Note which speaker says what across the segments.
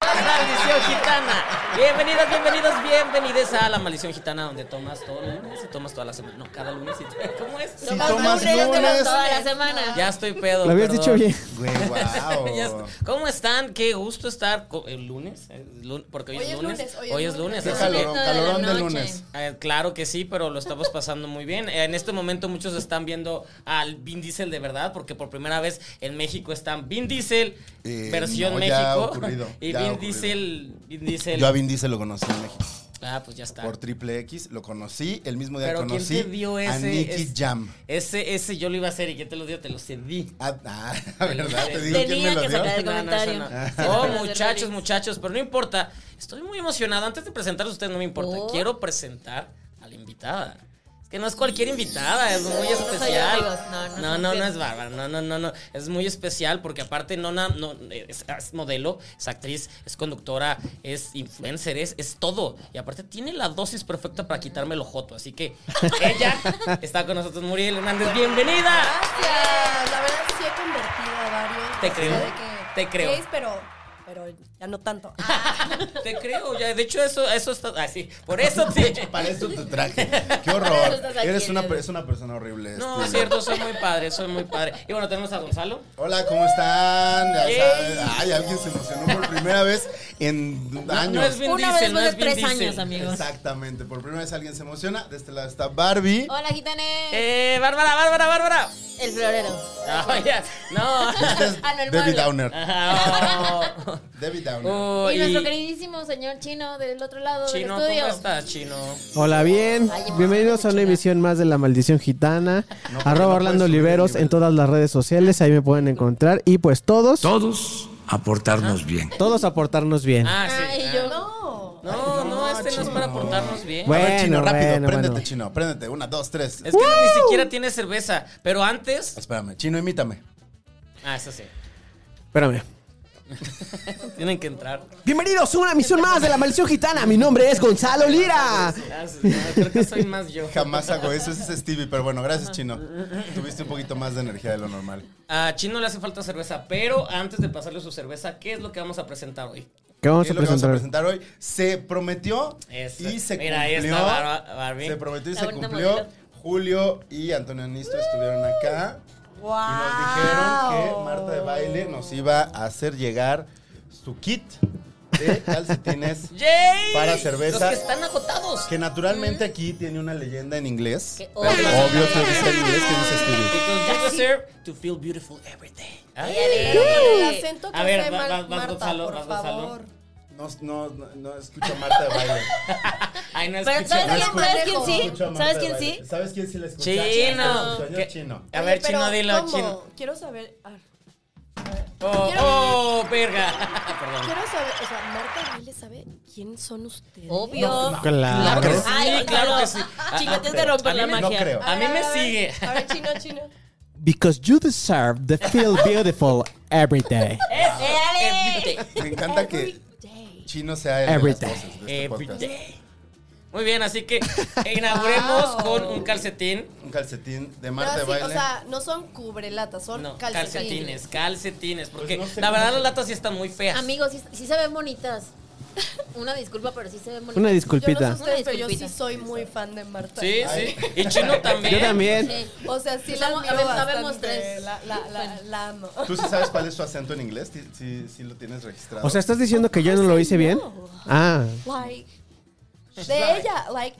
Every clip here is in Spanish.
Speaker 1: Maldición gitana. Bienvenidos, bienvenidos, bienvenidos a la maldición gitana donde tomas todo el lunes y tomas toda la semana. No, cada lunes y ¿Cómo es?
Speaker 2: Si tomas lunes.
Speaker 3: toda la semana.
Speaker 1: Ya estoy pedo.
Speaker 4: Lo habías
Speaker 1: perdón.
Speaker 4: dicho bien.
Speaker 2: Güey,
Speaker 1: Ya
Speaker 2: wow.
Speaker 1: est- ¿Cómo están? Qué gusto estar co- el lunes, el lun- porque hoy, es lunes, hoy es lunes,
Speaker 2: Qué
Speaker 1: así que-
Speaker 2: calorón, calorón de lunes.
Speaker 1: Eh, claro que sí, pero lo estamos pasando muy bien. Eh, En este momento muchos están viendo al Vin Diesel de verdad, porque por primera vez en México están Vin Diesel
Speaker 2: Eh,
Speaker 1: versión
Speaker 2: no, ya ha
Speaker 1: México
Speaker 2: ocurrido,
Speaker 1: y
Speaker 2: ya ha
Speaker 1: Vin
Speaker 2: ocurrido.
Speaker 1: Diesel, Vin Diesel.
Speaker 2: Yo a Vin Diesel lo conocí en México.
Speaker 1: Ah, pues ya está.
Speaker 2: Por Triple X lo conocí. El mismo día
Speaker 1: Pero ¿quién
Speaker 2: conocí
Speaker 1: te dio
Speaker 2: a
Speaker 1: ese?
Speaker 2: Nicky
Speaker 1: es-
Speaker 2: Jam.
Speaker 1: Ese, ese yo lo iba a hacer y ¿quién te lo dio? Te lo cedí.
Speaker 2: Ah, ah, ¿verdad? Te digo quién
Speaker 3: Tenía
Speaker 2: me lo
Speaker 3: que
Speaker 2: dio.
Speaker 3: sacar el
Speaker 1: No, no, eso
Speaker 3: comentario.
Speaker 1: no.
Speaker 3: Sí,
Speaker 1: Oh,
Speaker 3: para hacer
Speaker 1: muchachos,
Speaker 3: remix.
Speaker 1: muchachos, pero no importa. Estoy muy emocionado. Antes de presentarlos a ustedes, no me importa.
Speaker 3: Oh.
Speaker 1: Quiero presentar a la invitada. Es que no es cualquier invitada, es muy
Speaker 3: soy yo,
Speaker 1: especial.
Speaker 3: amigos. No, no,
Speaker 1: no,
Speaker 3: no,
Speaker 1: no,
Speaker 3: sí.
Speaker 1: no es bárbara. No, no, no, no. Es muy especial porque aparte no, na- no es, es modelo, es actriz, es conductora, es influencer, es, es todo. Y aparte tiene la dosis perfecta para quitarme el ojoto. Así que ella está con nosotros, Muriel Hernández. ¡Bienvenida!
Speaker 5: Gracias. La verdad sí he convertido a varios.
Speaker 1: Te
Speaker 5: O sea,
Speaker 1: creo,
Speaker 5: de que
Speaker 1: te creo.
Speaker 5: gays, pero, pero ya no tanto. Ah,
Speaker 1: Te creo, ya. De hecho, eso, eso está así. Por eso te.
Speaker 2: Para eso te traje. Qué
Speaker 3: Para
Speaker 2: horror.
Speaker 3: eso estás aquí,
Speaker 2: Eres una,
Speaker 3: Leo.
Speaker 2: per- es una persona horrible.
Speaker 1: No,
Speaker 2: este.
Speaker 1: es cierto, soy muy padre, soy muy padre. Y bueno, tenemos a Gonzalo.
Speaker 2: Hola, ¿cómo están? Ya
Speaker 1: Yay.
Speaker 2: sabes. Ay, alguien se emocionó por primera vez en años.
Speaker 1: No es Vin
Speaker 3: Una
Speaker 1: Diesel, no
Speaker 3: vez fue de
Speaker 1: es Vin
Speaker 3: tres
Speaker 1: Diesel.
Speaker 3: años, amigos.
Speaker 2: Exactamente. Por primera vez alguien se emociona. De este lado está Barbie.
Speaker 3: Hola, gitanes.
Speaker 1: Eh, Bárbara, Bárbara, Bárbara.
Speaker 3: El florero.
Speaker 1: No, ya, no.
Speaker 2: Este es
Speaker 3: Ah, no, el
Speaker 2: Debbie
Speaker 3: mueble.
Speaker 2: Downer.
Speaker 1: Ah,
Speaker 2: Debbie Downer.
Speaker 1: oh. Oh,
Speaker 3: y, nuestro
Speaker 1: y-
Speaker 3: queridísimo señor chino del otro lado
Speaker 1: Chino,
Speaker 3: del
Speaker 1: ¿cómo
Speaker 3: estudio.
Speaker 1: estás, Chino?
Speaker 4: Hola, bien.
Speaker 3: Ay,
Speaker 4: Bienvenidos a una emisión más de La Maldición Gitana.
Speaker 2: No, porque no
Speaker 4: Arroba
Speaker 2: puedes
Speaker 4: Orlando
Speaker 2: subir el
Speaker 4: Oliveros
Speaker 2: nivel.
Speaker 4: en todas las redes sociales. Ahí me pueden encontrar. Y pues todos,
Speaker 6: todos aportarnos bien.
Speaker 4: todos aportarnos bien.
Speaker 1: Ah,
Speaker 3: Ay,
Speaker 1: sí.
Speaker 3: yo.
Speaker 5: no.
Speaker 1: No, no, este no es para portarnos bien.
Speaker 2: A
Speaker 4: Bueno,
Speaker 2: ver, chino, rápido,
Speaker 4: bueno,
Speaker 2: préndete,
Speaker 4: bueno.
Speaker 2: chino, préndete. Una, dos, tres.
Speaker 1: Es que ni siquiera tiene cerveza. Pero antes.
Speaker 2: Espérame, chino, imítame.
Speaker 1: Ah, eso sí.
Speaker 4: Espérame.
Speaker 1: Tienen que entrar.
Speaker 4: Bienvenidos a una emisión más de La Maldición Gitana. Mi nombre es Gonzalo Lira.
Speaker 1: Ah, sí, no, creo que soy más yo.
Speaker 2: Jamás hago eso, ese es Stevie, pero bueno, gracias, chino. Tuviste un poquito más de energía de lo normal.
Speaker 1: A Chino le hace falta cerveza, pero antes de pasarle su cerveza, ¿qué es lo que vamos a presentar hoy?
Speaker 4: ¿Qué vamos
Speaker 2: ¿Qué
Speaker 4: a
Speaker 2: es lo que vamos a
Speaker 4: presentar?
Speaker 2: presentar hoy? Se prometió
Speaker 1: Eso.
Speaker 2: y se
Speaker 1: Mira, ahí
Speaker 2: cumplió.
Speaker 1: está Barba- Barbie.
Speaker 2: Se prometió y
Speaker 3: La
Speaker 2: se
Speaker 3: bonita
Speaker 2: cumplió.
Speaker 3: modelo.
Speaker 2: Julio y Antonio Nisto estuvieron acá
Speaker 5: Wow.
Speaker 2: y nos dijeron que Marta de Baile nos iba a hacer llegar su kit de calcetines
Speaker 1: ¡Yay!
Speaker 2: Para cerveza.
Speaker 1: Los que están agotados.
Speaker 2: que naturalmente aquí tiene una leyenda en inglés.
Speaker 3: Que
Speaker 2: Pero
Speaker 3: obvio.
Speaker 2: obvio que dice en inglés que dice Stevie.
Speaker 1: Because you deserve to feel beautiful every day.
Speaker 5: El acento que
Speaker 1: A ver,
Speaker 5: hace
Speaker 1: va-
Speaker 5: Mar-
Speaker 1: va- vas,
Speaker 5: Marta,
Speaker 1: Gonzalo,
Speaker 5: por
Speaker 1: vas, Gonzalo.
Speaker 5: favor.
Speaker 2: No, no, no, no escucho a Marta de baile.
Speaker 1: Ay, no
Speaker 3: Pero
Speaker 1: escuché.
Speaker 3: ¿sabes quién, ¿sabes
Speaker 5: escuché.
Speaker 3: quién
Speaker 5: No
Speaker 3: sí?
Speaker 2: Escucho a Marta
Speaker 3: ¿Sabes
Speaker 2: de
Speaker 3: quién
Speaker 2: baile.
Speaker 3: sí?
Speaker 2: ¿Sabes quién sí la escucha?
Speaker 1: Chino.
Speaker 2: Señor
Speaker 1: ¿Qué?
Speaker 2: chino.
Speaker 1: A
Speaker 5: Oye,
Speaker 1: ver,
Speaker 5: Eh, pero
Speaker 1: chino, dilo,
Speaker 5: ¿cómo?
Speaker 1: chino.
Speaker 5: Quiero saber. ah,
Speaker 1: Oh,
Speaker 5: Quiero-
Speaker 1: oh, verga. Perdón.
Speaker 5: quiero saber. O sea, Marta de Baile sabe quién son ustedes.
Speaker 3: Obvio.
Speaker 1: Claro que
Speaker 4: Claro.
Speaker 1: sí, claro que sí. Ah,
Speaker 3: Chino, tienes que romper
Speaker 1: A
Speaker 3: la
Speaker 1: mí me-
Speaker 2: No
Speaker 3: magia.
Speaker 2: creo.
Speaker 5: ver,
Speaker 1: A mí me
Speaker 5: ver,
Speaker 1: sigue.
Speaker 5: A ver, chino, chino.
Speaker 4: Because you deserve to feel beautiful every day.
Speaker 1: Eso,
Speaker 3: dale.
Speaker 1: every day.
Speaker 2: Me encanta que
Speaker 5: Day.
Speaker 2: chino sea el
Speaker 4: Every
Speaker 2: de las
Speaker 4: day.
Speaker 2: voces de este
Speaker 1: Every
Speaker 2: podcast.
Speaker 1: day. Muy bien, así que inauguremos
Speaker 5: Wow.
Speaker 1: con un calcetín.
Speaker 2: Un calcetín de
Speaker 5: Pero
Speaker 2: Marta de
Speaker 5: así,
Speaker 2: baile.
Speaker 5: o sea, no son cubrelatas, son
Speaker 1: No, calcetines,
Speaker 5: calcetines.
Speaker 1: calcetines. Porque
Speaker 2: Pues no sé
Speaker 1: la
Speaker 2: cómo-
Speaker 1: verdad las latas sí están muy feas.
Speaker 3: Amigos, sí, sí se ven bonitas. Una disculpa, pero sí se ve bonito.
Speaker 4: Una disculpita.
Speaker 5: Yo no sé ustedes, pero yo sí
Speaker 3: Disculpita.
Speaker 5: soy muy fan de Marta.
Speaker 1: Sí, sí. Y Chino también.
Speaker 4: Yo también.
Speaker 5: O sea, sí la
Speaker 3: Somos-
Speaker 5: admiro
Speaker 3: sabemos- sabemos
Speaker 5: bastante.
Speaker 3: tres.
Speaker 5: La, la, la, la amo.
Speaker 2: ¿Tú sí sabes cuál es su acento en inglés? ¿Sí, sí, sí lo tienes registrado?
Speaker 4: O sea, ¿estás diciendo que yo no lo hice bien? Ah.
Speaker 5: Like, de ella, like,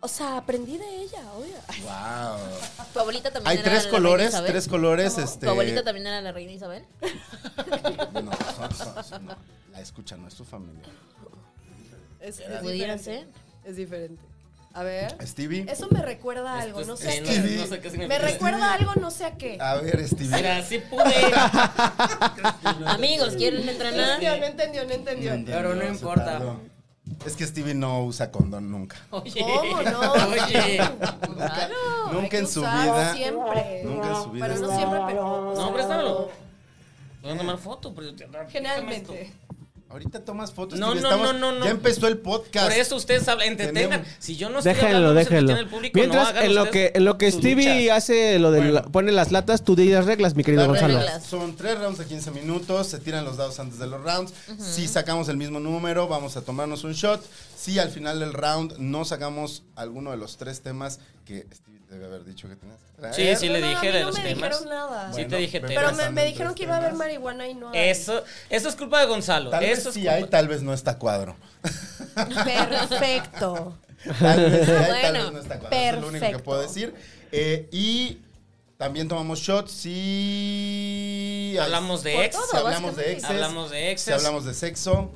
Speaker 5: o sea, aprendí de ella, obvio.
Speaker 2: wow.
Speaker 3: Tu abuelita también
Speaker 2: Hay
Speaker 3: era
Speaker 2: tres
Speaker 3: la
Speaker 2: colores,
Speaker 3: reina Isabel.
Speaker 2: tres colores, este...
Speaker 3: ¿Tu abuelita también era la reina Isabel?
Speaker 2: No, son- son- son- no. la escucha, no es tu familia.
Speaker 5: Es, es
Speaker 3: Pudiera
Speaker 5: diferente.
Speaker 3: ser.
Speaker 5: Es diferente. A ver.
Speaker 2: Stevie.
Speaker 5: Eso me recuerda a algo, no sé a qué.
Speaker 1: no sé qué
Speaker 5: Me
Speaker 1: significa.
Speaker 5: recuerda a algo, no sé a
Speaker 1: Ah,
Speaker 5: qué.
Speaker 2: A ver, Stevie.
Speaker 1: Mira, sí pude.
Speaker 3: Amigos, ¿quieren
Speaker 5: No
Speaker 3: entrenar?
Speaker 5: entendió, no entendió, no entendió.
Speaker 2: entendió,
Speaker 1: Pero no
Speaker 2: se
Speaker 1: importa.
Speaker 2: tardó. Es que Stevie no usa condón nunca.
Speaker 1: Oye.
Speaker 5: ¿Cómo no?
Speaker 1: Oye.
Speaker 2: Nunca,
Speaker 5: Claro, hay
Speaker 2: nunca
Speaker 5: que
Speaker 2: en su
Speaker 5: usar
Speaker 2: vida.
Speaker 5: Siempre.
Speaker 2: Nunca en su vida.
Speaker 5: Pero no
Speaker 2: Stevie.
Speaker 5: siempre, pero. o
Speaker 1: No,
Speaker 5: sea,
Speaker 1: préstamelo. Voy a tomar foto. pero-
Speaker 5: Generalmente.
Speaker 2: Ahorita tomas fotos.
Speaker 1: No,
Speaker 2: Stevie,
Speaker 1: no,
Speaker 2: estamos-
Speaker 1: no, no, no.
Speaker 2: Ya empezó el podcast.
Speaker 1: Por eso ustedes hablan, entretengan.
Speaker 2: Tenemos-
Speaker 1: Si yo no estoy
Speaker 4: Déjenlo,
Speaker 1: hablando, no se entretiene
Speaker 4: déjenlo.
Speaker 1: el público, no
Speaker 4: Mientras,
Speaker 1: hagan
Speaker 4: en, lo
Speaker 1: ustedes
Speaker 4: que, en lo que
Speaker 1: sus
Speaker 4: Stevie
Speaker 1: luchas.
Speaker 4: hace lo de
Speaker 1: Bueno.
Speaker 4: la- pone las latas, tú di las reglas, mi querido
Speaker 2: Las
Speaker 4: Gonzalo.
Speaker 2: reglas Son tres rounds de 15 minutos, se tiran los dados antes de los rounds. Si sacamos el mismo número, vamos a tomarnos un shot. Si al final del round no sacamos alguno de los tres temas que Stevie debe haber dicho que tenías que traer.
Speaker 1: Sí, sí, le
Speaker 5: No, no, a
Speaker 1: dije
Speaker 5: mí
Speaker 1: de
Speaker 5: no
Speaker 1: los
Speaker 5: me
Speaker 1: temas.
Speaker 5: dijeron nada.
Speaker 1: Sí te dije
Speaker 2: ve
Speaker 1: temas.
Speaker 5: Pero me,
Speaker 2: pensando
Speaker 5: me
Speaker 2: en
Speaker 5: dijeron
Speaker 2: tres
Speaker 5: que iba a haber
Speaker 2: temas.
Speaker 5: marihuana y no. hay.
Speaker 1: Eso, eso es culpa de Gonzalo.
Speaker 2: Tal vez
Speaker 1: eso es
Speaker 2: sí
Speaker 1: culpa-
Speaker 2: hay, tal vez no está a cuadro.
Speaker 5: Perfecto.
Speaker 2: Tal vez sí hay, tal
Speaker 3: Bueno,
Speaker 2: vez no está a cuadro. Eso es lo único que
Speaker 5: perfecto.
Speaker 2: puedo decir. Eh, y también tomamos shots si...
Speaker 1: Hablamos de
Speaker 5: Por
Speaker 1: ex.
Speaker 2: Si
Speaker 5: todo.
Speaker 2: hablamos de
Speaker 5: básicamente.
Speaker 2: exes.
Speaker 1: Hablamos de
Speaker 2: Si
Speaker 1: exes.
Speaker 2: hablamos de sexo.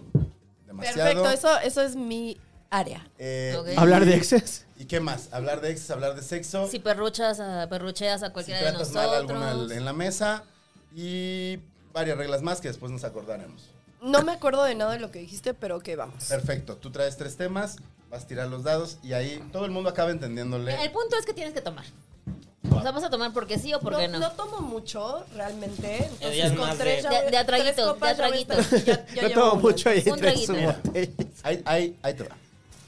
Speaker 2: Demasiado.
Speaker 5: Perfecto, eso, eso es mi área.
Speaker 2: Eh,
Speaker 3: Ok.
Speaker 4: ¿Hablar de exes?
Speaker 2: ¿Y qué más? Hablar de exes, hablar de sexo.
Speaker 3: Si perruchas, a, perrucheas
Speaker 2: Este,
Speaker 3: a
Speaker 2: si
Speaker 3: cualquiera de
Speaker 2: tratas
Speaker 3: nosotros.
Speaker 2: mal a alguna al- en la mesa. Y varias reglas más que después nos acordaremos.
Speaker 5: No me acuerdo de nada de lo que dijiste, pero ok, vamos.
Speaker 2: Perfecto. Tú traes tres temas, vas a tirar los dados y ahí todo el mundo acaba
Speaker 3: El
Speaker 2: entendiéndole.
Speaker 3: punto es que tienes que tomar. O sea, vas a tomar porque sí o porque no.
Speaker 5: tomo mucho, realmente.
Speaker 1: Ella es
Speaker 5: Entonces,
Speaker 1: más
Speaker 5: con tres
Speaker 1: de-
Speaker 5: ya voy-
Speaker 3: De- de a
Speaker 5: tres
Speaker 3: traguito,
Speaker 5: copas
Speaker 3: de a
Speaker 5: ya voy a
Speaker 3: traguito.
Speaker 5: estar- ya- ya
Speaker 4: Yo
Speaker 5: llevo
Speaker 4: tomo
Speaker 5: una.
Speaker 4: mucho y
Speaker 3: Un
Speaker 4: entre su
Speaker 3: traguito.
Speaker 4: botella.
Speaker 2: Ahí, ahí, ahí te va.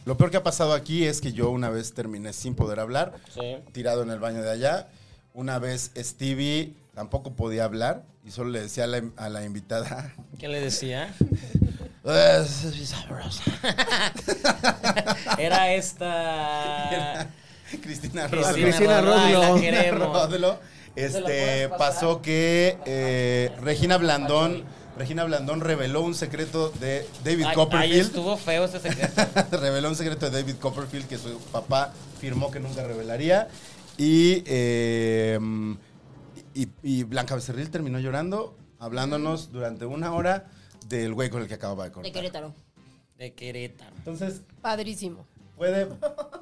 Speaker 2: Lo peor que ha pasado aquí es que yo una vez terminé sin poder hablar,
Speaker 1: Sí.
Speaker 2: tirado en el baño de allá. Una vez Stevie tampoco podía hablar y solo le decía a la- a la invitada, "Pues,
Speaker 1: ¿Qué le decía?
Speaker 2: "Es- es sabrosa".
Speaker 1: Era esta.
Speaker 2: Cristina Rodríguez.
Speaker 1: Cristina,
Speaker 4: Cristina
Speaker 1: Rodríguez,
Speaker 4: Rodlo.
Speaker 1: la queremos.
Speaker 2: Ródelo. Este, pasó que eh, Regina Blandón, Regina Blandón reveló un secreto de David
Speaker 1: Ay, Ahí
Speaker 2: Copperfield.
Speaker 1: estuvo feo este secreto.
Speaker 2: reveló un secreto de David Copperfield que su papá firmó que nunca revelaría. Y, eh, y, y Blanca Becerril terminó llorando, hablándonos durante una hora del güey con el que acababa de
Speaker 3: De
Speaker 2: cortar.
Speaker 3: Querétaro.
Speaker 1: De Querétaro.
Speaker 2: Entonces,
Speaker 5: Padrísimo.
Speaker 2: Puede,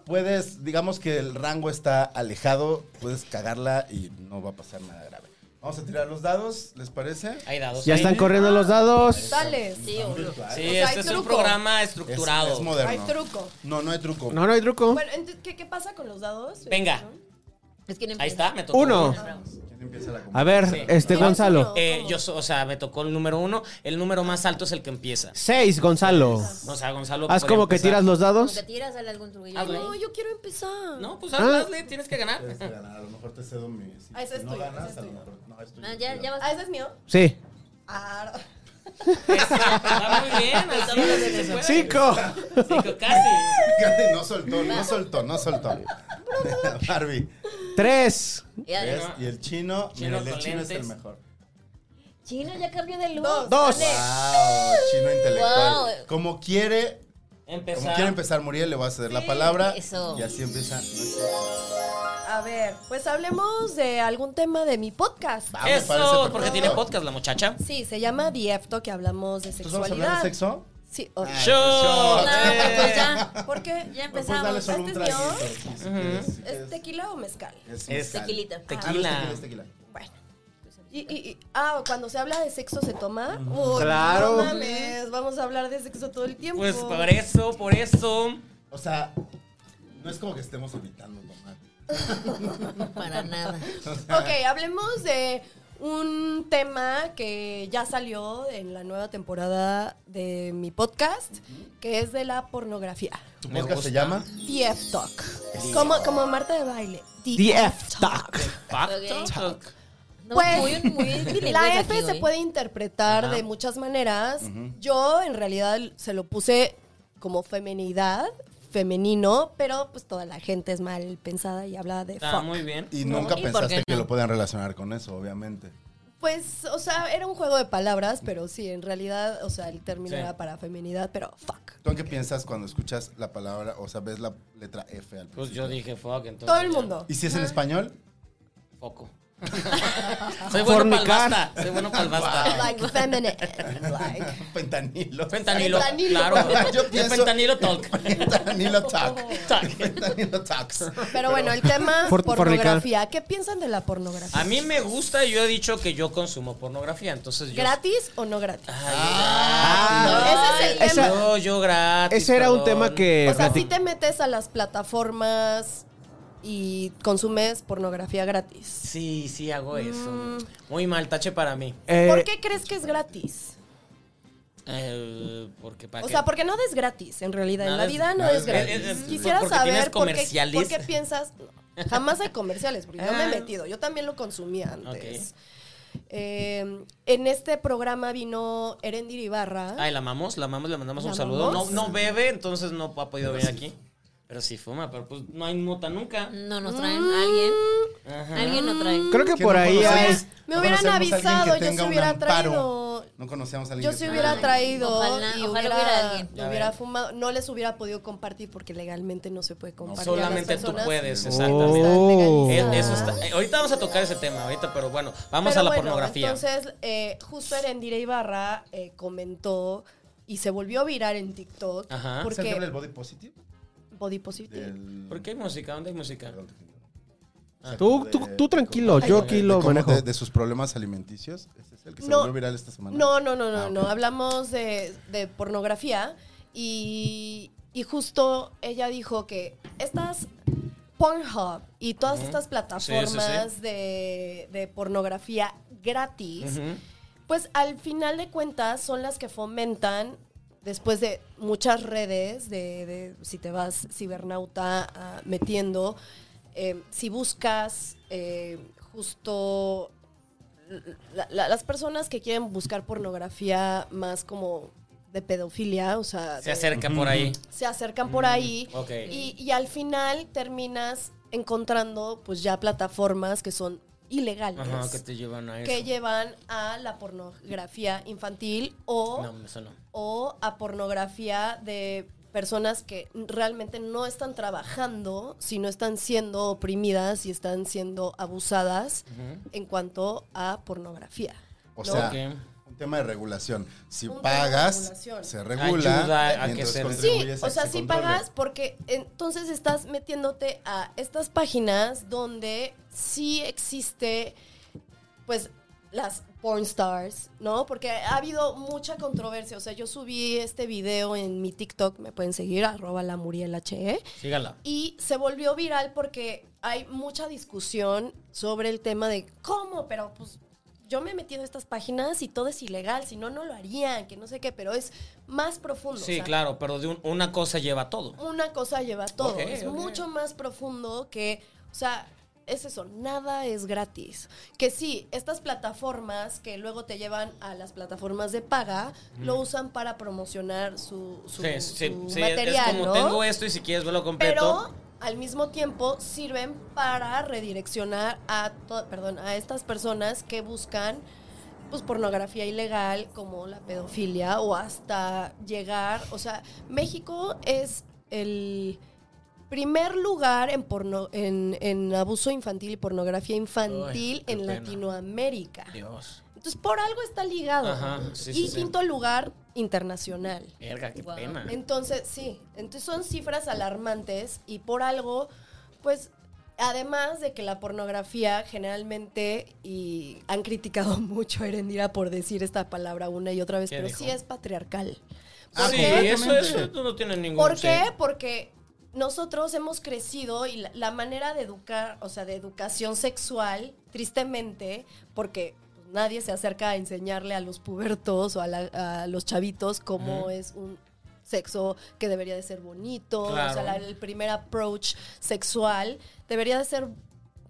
Speaker 2: puedes, digamos que el rango está alejado, puedes cagarla y no va a pasar nada grave. Vamos a tirar los dados, ¿les parece?
Speaker 1: Hay dados.
Speaker 4: Ya
Speaker 1: ahí.
Speaker 4: están corriendo los dados.
Speaker 5: Dale.
Speaker 3: Sí, obvio.
Speaker 1: Sí,
Speaker 5: O sea, hay
Speaker 1: este es un
Speaker 5: truco.
Speaker 1: programa
Speaker 2: Es-
Speaker 1: estructurado.
Speaker 2: Es, moderno.
Speaker 5: Hay truco.
Speaker 2: No, no hay truco.
Speaker 4: No, no hay truco.
Speaker 5: Bueno, entonces, ¿qué, qué pasa con los dados? Este,
Speaker 1: Venga.
Speaker 2: Este
Speaker 3: Es que no
Speaker 1: Ahí
Speaker 3: empieza.
Speaker 1: está, me tocó.
Speaker 4: Uno.
Speaker 2: ¿Quién empieza la
Speaker 4: A ver,
Speaker 1: Sí.
Speaker 4: este
Speaker 5: ¿Cómo?
Speaker 4: Gonzalo.
Speaker 1: Eh,
Speaker 5: ¿Cómo?
Speaker 1: yo, so- o sea, me tocó el número uno. El número más alto es el que empieza.
Speaker 4: Seis, Gonzalo.
Speaker 1: O sea, Gonzalo.
Speaker 4: Haz
Speaker 1: podría
Speaker 4: como que
Speaker 1: empezar.
Speaker 4: tiras los
Speaker 3: Como que
Speaker 4: dados.
Speaker 3: tiras, sale algún truquillo.
Speaker 1: Hazle.
Speaker 5: No, yo quiero empezar.
Speaker 1: No, pues
Speaker 4: Ah.
Speaker 1: hazle, tienes que ganar.
Speaker 2: Tienes que ganar, a lo mejor te cedo mi. Si,
Speaker 5: Ah, ese
Speaker 2: si
Speaker 5: es
Speaker 2: no
Speaker 5: tuyo,
Speaker 2: ganas,
Speaker 5: ese es
Speaker 2: a lo
Speaker 5: tuyo.
Speaker 2: mejor. No, es tuyo,
Speaker 3: Ah, ya,
Speaker 2: tuyo.
Speaker 3: ya vas.
Speaker 5: Ah, ese es mío.
Speaker 4: Sí.
Speaker 5: Ah,
Speaker 1: Eso, está muy bien. así es, sí se puede.
Speaker 4: Cinco.
Speaker 1: Cinco, casi.
Speaker 2: Fíjate, No soltó, no soltó, no soltó. Barbie.
Speaker 4: Tres.
Speaker 3: Ya,
Speaker 2: ¿ves?
Speaker 1: no.
Speaker 2: Y el chino,
Speaker 1: Chino
Speaker 2: mira, el del
Speaker 1: con
Speaker 2: chino es el
Speaker 1: lentes.
Speaker 2: mejor.
Speaker 3: Chino ya cambió de look.
Speaker 5: Dos.
Speaker 4: Dos.
Speaker 2: Wow, chino intelectual.
Speaker 3: Wow.
Speaker 2: Como quiere,
Speaker 1: Empezar.
Speaker 2: Como quiere empezar Muriel, le voy a ceder la palabra.
Speaker 3: eso.
Speaker 2: Y así empieza. nuestro-
Speaker 5: a ver, pues hablemos de algún tema de mi podcast.
Speaker 2: Ah, me parece
Speaker 1: Eso,
Speaker 2: perfecto.
Speaker 1: porque tiene podcast la muchacha.
Speaker 5: Sí, se llama Diefto, que hablamos de
Speaker 2: ¿Entonces vamos a hablar
Speaker 5: sexualidad.
Speaker 2: de sexo?
Speaker 5: Sí, o-
Speaker 2: Ah,
Speaker 1: Show.
Speaker 3: No, pues ya.
Speaker 5: ¿Por qué?
Speaker 3: Ya
Speaker 2: Pues pues
Speaker 3: empezamos.
Speaker 2: dale solo un
Speaker 5: ¿Este es
Speaker 2: traguito.
Speaker 5: mío?
Speaker 2: si- si quieres, si
Speaker 5: ¿Es
Speaker 2: quieres.
Speaker 5: tequila o mezcal?
Speaker 2: Es
Speaker 1: Es
Speaker 2: mezcal.
Speaker 3: tequilita.
Speaker 2: Ah, no, es
Speaker 1: Tequila.
Speaker 2: es tequila.
Speaker 5: Bueno. Y, y- y- ah, cuando se habla de sexo se toma. Uy,
Speaker 4: Claro.
Speaker 5: No mames, vamos a hablar de sexo todo el tiempo.
Speaker 1: Pues por eso, por eso.
Speaker 2: O sea, no es como que estemos evitando tomar.
Speaker 3: Ah, Para nada.
Speaker 5: Ok, hablemos de un tema que ya salió en la nueva temporada de mi podcast, que es de la pornografía.
Speaker 2: ¿Tu
Speaker 1: Me
Speaker 2: podcast se
Speaker 1: gusta.
Speaker 2: llama?
Speaker 5: DF Talk. Como, como Marta de baile. DF
Speaker 4: DF Talk.
Speaker 1: Fuck
Speaker 3: Ok.
Speaker 1: talk.
Speaker 3: No,
Speaker 5: Pues,
Speaker 3: muy, muy bilingües
Speaker 5: la F
Speaker 3: aquí
Speaker 5: se
Speaker 3: hoy.
Speaker 5: puede interpretar
Speaker 1: Ajá.
Speaker 5: de muchas maneras. Yo en realidad se lo puse como femenidad, femenino, pero pues toda la gente es mal pensada y habla de
Speaker 1: Está
Speaker 5: fuck.
Speaker 1: muy bien.
Speaker 2: Y nunca
Speaker 3: ¿Y por
Speaker 2: pensaste
Speaker 3: qué
Speaker 2: que
Speaker 3: no?
Speaker 2: lo podían relacionar con eso, obviamente.
Speaker 5: Pues, o sea, era un juego de palabras, pero sí, en realidad, o sea, el término
Speaker 1: Sí.
Speaker 5: era para feminidad, pero fuck.
Speaker 2: ¿Tú en qué piensas cuando escuchas la palabra, o sea, ves la letra F al
Speaker 1: Pues
Speaker 2: principio?
Speaker 1: yo dije fuck, entonces.
Speaker 5: Todo el
Speaker 1: ya,
Speaker 5: mundo.
Speaker 2: ¿Y si es en español?
Speaker 1: Foco. Soy bueno para el
Speaker 4: Fornicar.
Speaker 1: basta. Soy bueno para el basta.
Speaker 5: Like feminine, like.
Speaker 2: Pentanilo.
Speaker 1: Fentanilo.
Speaker 5: Fentanilo.
Speaker 1: Claro.
Speaker 2: Yo
Speaker 1: Yo
Speaker 2: pienso-
Speaker 1: Fentanilo talk.
Speaker 2: Pentanilo talk.
Speaker 1: Talk.
Speaker 2: Pentanilo talks.
Speaker 5: Pero bueno, el tema
Speaker 4: For-
Speaker 5: pornografía. ¿Qué piensan de la pornografía?
Speaker 1: A mí me gusta y yo he dicho que yo consumo pornografía, entonces yo.
Speaker 5: ¿Gratis o no gratis?
Speaker 1: Ay, gratis.
Speaker 5: ese es el
Speaker 1: Ay,
Speaker 5: tema.
Speaker 1: Yo, yo gratis.
Speaker 4: Ah, Ese era un
Speaker 1: perdón.
Speaker 4: tema que...
Speaker 5: O sea,
Speaker 4: platic-
Speaker 5: si te metes a las plataformas y consumes pornografía gratis.
Speaker 1: Sí, sí, hago
Speaker 5: Mm.
Speaker 1: eso. Muy mal, tache para mí.
Speaker 4: eh,
Speaker 5: ¿Por qué crees que es gratis?
Speaker 1: Eh, porque para
Speaker 5: O
Speaker 1: qué?
Speaker 5: sea, porque nada es gratis, en realidad. En
Speaker 1: Nada
Speaker 5: la
Speaker 1: es-
Speaker 5: vida nada
Speaker 2: nada
Speaker 5: es
Speaker 2: es
Speaker 5: gratis.
Speaker 1: gratis.
Speaker 5: Quisiera
Speaker 1: Porque tienes
Speaker 5: saber por qué-
Speaker 1: comerciales.
Speaker 5: por qué piensas... no, jamás hay comerciales, porque yo me he
Speaker 1: Ah.
Speaker 5: metido. Yo también lo consumía antes. Eh, en este programa vino Erendir Ibarra.
Speaker 1: Ay, Ah, la amamos, la amamos, le mandamos
Speaker 5: ¿La
Speaker 1: un saludo. No,
Speaker 5: amamos?
Speaker 1: no bebe, entonces no ha podido venir aquí. Pero sí fuma, pero pues no hay mota nunca.
Speaker 3: No
Speaker 5: Mm.
Speaker 3: nos traen a alguien. Alguien nos trae.
Speaker 4: Creo que
Speaker 2: Que
Speaker 4: por
Speaker 2: no
Speaker 4: ahí
Speaker 2: conocemos-
Speaker 4: hay...
Speaker 5: Ah, Me hubieran
Speaker 2: conocemos a alguien que
Speaker 5: avisado, yo
Speaker 2: tenga
Speaker 5: se
Speaker 2: un
Speaker 5: hubiera
Speaker 2: amparo.
Speaker 5: traído.
Speaker 2: No conocíamos a alguien
Speaker 5: Yo
Speaker 2: que
Speaker 5: si
Speaker 2: tenga-
Speaker 5: hubiera traído
Speaker 3: Ojalá-
Speaker 5: y
Speaker 3: ojalá
Speaker 5: hubiera,
Speaker 3: hubiera alguien.
Speaker 1: Ya
Speaker 5: hubiera
Speaker 1: ven.
Speaker 5: fumado, no les hubiera podido compartir porque legalmente no se puede compartir. a las
Speaker 1: Solamente tú
Speaker 5: personas.
Speaker 1: puedes,
Speaker 5: Están
Speaker 1: exactamente.
Speaker 4: Oh.
Speaker 1: Eh,
Speaker 5: legalizadas.
Speaker 1: eso está- eh, ahorita vamos a tocar ese tema, ahorita, pero bueno, vamos
Speaker 5: Pero
Speaker 1: a la
Speaker 5: bueno,
Speaker 1: pornografía.
Speaker 5: Entonces, eh, justo Erendira Ibarra eh, comentó y se volvió viral en TikTok
Speaker 1: Ajá.
Speaker 2: ¿Es el que habla del
Speaker 5: porque
Speaker 2: body positive?
Speaker 5: body positive.
Speaker 2: Del-
Speaker 1: ¿Por qué Ah. hay música? ¿Dónde hay música?
Speaker 2: Perdón, te-
Speaker 4: Tú, tú, tú tranquilo, yo aquí
Speaker 2: de
Speaker 4: lo
Speaker 2: cómo-
Speaker 4: manejo.
Speaker 2: De, de sus problemas alimenticios. Ese es el que se
Speaker 5: No.
Speaker 2: volvió viral esta semana.
Speaker 5: No, no, no, no,
Speaker 2: Ah, ok.
Speaker 5: no. Hablamos de, de pornografía y, y justo ella dijo que estas Pornhub y todas
Speaker 1: Ujú.
Speaker 5: estas plataformas De, de pornografía gratis,
Speaker 1: Ujú.
Speaker 5: pues al final de cuentas son las que fomentan después de muchas redes, de, de- si te vas cibernauta ah, metiendo, eh, si buscas eh, justo la- la- las personas que quieren buscar pornografía más como de pedofilia, o sea,
Speaker 1: Se
Speaker 5: de-
Speaker 1: acerca por ahí.
Speaker 5: se acercan por ahí
Speaker 1: ok.
Speaker 5: y, y al final terminas encontrando pues ya plataformas que son ilegales
Speaker 1: Ajá, que
Speaker 5: que,
Speaker 1: te llevan a eso.
Speaker 5: llevan a la pornografía infantil o,
Speaker 1: No, eso no.
Speaker 5: o a pornografía de personas que realmente no están trabajando, sino están siendo oprimidas y están siendo abusadas
Speaker 1: Ujú.
Speaker 5: en cuanto a pornografía.
Speaker 2: O
Speaker 5: ¿no?
Speaker 2: sea,
Speaker 1: Ok.
Speaker 2: un tema de regulación. Si
Speaker 5: Un tema de
Speaker 2: pagas,
Speaker 5: regulación.
Speaker 2: se regula.
Speaker 1: Ayuda a
Speaker 2: y
Speaker 1: que
Speaker 2: entonces
Speaker 1: se-
Speaker 5: Sí,
Speaker 2: contribuyes a
Speaker 5: o
Speaker 2: que
Speaker 5: sea,
Speaker 2: se
Speaker 5: sí
Speaker 2: controle.
Speaker 5: pagas porque entonces estás metiéndote a estas páginas donde sí existe, pues, las porn stars, ¿no? Porque ha habido mucha controversia. O sea, yo subí este video en mi TikTok, me pueden seguir, arroba la Muriel HE,
Speaker 1: Sígala.
Speaker 5: y se volvió viral porque hay mucha discusión sobre el tema de cómo, pero pues yo me he metido a estas páginas y todo es ilegal, si no, no lo harían, que no sé qué, pero es más profundo.
Speaker 1: Sí,
Speaker 5: o sea,
Speaker 1: claro, pero de un- una cosa lleva a todo.
Speaker 5: una cosa lleva a todo.
Speaker 1: Ok,
Speaker 5: es
Speaker 1: ok.
Speaker 5: mucho más profundo que, o sea, es eso, nada es gratis. Que sí, estas plataformas que luego te llevan a las plataformas de paga, lo usan para promocionar su, su-
Speaker 1: Sí, sí,
Speaker 5: su
Speaker 1: sí, es-
Speaker 5: material,
Speaker 1: es como
Speaker 5: ¿no?
Speaker 1: tengo esto y si quieres verlo completo.
Speaker 5: Pero al mismo tiempo sirven para redireccionar a, to- perdón, a estas personas que buscan pues pornografía ilegal como la pedofilia o hasta llegar, o sea, México es el primer lugar en porno en, en abuso infantil y pornografía infantil
Speaker 1: Ay, qué
Speaker 5: en
Speaker 1: pena.
Speaker 5: Latinoamérica.
Speaker 1: Dios.
Speaker 5: Entonces, por algo está ligado.
Speaker 1: Ajá, sí,
Speaker 5: y
Speaker 1: sí, sí.
Speaker 5: quinto lugar internacional.
Speaker 1: Verga, qué
Speaker 3: Wow.
Speaker 1: pena.
Speaker 5: Entonces, sí, entonces son cifras alarmantes y por algo, pues, además de que la pornografía generalmente, y han criticado mucho a Erendira por decir esta palabra una y otra vez,
Speaker 1: ¿Qué
Speaker 5: pero
Speaker 1: dijo?
Speaker 5: sí es patriarcal.
Speaker 1: Ah,
Speaker 5: ¿Por
Speaker 1: sí,
Speaker 5: qué?
Speaker 1: eso, eso no tiene ningún
Speaker 5: ¿Por qué?
Speaker 1: sí.
Speaker 5: Porque nosotros hemos crecido y la, la manera de educar, o sea, de educación sexual, tristemente, porque pues, nadie se acerca a enseñarle a los pubertos o a, la- a los chavitos cómo
Speaker 1: Ujú.
Speaker 5: es un sexo que debería de ser bonito, o sea,
Speaker 1: Claro.
Speaker 5: la- el primer approach sexual debería de ser,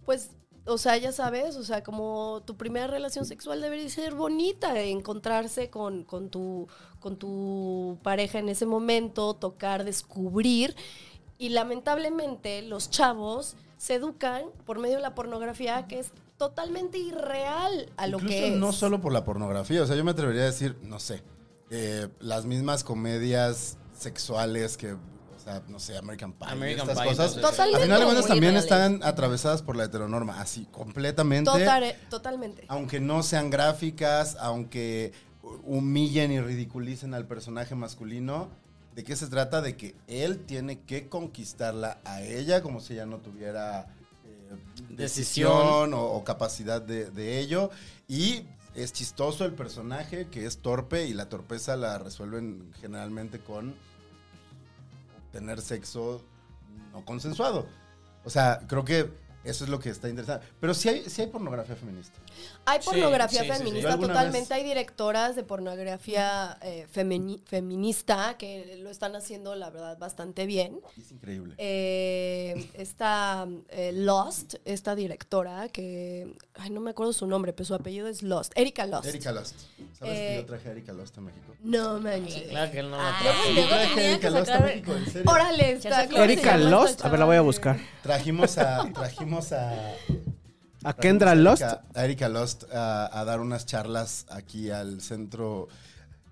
Speaker 5: pues, o sea, ya sabes, o sea, como tu primera relación sexual debería ser bonita, encontrarse con, con, tu, con tu pareja en ese momento, tocar, descubrir. Y lamentablemente los chavos se educan por medio de la pornografía que es totalmente irreal a lo
Speaker 2: Incluso
Speaker 5: que es.
Speaker 2: no solo por la pornografía, o sea, yo me atrevería a decir, no sé, eh, las mismas comedias sexuales que, o sea, no sé, American Pie,
Speaker 1: American
Speaker 2: estas
Speaker 1: Pie,
Speaker 2: cosas.
Speaker 1: entonces,
Speaker 5: Total-
Speaker 2: Al final de cuentas
Speaker 5: Muy
Speaker 2: también
Speaker 5: reales.
Speaker 2: están atravesadas por la heteronorma, así, completamente.
Speaker 5: Totare- eh, totalmente.
Speaker 2: Aunque no sean gráficas, aunque humillen y ridiculicen al personaje masculino, ¿de qué se trata? De que él tiene que conquistarla a ella como si ella no tuviera eh,
Speaker 1: Decisión.
Speaker 2: decisión o, o capacidad de, de ello. Y es chistoso el personaje que es torpe y la torpeza la resuelven generalmente con tener sexo no consensuado. O sea, creo que eso es lo que está interesante. Pero sí hay, sí hay pornografía feminista.
Speaker 5: Hay
Speaker 1: Sí,
Speaker 5: pornografía
Speaker 1: sí, sí, sí.
Speaker 5: feminista
Speaker 2: Yo alguna
Speaker 5: totalmente,
Speaker 2: vez-
Speaker 5: hay directoras de pornografía eh, femini- feminista que lo están haciendo, la verdad, bastante bien.
Speaker 2: Es increíble.
Speaker 5: Eh, está eh, Lost, esta directora que, ay, no me acuerdo su nombre, pero su apellido es Lost, Erika Lost.
Speaker 2: Erika Lost. ¿Sabes
Speaker 5: Eh,
Speaker 2: que yo traje a Erika Lost a México?
Speaker 5: No manches.
Speaker 1: Claro que él no lo
Speaker 5: Ah,
Speaker 3: Ay,
Speaker 1: trajo.
Speaker 3: luego
Speaker 2: traje
Speaker 3: tenía que sacar-
Speaker 2: ¿en serio?
Speaker 5: Órale,
Speaker 3: Ya
Speaker 5: está.
Speaker 3: sé
Speaker 5: ¿cómo se
Speaker 4: Erika
Speaker 5: llama esta
Speaker 4: Lost. A ver, la voy a
Speaker 5: chava?
Speaker 4: buscar.
Speaker 2: Trajimos a. Trajimos a.
Speaker 4: ¿A Kendra Lost?
Speaker 2: A a Erika Lost a, a dar unas charlas aquí al centro.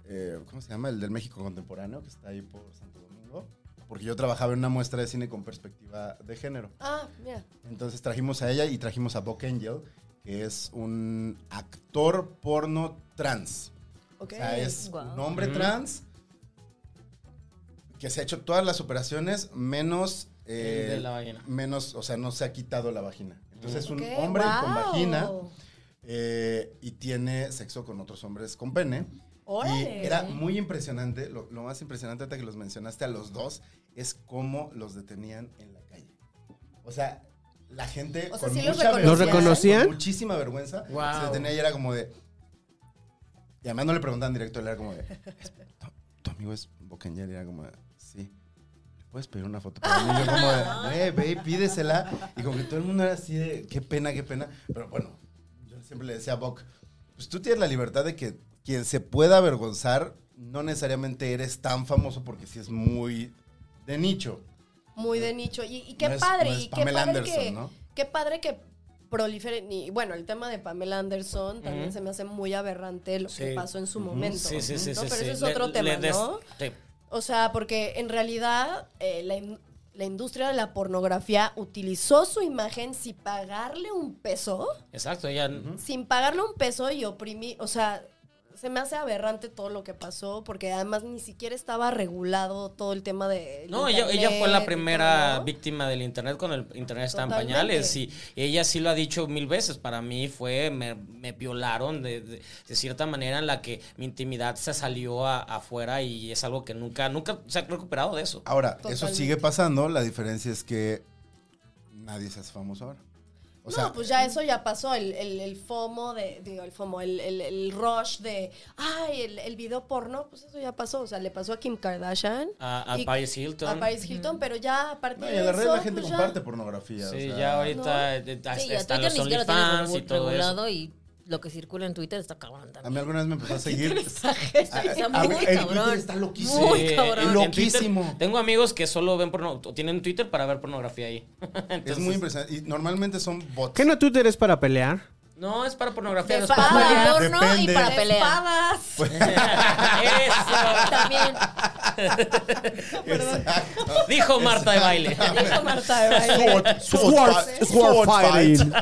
Speaker 2: eh, ¿Cómo se llama? El del México Contemporáneo, que está ahí por Santo Domingo. Porque yo trabajaba en una muestra de cine con perspectiva de género.
Speaker 5: Ah, mira.
Speaker 2: Entonces trajimos a ella y trajimos a Buck Angel, que es un actor porno trans.
Speaker 5: Ok.
Speaker 2: O sea, es
Speaker 3: Guau.
Speaker 2: un hombre trans que se ha hecho todas las operaciones menos. eh,
Speaker 1: El de la vagina.
Speaker 2: Menos, o sea, no se ha quitado la vagina. Entonces es un
Speaker 5: Ok,
Speaker 2: hombre con
Speaker 5: guau.
Speaker 2: vagina eh, y tiene sexo con otros hombres con pene.
Speaker 5: Órale.
Speaker 2: Y era muy impresionante, lo, lo más impresionante ahorita que los mencionaste a los dos es cómo los detenían en la calle. O sea, la gente
Speaker 5: O sea,
Speaker 2: con
Speaker 5: sí los
Speaker 2: mucha
Speaker 5: reconocían.
Speaker 4: ¿Los
Speaker 2: vergüenza,
Speaker 4: reconocían?
Speaker 2: con muchísima vergüenza,
Speaker 1: Wow.
Speaker 2: se detenía y era como de... Y además no le preguntaban directo, él era como de... "Es- tu- Tu amigo es Bocañer, y era como de... Sí. ¿Le puedes pedir una foto para mí? Y yo como de... "Ve, ve, pídesela. Y como que todo el mundo era así de... Qué pena, qué pena. Pero bueno, yo siempre le decía a Boc, pues tú tienes la libertad de que quien se pueda avergonzar, no necesariamente eres tan famoso porque sí es muy de nicho.
Speaker 5: Muy de nicho. Y, y qué
Speaker 2: No es-
Speaker 5: padre,
Speaker 2: no es
Speaker 5: y qué padre
Speaker 2: Pamela
Speaker 5: que.
Speaker 2: Anderson, ¿no?
Speaker 5: Qué padre que proliferen. Y bueno, el tema de Pamela Anderson también
Speaker 1: Ujú.
Speaker 5: se me hace muy aberrante lo que
Speaker 1: Sí.
Speaker 5: pasó en su
Speaker 2: Ujú.
Speaker 5: momento.
Speaker 1: Sí, sí, sí,
Speaker 5: ¿no?
Speaker 1: sí,
Speaker 5: Pero
Speaker 1: sí.
Speaker 5: ese es
Speaker 1: Le-
Speaker 5: otro
Speaker 1: le
Speaker 5: tema,
Speaker 1: des-
Speaker 5: ¿no?
Speaker 1: Sí.
Speaker 5: O sea, porque en realidad eh, la, in- la industria de la pornografía utilizó su imagen sin pagarle un peso,
Speaker 1: Exacto, ella.
Speaker 5: sin pagarle un peso y oprimir, o sea, se me hace aberrante todo lo que pasó, porque además ni siquiera estaba regulado todo el tema de...
Speaker 1: No, ella, ella fue la primera
Speaker 5: víctima.
Speaker 1: víctima del Internet cuando el Internet estaba en
Speaker 5: Totalmente.
Speaker 1: pañales y ella sí lo ha dicho mil veces. Para mí fue, me, me violaron de, de- de cierta manera en la que mi intimidad se salió a- afuera y es algo que nunca, nunca se ha recuperado de eso.
Speaker 2: Ahora, eso
Speaker 5: Totalmente.
Speaker 2: sigue pasando, la diferencia es que nadie se hace famoso ahora. O sea,
Speaker 5: no, pues ya eso ya pasó, el, el, el FOMO de, digo, el FOMO, el, el, el rush de, ay, el, el video porno, pues eso ya pasó, o sea, le pasó a Kim Kardashian.
Speaker 1: A, a
Speaker 5: y-
Speaker 1: Paris Hilton.
Speaker 5: A Paris Hilton, pero ya a partir
Speaker 2: no, y
Speaker 5: de
Speaker 2: en las redes
Speaker 5: eso,
Speaker 2: la gente
Speaker 5: pues ya-
Speaker 2: comparte pornografía.
Speaker 1: Sí,
Speaker 2: o sea,
Speaker 1: ya ahorita eh, hasta-
Speaker 3: Sí, ya
Speaker 1: están los
Speaker 3: Twitter ni siquiera lo tienes
Speaker 1: OnlyFans y
Speaker 3: regu-
Speaker 1: todo eso.
Speaker 3: regulado y lo que circula en Twitter está cabrón
Speaker 2: A
Speaker 3: también.
Speaker 2: mí alguna vez me empezó a seguir.
Speaker 3: Está
Speaker 2: a-
Speaker 3: muy
Speaker 2: el
Speaker 3: cabrón.
Speaker 2: Twitter está loquísimo.
Speaker 3: Muy
Speaker 1: Sí,
Speaker 3: cabrón.
Speaker 1: en
Speaker 2: Loquísimo.
Speaker 1: Twitter- tengo amigos que solo ven porno, o tienen Twitter para ver pornografía ahí.
Speaker 2: es
Speaker 1: Entonces-
Speaker 2: muy impresionante. Y normalmente son bots.
Speaker 4: ¿Qué no Twitter es para pelear?
Speaker 1: No, es para pornografía.
Speaker 5: De
Speaker 1: no es
Speaker 5: pa-
Speaker 1: para-
Speaker 3: Para porno y
Speaker 2: Depende.
Speaker 3: para pelea.
Speaker 5: Espadas.
Speaker 1: Eso.
Speaker 3: También.
Speaker 2: Exacto.
Speaker 1: Dijo Marta de baile.
Speaker 5: Dijo Marta de baile.
Speaker 2: Sword,
Speaker 4: Sword- sword fighting.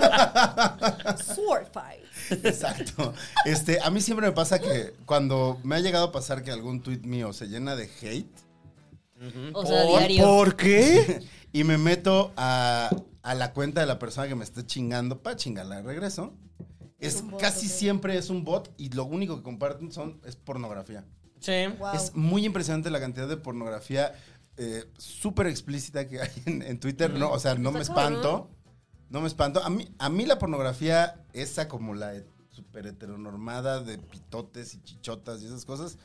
Speaker 5: Sword fight.
Speaker 2: Exacto. Este, a mí siempre me pasa que cuando me ha llegado a pasar que algún tweet mío se llena de hate
Speaker 3: O sea,
Speaker 1: Por-
Speaker 3: diario.
Speaker 4: ¿Por qué?
Speaker 2: y me meto a, a la cuenta de la persona que me está chingando para chingarla de regreso, es casi siempre es un bot y lo único que comparten son es pornografía.
Speaker 1: Sí.
Speaker 5: Wow.
Speaker 2: Es muy impresionante la cantidad de pornografía eh, súper explícita que hay en, en Twitter. No, o sea, no me
Speaker 3: Está cabrón.
Speaker 2: espanto. No me espanto. A mí, a mí la pornografía, esa como la he- súper heteronormada de pitotes y chichotas y esas cosas,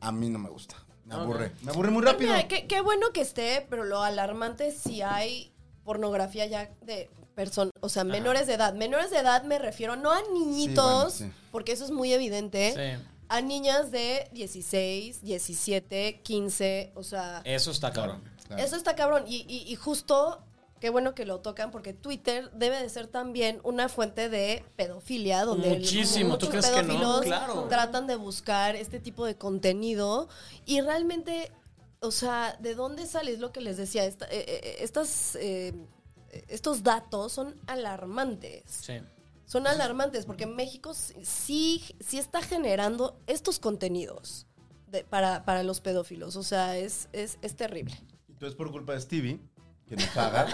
Speaker 2: a mí no me gusta. Me aburre. Me aburre
Speaker 5: Pues
Speaker 3: Pues
Speaker 2: muy rápido.
Speaker 5: Mira, qué, qué bueno que esté, pero lo alarmante es si hay pornografía ya de personas, o sea, menores de edad. Menores de edad me refiero no a niñitos,
Speaker 2: Sí, bueno, sí.
Speaker 5: porque eso es muy evidente.
Speaker 1: Sí.
Speaker 5: A niñas de 16, 17, 15, o sea,
Speaker 1: Eso está cabrón.
Speaker 2: Claro.
Speaker 5: eso está cabrón. Y, y- y justo, qué bueno que lo tocan, porque Twitter debe de ser también una fuente de pedofilia, donde el-
Speaker 1: Muchísimo. ¿Tú
Speaker 5: muchos
Speaker 1: crees que no?
Speaker 5: pedófilos
Speaker 1: Claro.
Speaker 5: tratan de buscar este tipo de contenido. Y realmente, o sea, ¿de dónde sale? Es lo que les decía, esta- eh, eh, estas, eh, estos datos son alarmantes.
Speaker 1: Sí.
Speaker 5: Son alarmantes porque México sí, sí está generando estos contenidos de- para, para los pedófilos. O sea, es, es, es terrible.
Speaker 2: Entonces, por culpa de Stevie, que nos paga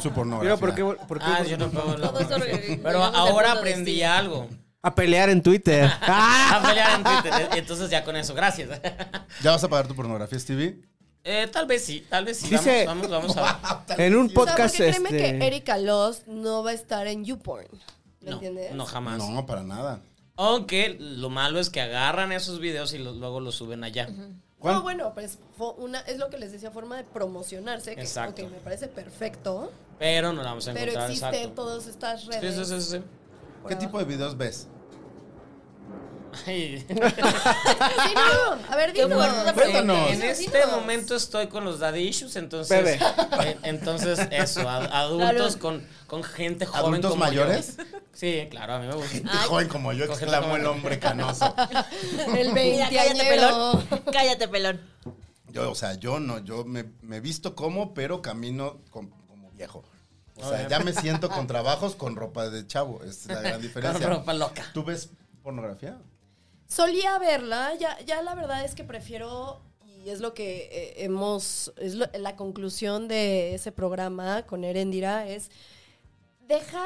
Speaker 2: su pornografía.
Speaker 4: Mira, ¿por qué, por qué
Speaker 1: Ah,
Speaker 4: vos-
Speaker 1: yo no puedo hablar.
Speaker 3: Todo esto re-
Speaker 1: Pero
Speaker 3: llegamos al
Speaker 1: ahora
Speaker 3: punto de
Speaker 1: aprendí
Speaker 3: Steve.
Speaker 1: algo.
Speaker 4: A pelear en Twitter.
Speaker 1: A
Speaker 4: ¡Ah!
Speaker 1: pelear en Twitter. Entonces ya con eso, gracias.
Speaker 2: ¿Ya vas a pagar tu pornografía, Stevie?
Speaker 1: Eh, tal vez sí, tal vez sí.
Speaker 4: Dice-
Speaker 1: Vamos, vamos, vamos a ver.
Speaker 4: En un
Speaker 5: O sea,
Speaker 4: podcast
Speaker 5: porque créeme que
Speaker 4: este.
Speaker 5: Erika Lost no va a estar en YouPorn. ¿Me
Speaker 1: No,
Speaker 5: entiendes?
Speaker 1: no jamás.
Speaker 2: No, para nada.
Speaker 1: Aunque lo malo es que agarran esos videos y los- luego los suben allá.
Speaker 5: No, bueno, pues fue una, es lo que les decía, forma de promocionarse, que
Speaker 1: Exacto.
Speaker 5: ok, me parece perfecto,
Speaker 1: Pero no la vamos a
Speaker 5: pero
Speaker 1: encontrar.
Speaker 5: existe en
Speaker 1: exacto.
Speaker 5: todas estas
Speaker 1: Sí,
Speaker 5: redes.
Speaker 1: sí, sí, sí.
Speaker 2: ¿Qué tipo de videos ves?
Speaker 1: Ay.
Speaker 5: Sí, no, a ver,
Speaker 3: Qué
Speaker 5: dinos.
Speaker 3: bueno, una
Speaker 1: En,
Speaker 2: Cuéntanos.
Speaker 1: en este
Speaker 3: Dinos.
Speaker 1: momento estoy con los daddy issues, entonces.
Speaker 4: Bebé.
Speaker 1: eh, entonces, eso, a- adultos
Speaker 3: Claro.
Speaker 1: con, con gente joven.
Speaker 2: ¿Adultos
Speaker 1: como yo.
Speaker 2: mayores?
Speaker 1: Sí, claro, a mí me gusta.
Speaker 2: Qué joven como yo,
Speaker 1: Ah. Coge-
Speaker 2: exclamó el hombre canoso.
Speaker 5: El
Speaker 3: Mira, cállate,
Speaker 5: 20
Speaker 3: pelón. Cállate, pelón.
Speaker 2: Yo, o sea, yo no, yo me, me visto como, pero camino com- como viejo. O sea, ya me siento con trabajos con ropa de chavo. Es la gran diferencia.
Speaker 1: Con ropa loca.
Speaker 2: ¿Tú ves pornografía?
Speaker 5: Solía verla, ya, ya la verdad es que prefiero, y es lo que eh, hemos, es lo- la conclusión de ese programa con Erendira, es deja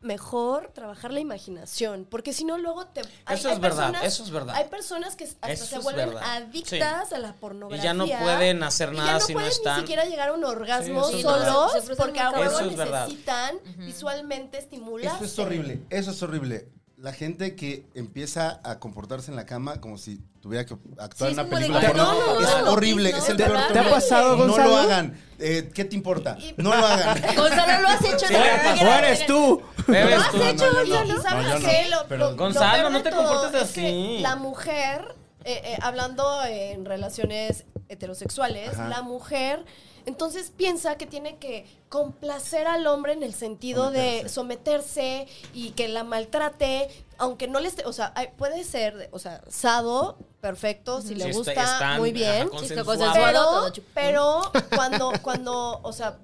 Speaker 5: mejor trabajar la imaginación, porque si no luego te...
Speaker 1: Eso es verdad, eso es verdad.
Speaker 5: Hay personas que hasta
Speaker 1: Eso
Speaker 5: se
Speaker 1: es
Speaker 5: vuelven
Speaker 1: verdad.
Speaker 5: adictas
Speaker 1: Sí.
Speaker 5: a la pornografía.
Speaker 1: no pueden hacer
Speaker 5: y
Speaker 1: nada
Speaker 5: ya no
Speaker 1: si no
Speaker 5: pueden
Speaker 1: están.
Speaker 5: ni siquiera llegar a un orgasmo
Speaker 1: Sí, eso es
Speaker 5: solos,
Speaker 3: verdad. Se frustran
Speaker 5: porque a
Speaker 3: mucho.
Speaker 5: huevo
Speaker 1: Eso es verdad.
Speaker 5: necesitan visualmente estimularse.
Speaker 2: Eso es horrible, eso es horrible. La gente que empieza a comportarse en la cama como si tuviera que actuar en
Speaker 3: Sí, es
Speaker 2: una
Speaker 3: como de
Speaker 2: película
Speaker 3: que
Speaker 2: porno
Speaker 3: no, no,
Speaker 2: es
Speaker 3: no,
Speaker 2: horrible,
Speaker 3: no,
Speaker 2: es el
Speaker 3: ¿te-
Speaker 2: peor
Speaker 3: te ha
Speaker 2: tormento.
Speaker 4: pasado,
Speaker 2: No
Speaker 4: Gonzalo?
Speaker 2: lo hagan. Eh, ¿Qué te importa? No lo hagan.
Speaker 3: Gonzalo, lo has hecho.
Speaker 1: Sí,
Speaker 3: ¿no?
Speaker 1: le ha
Speaker 3: Porque
Speaker 1: pasado.
Speaker 3: era-
Speaker 4: ¿O eres tú?
Speaker 1: Bebes
Speaker 5: has
Speaker 1: tú.
Speaker 5: hecho,
Speaker 2: no, yo
Speaker 5: Gonzalo?
Speaker 2: no.
Speaker 5: ¿Y sabes
Speaker 2: No, yo
Speaker 5: qué?
Speaker 2: no.
Speaker 5: Lo-
Speaker 2: Pero-
Speaker 5: lo-
Speaker 1: Gonzalo,
Speaker 5: lo peor
Speaker 1: no
Speaker 5: de
Speaker 1: te
Speaker 5: todo
Speaker 1: comportes
Speaker 5: es que
Speaker 1: así.
Speaker 5: La mujer, eh, eh, hablando en relaciones heterosexuales,
Speaker 2: Ajá.
Speaker 5: la mujer entonces piensa que tiene que complacer al hombre en el sentido de someterse y que la maltrate, aunque no le esté, o sea, hay- puede ser, o sea, sado, perfecto, si
Speaker 1: Sí,
Speaker 5: le
Speaker 1: está-
Speaker 5: gusta,
Speaker 1: están,
Speaker 5: muy
Speaker 1: ajá,
Speaker 5: bien.
Speaker 1: consensuado.
Speaker 3: consensuado.
Speaker 5: Pero,
Speaker 3: todo chup-
Speaker 5: pero cuando, cuando, o sea,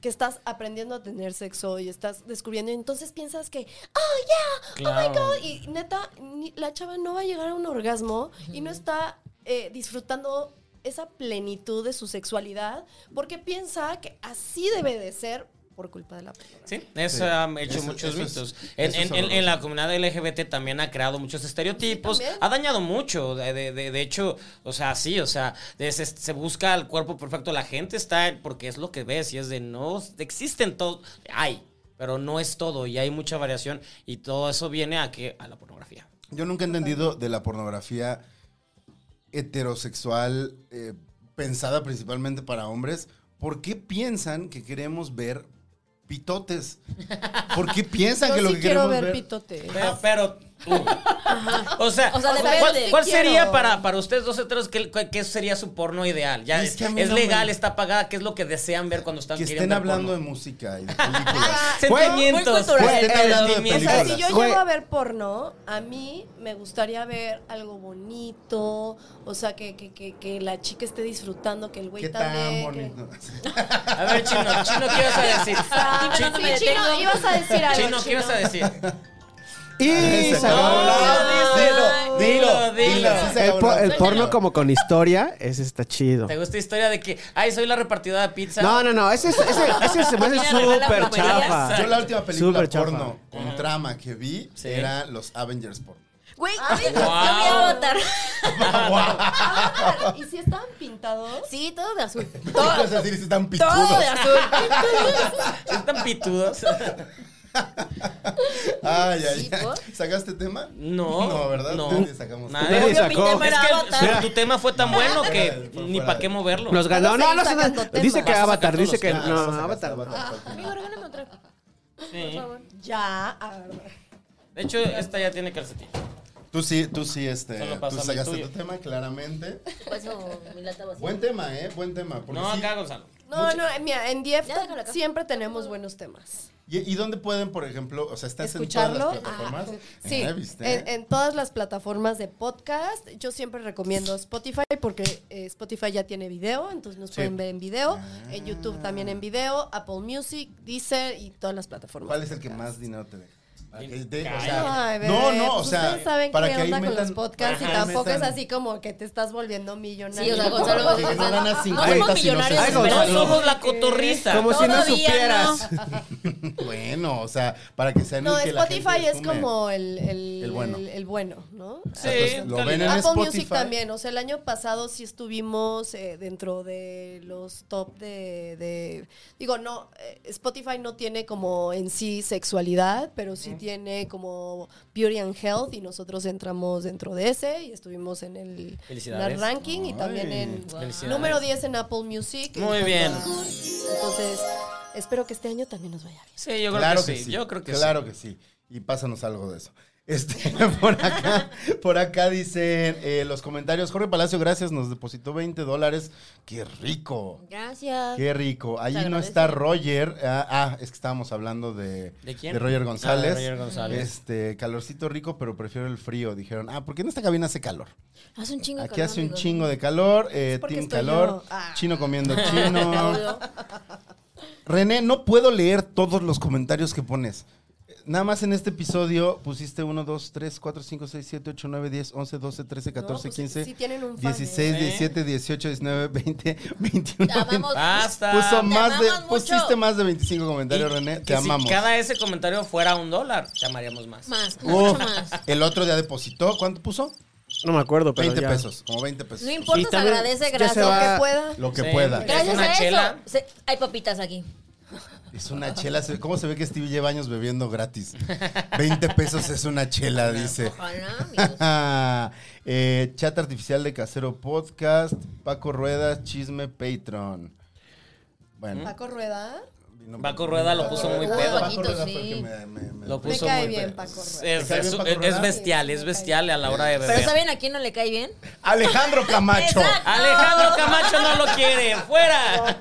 Speaker 5: que estás aprendiendo a tener sexo y estás descubriendo, y entonces piensas que, oh yeah, oh my
Speaker 1: Claro.
Speaker 5: god, y neta, ni- la chava no va a llegar a un orgasmo y no está eh, disfrutando esa plenitud de su sexualidad porque piensa que así debe de ser por culpa de la pornografía.
Speaker 1: Sí, eso
Speaker 2: Sí.
Speaker 1: han hecho
Speaker 2: Eso-
Speaker 1: muchos
Speaker 2: eso es-
Speaker 1: mitos.
Speaker 2: eso
Speaker 1: en,
Speaker 2: es
Speaker 1: en- en-
Speaker 2: horroroso.
Speaker 1: en la comunidad LGBT también ha creado muchos estereotipos,
Speaker 5: Sí, también.
Speaker 1: ha dañado mucho. De, de- de- de hecho, o sea, sí, o sea, de- se, se busca el cuerpo perfecto. La gente está porque es lo que ves y es de no existen todos. Hay, pero no es todo y hay mucha variación y todo eso viene a que a la pornografía.
Speaker 2: Yo nunca he entendido de la pornografía heterosexual eh, pensada principalmente para hombres. ¿Por qué piensan que queremos ver pitotes? ¿Por qué piensan
Speaker 5: Yo
Speaker 2: que lo
Speaker 5: sí
Speaker 2: que
Speaker 5: quiero
Speaker 2: queremos
Speaker 5: ver
Speaker 2: ver?
Speaker 5: pitote.
Speaker 1: Pero, pero tú. O sea,
Speaker 3: O sea,
Speaker 1: ¿cuál-
Speaker 3: depende.
Speaker 1: ¿cuál, cuál
Speaker 5: Sí quiero.
Speaker 1: sería para, para ustedes dos heteros qué, cuál- qué sería su porno ideal? Ya
Speaker 2: Es
Speaker 1: es,
Speaker 2: que a mí
Speaker 1: es
Speaker 2: no
Speaker 1: legal,
Speaker 2: me-
Speaker 1: está pagada, ¿qué es lo que desean ver cuando están
Speaker 2: que
Speaker 1: queriendo
Speaker 2: estén
Speaker 1: ver
Speaker 2: hablando
Speaker 1: porno?
Speaker 2: de música y de películas.
Speaker 1: Sentimientos.
Speaker 3: Muy cultural.
Speaker 2: Que estén hablando de
Speaker 5: O sea,
Speaker 1: Sentimientos.
Speaker 5: si
Speaker 2: películas.
Speaker 5: yo
Speaker 4: Güey.
Speaker 5: llego a ver porno, a mí me gustaría ver algo bonito, o sea, que, que, que, que la chica esté disfrutando, que el güey
Speaker 2: ¿Qué tan
Speaker 5: también.
Speaker 2: bonito?
Speaker 1: A ver, Chino, Chino, ¿qué ibas a decir?
Speaker 3: Dime, no, no me
Speaker 5: Que... Sí,
Speaker 3: detengo.
Speaker 5: chino, ibas a decir algo.
Speaker 1: Chino, ¿qué ibas a decir?
Speaker 4: Y
Speaker 5: Ah,
Speaker 2: Se
Speaker 4: se
Speaker 2: acabó
Speaker 4: acabó
Speaker 2: la-
Speaker 1: no, dilo, dilo.
Speaker 2: sí se
Speaker 4: El,
Speaker 2: acabó
Speaker 4: po-
Speaker 2: la-
Speaker 4: el porno como con historia, ese está chido.
Speaker 1: ¿Te gusta la historia de que, ay, soy la repartidora de pizza?
Speaker 4: No, no, no, ese, es- ese, ese se me hace
Speaker 3: Mira, regala
Speaker 4: súper
Speaker 3: plomerías.
Speaker 4: chafa.
Speaker 2: Yo la última película
Speaker 4: Súper chafa.
Speaker 2: porno con trama que vi
Speaker 1: Sí.
Speaker 2: era los Avengers porno.
Speaker 3: Güey, yo voy
Speaker 1: Wow.
Speaker 3: a votar.
Speaker 5: Ah, ¿Y si estaban pintados?
Speaker 3: Sí, todo de azul.
Speaker 2: Ibas a decir, están
Speaker 3: Todo
Speaker 2: pitudos.
Speaker 3: de azul.
Speaker 1: ¿Son tan pitudos?
Speaker 2: Ay, ay,
Speaker 3: Sí,
Speaker 2: ay.
Speaker 3: ¿por?
Speaker 2: ¿Sacaste tema?
Speaker 1: No.
Speaker 2: No, ¿verdad?
Speaker 1: No.
Speaker 2: Nadie sacamos
Speaker 1: Nadie.
Speaker 2: tema.
Speaker 4: Nadie
Speaker 3: Obvio, mi
Speaker 4: sacó.
Speaker 3: tema
Speaker 1: Es
Speaker 3: era
Speaker 1: que
Speaker 3: Avatar.
Speaker 1: tu tema fue tan bueno que
Speaker 2: Fuera,
Speaker 1: ni para qué moverlo.
Speaker 4: Los ganó.
Speaker 5: Vamos a
Speaker 4: No,
Speaker 5: ir
Speaker 4: no,
Speaker 5: sacando
Speaker 4: no,
Speaker 5: temas.
Speaker 4: dice que
Speaker 1: Vas a
Speaker 4: Avatar,
Speaker 1: sacar
Speaker 4: dice
Speaker 1: todos
Speaker 4: que
Speaker 1: los
Speaker 2: Ah,
Speaker 4: no,
Speaker 2: sacaste
Speaker 4: Avatar.
Speaker 2: Avatar.
Speaker 3: Amigo, regálame otra.
Speaker 1: Sí.
Speaker 5: Ya. ah,
Speaker 1: De hecho, esta ya tiene calcetín.
Speaker 2: Tú sí, tú sí, este,
Speaker 1: Solo
Speaker 2: tú
Speaker 1: pásame el
Speaker 2: sacaste
Speaker 1: tuyo.
Speaker 2: tu tema claramente.
Speaker 3: Por eso Pues, mi lata vacía.
Speaker 2: Buen tema, ¿eh? Buen tema. porque
Speaker 1: No,
Speaker 2: sí-
Speaker 1: acá, Gonzalo.
Speaker 5: No, no, eh, mira, en Dief
Speaker 3: Ya, déjalo acá.
Speaker 5: siempre tenemos buenos temas.
Speaker 2: ¿Y, y dónde pueden, por ejemplo, o sea, estás
Speaker 5: Escucharlo.
Speaker 2: en todas las plataformas?
Speaker 5: ah, sí,
Speaker 2: Ah, ¿viste?
Speaker 5: en, en todas las plataformas de podcast. Yo siempre recomiendo Spotify porque eh, Spotify ya tiene video, entonces nos
Speaker 2: Sí. Ah.
Speaker 5: pueden ver en video. En YouTube también en video, Apple Music, Deezer y todas las plataformas.
Speaker 2: ¿Cuál es
Speaker 5: de
Speaker 2: el que
Speaker 5: podcast.
Speaker 2: más dinero te deja? Para que
Speaker 1: El-
Speaker 2: te- o
Speaker 1: Ay,
Speaker 2: sea,
Speaker 5: Ay, bebé,
Speaker 2: no, no, o
Speaker 5: pues
Speaker 2: sea,
Speaker 5: ustedes saben
Speaker 2: para
Speaker 5: qué
Speaker 2: que ahí
Speaker 5: onda
Speaker 2: metan,
Speaker 5: con los podcasts y
Speaker 2: ajá,
Speaker 5: tampoco
Speaker 2: metan-
Speaker 5: es así como que te estás volviendo millonario.
Speaker 3: Sí, o sea, Gonzalo,
Speaker 2: Que
Speaker 3: Gonzalo.
Speaker 2: no ganas
Speaker 3: No
Speaker 2: 50,
Speaker 3: somos
Speaker 2: sino
Speaker 3: millonarios,
Speaker 2: Ay,
Speaker 3: pero
Speaker 1: No
Speaker 2: Gonzalo.
Speaker 1: somos la cotorriza.
Speaker 4: Como si no
Speaker 3: Todavía
Speaker 4: supieras.
Speaker 2: bueno, o sea, para que sean
Speaker 5: No,
Speaker 2: el que la gente
Speaker 5: Spotify es
Speaker 2: consume.
Speaker 5: como el, el,
Speaker 2: El bueno.
Speaker 5: el- el bueno, ¿no?
Speaker 1: Sí,
Speaker 2: Entonces, Ah, pues, lo ven en
Speaker 5: Apple
Speaker 2: Spotify.
Speaker 5: Music también, o sea, el año pasado sí estuvimos eh, dentro de los top de... de- digo, no, eh, Spotify no tiene como en sí sexualidad, pero sí tiene como beauty and health y nosotros entramos dentro de ese y estuvimos en el, en
Speaker 1: Felicidades.
Speaker 5: el ranking y también
Speaker 2: Ay,
Speaker 5: en
Speaker 1: felicidades.
Speaker 5: número 10 en Apple Music.
Speaker 1: Muy
Speaker 5: En
Speaker 1: bien.
Speaker 5: cuanto a- Entonces, espero que este año también nos vaya bien.
Speaker 1: Sí, yo creo
Speaker 2: Claro
Speaker 1: que, sí. Yo creo que
Speaker 2: claro que sí. Y pásanos algo de eso. Este, por acá, por acá dicen eh, los comentarios. Jorge Palacio, gracias, nos depositó 20 dólares. ¡Qué rico!
Speaker 3: Gracias.
Speaker 2: Qué rico. Allí
Speaker 3: Te
Speaker 2: no
Speaker 3: agradece.
Speaker 2: está Roger. Ah, ah, es que estábamos hablando de,
Speaker 1: ¿De quién?
Speaker 2: Roger González.
Speaker 1: Ah, de Roger González.
Speaker 2: Este, calorcito rico, pero prefiero el frío. Dijeron, ah, porque en esta cabina hace calor.
Speaker 3: Hace un chingo de
Speaker 2: Aquí
Speaker 3: calor,
Speaker 2: hace un
Speaker 3: amigo.
Speaker 2: chingo de calor, eh,
Speaker 5: Es porque
Speaker 2: Team
Speaker 5: estoy
Speaker 2: Calor,
Speaker 5: yo. Ah.
Speaker 2: Chino comiendo chino. René, no puedo leer todos los comentarios que pones. Eh, Nada más en este episodio pusiste 1, 2, 3, 4, 5, 6, 7, 8, 9, 10, 11, 12, 13, 14,
Speaker 5: pues,
Speaker 2: 15,
Speaker 5: sí tienen un fan,
Speaker 2: 16,
Speaker 1: ¿eh?
Speaker 2: 17, 18, 19, 20, 21.
Speaker 3: Te amamos.
Speaker 1: Basta.
Speaker 2: Puso
Speaker 1: Te
Speaker 2: más de,
Speaker 3: amamos mucho.
Speaker 2: pusiste más de 25
Speaker 1: sí.
Speaker 2: comentarios,
Speaker 1: Y
Speaker 2: René.
Speaker 1: que
Speaker 2: Te
Speaker 1: si
Speaker 2: amamos.
Speaker 1: cada ese comentario fuera un dólar, te amaríamos más.
Speaker 3: Más, mucho
Speaker 2: Uf,
Speaker 3: más.
Speaker 2: el otro día depositó, ¿cuánto puso?
Speaker 4: No me acuerdo, pero
Speaker 2: 20
Speaker 4: ya.
Speaker 2: pesos, como 20 pesos.
Speaker 3: No importa,
Speaker 4: Y
Speaker 3: se
Speaker 4: también
Speaker 3: agradece,
Speaker 4: ya
Speaker 3: gracias.
Speaker 4: se va-
Speaker 5: Que pueda.
Speaker 2: Lo que
Speaker 1: Sí.
Speaker 2: pueda.
Speaker 1: Es
Speaker 3: Gracias
Speaker 1: una
Speaker 3: a eso.
Speaker 1: chela.
Speaker 3: se- hay papitas aquí.
Speaker 2: Es una chela. se- ¿Cómo se ve que Steve lleva años bebiendo gratis? 20 pesos es una chela, dice.
Speaker 3: Ojalá, amigos.
Speaker 2: Eh, chat artificial de Casero Podcast, Paco Rueda, Chisme Patreon. Bueno.
Speaker 5: Paco Rueda.
Speaker 2: vino-
Speaker 1: Paco Rueda lo puso muy pedo.
Speaker 2: Paco Rueda fue el
Speaker 3: Sí.
Speaker 2: que me- me- me-
Speaker 1: Lo
Speaker 5: Me
Speaker 1: puso
Speaker 5: cae
Speaker 1: muy
Speaker 5: bien
Speaker 1: pedo.
Speaker 5: Paco Rueda.
Speaker 1: Es,
Speaker 2: ¿Te cae
Speaker 1: es-
Speaker 2: bien Paco
Speaker 1: es
Speaker 2: Rueda?
Speaker 1: bestial, es bestial a la hora de
Speaker 3: Pero
Speaker 1: beber.
Speaker 3: ¿saben a quién no le cae bien?
Speaker 2: Alejandro Camacho.
Speaker 3: Exacto.
Speaker 1: Alejandro Camacho no lo quiere, fuera.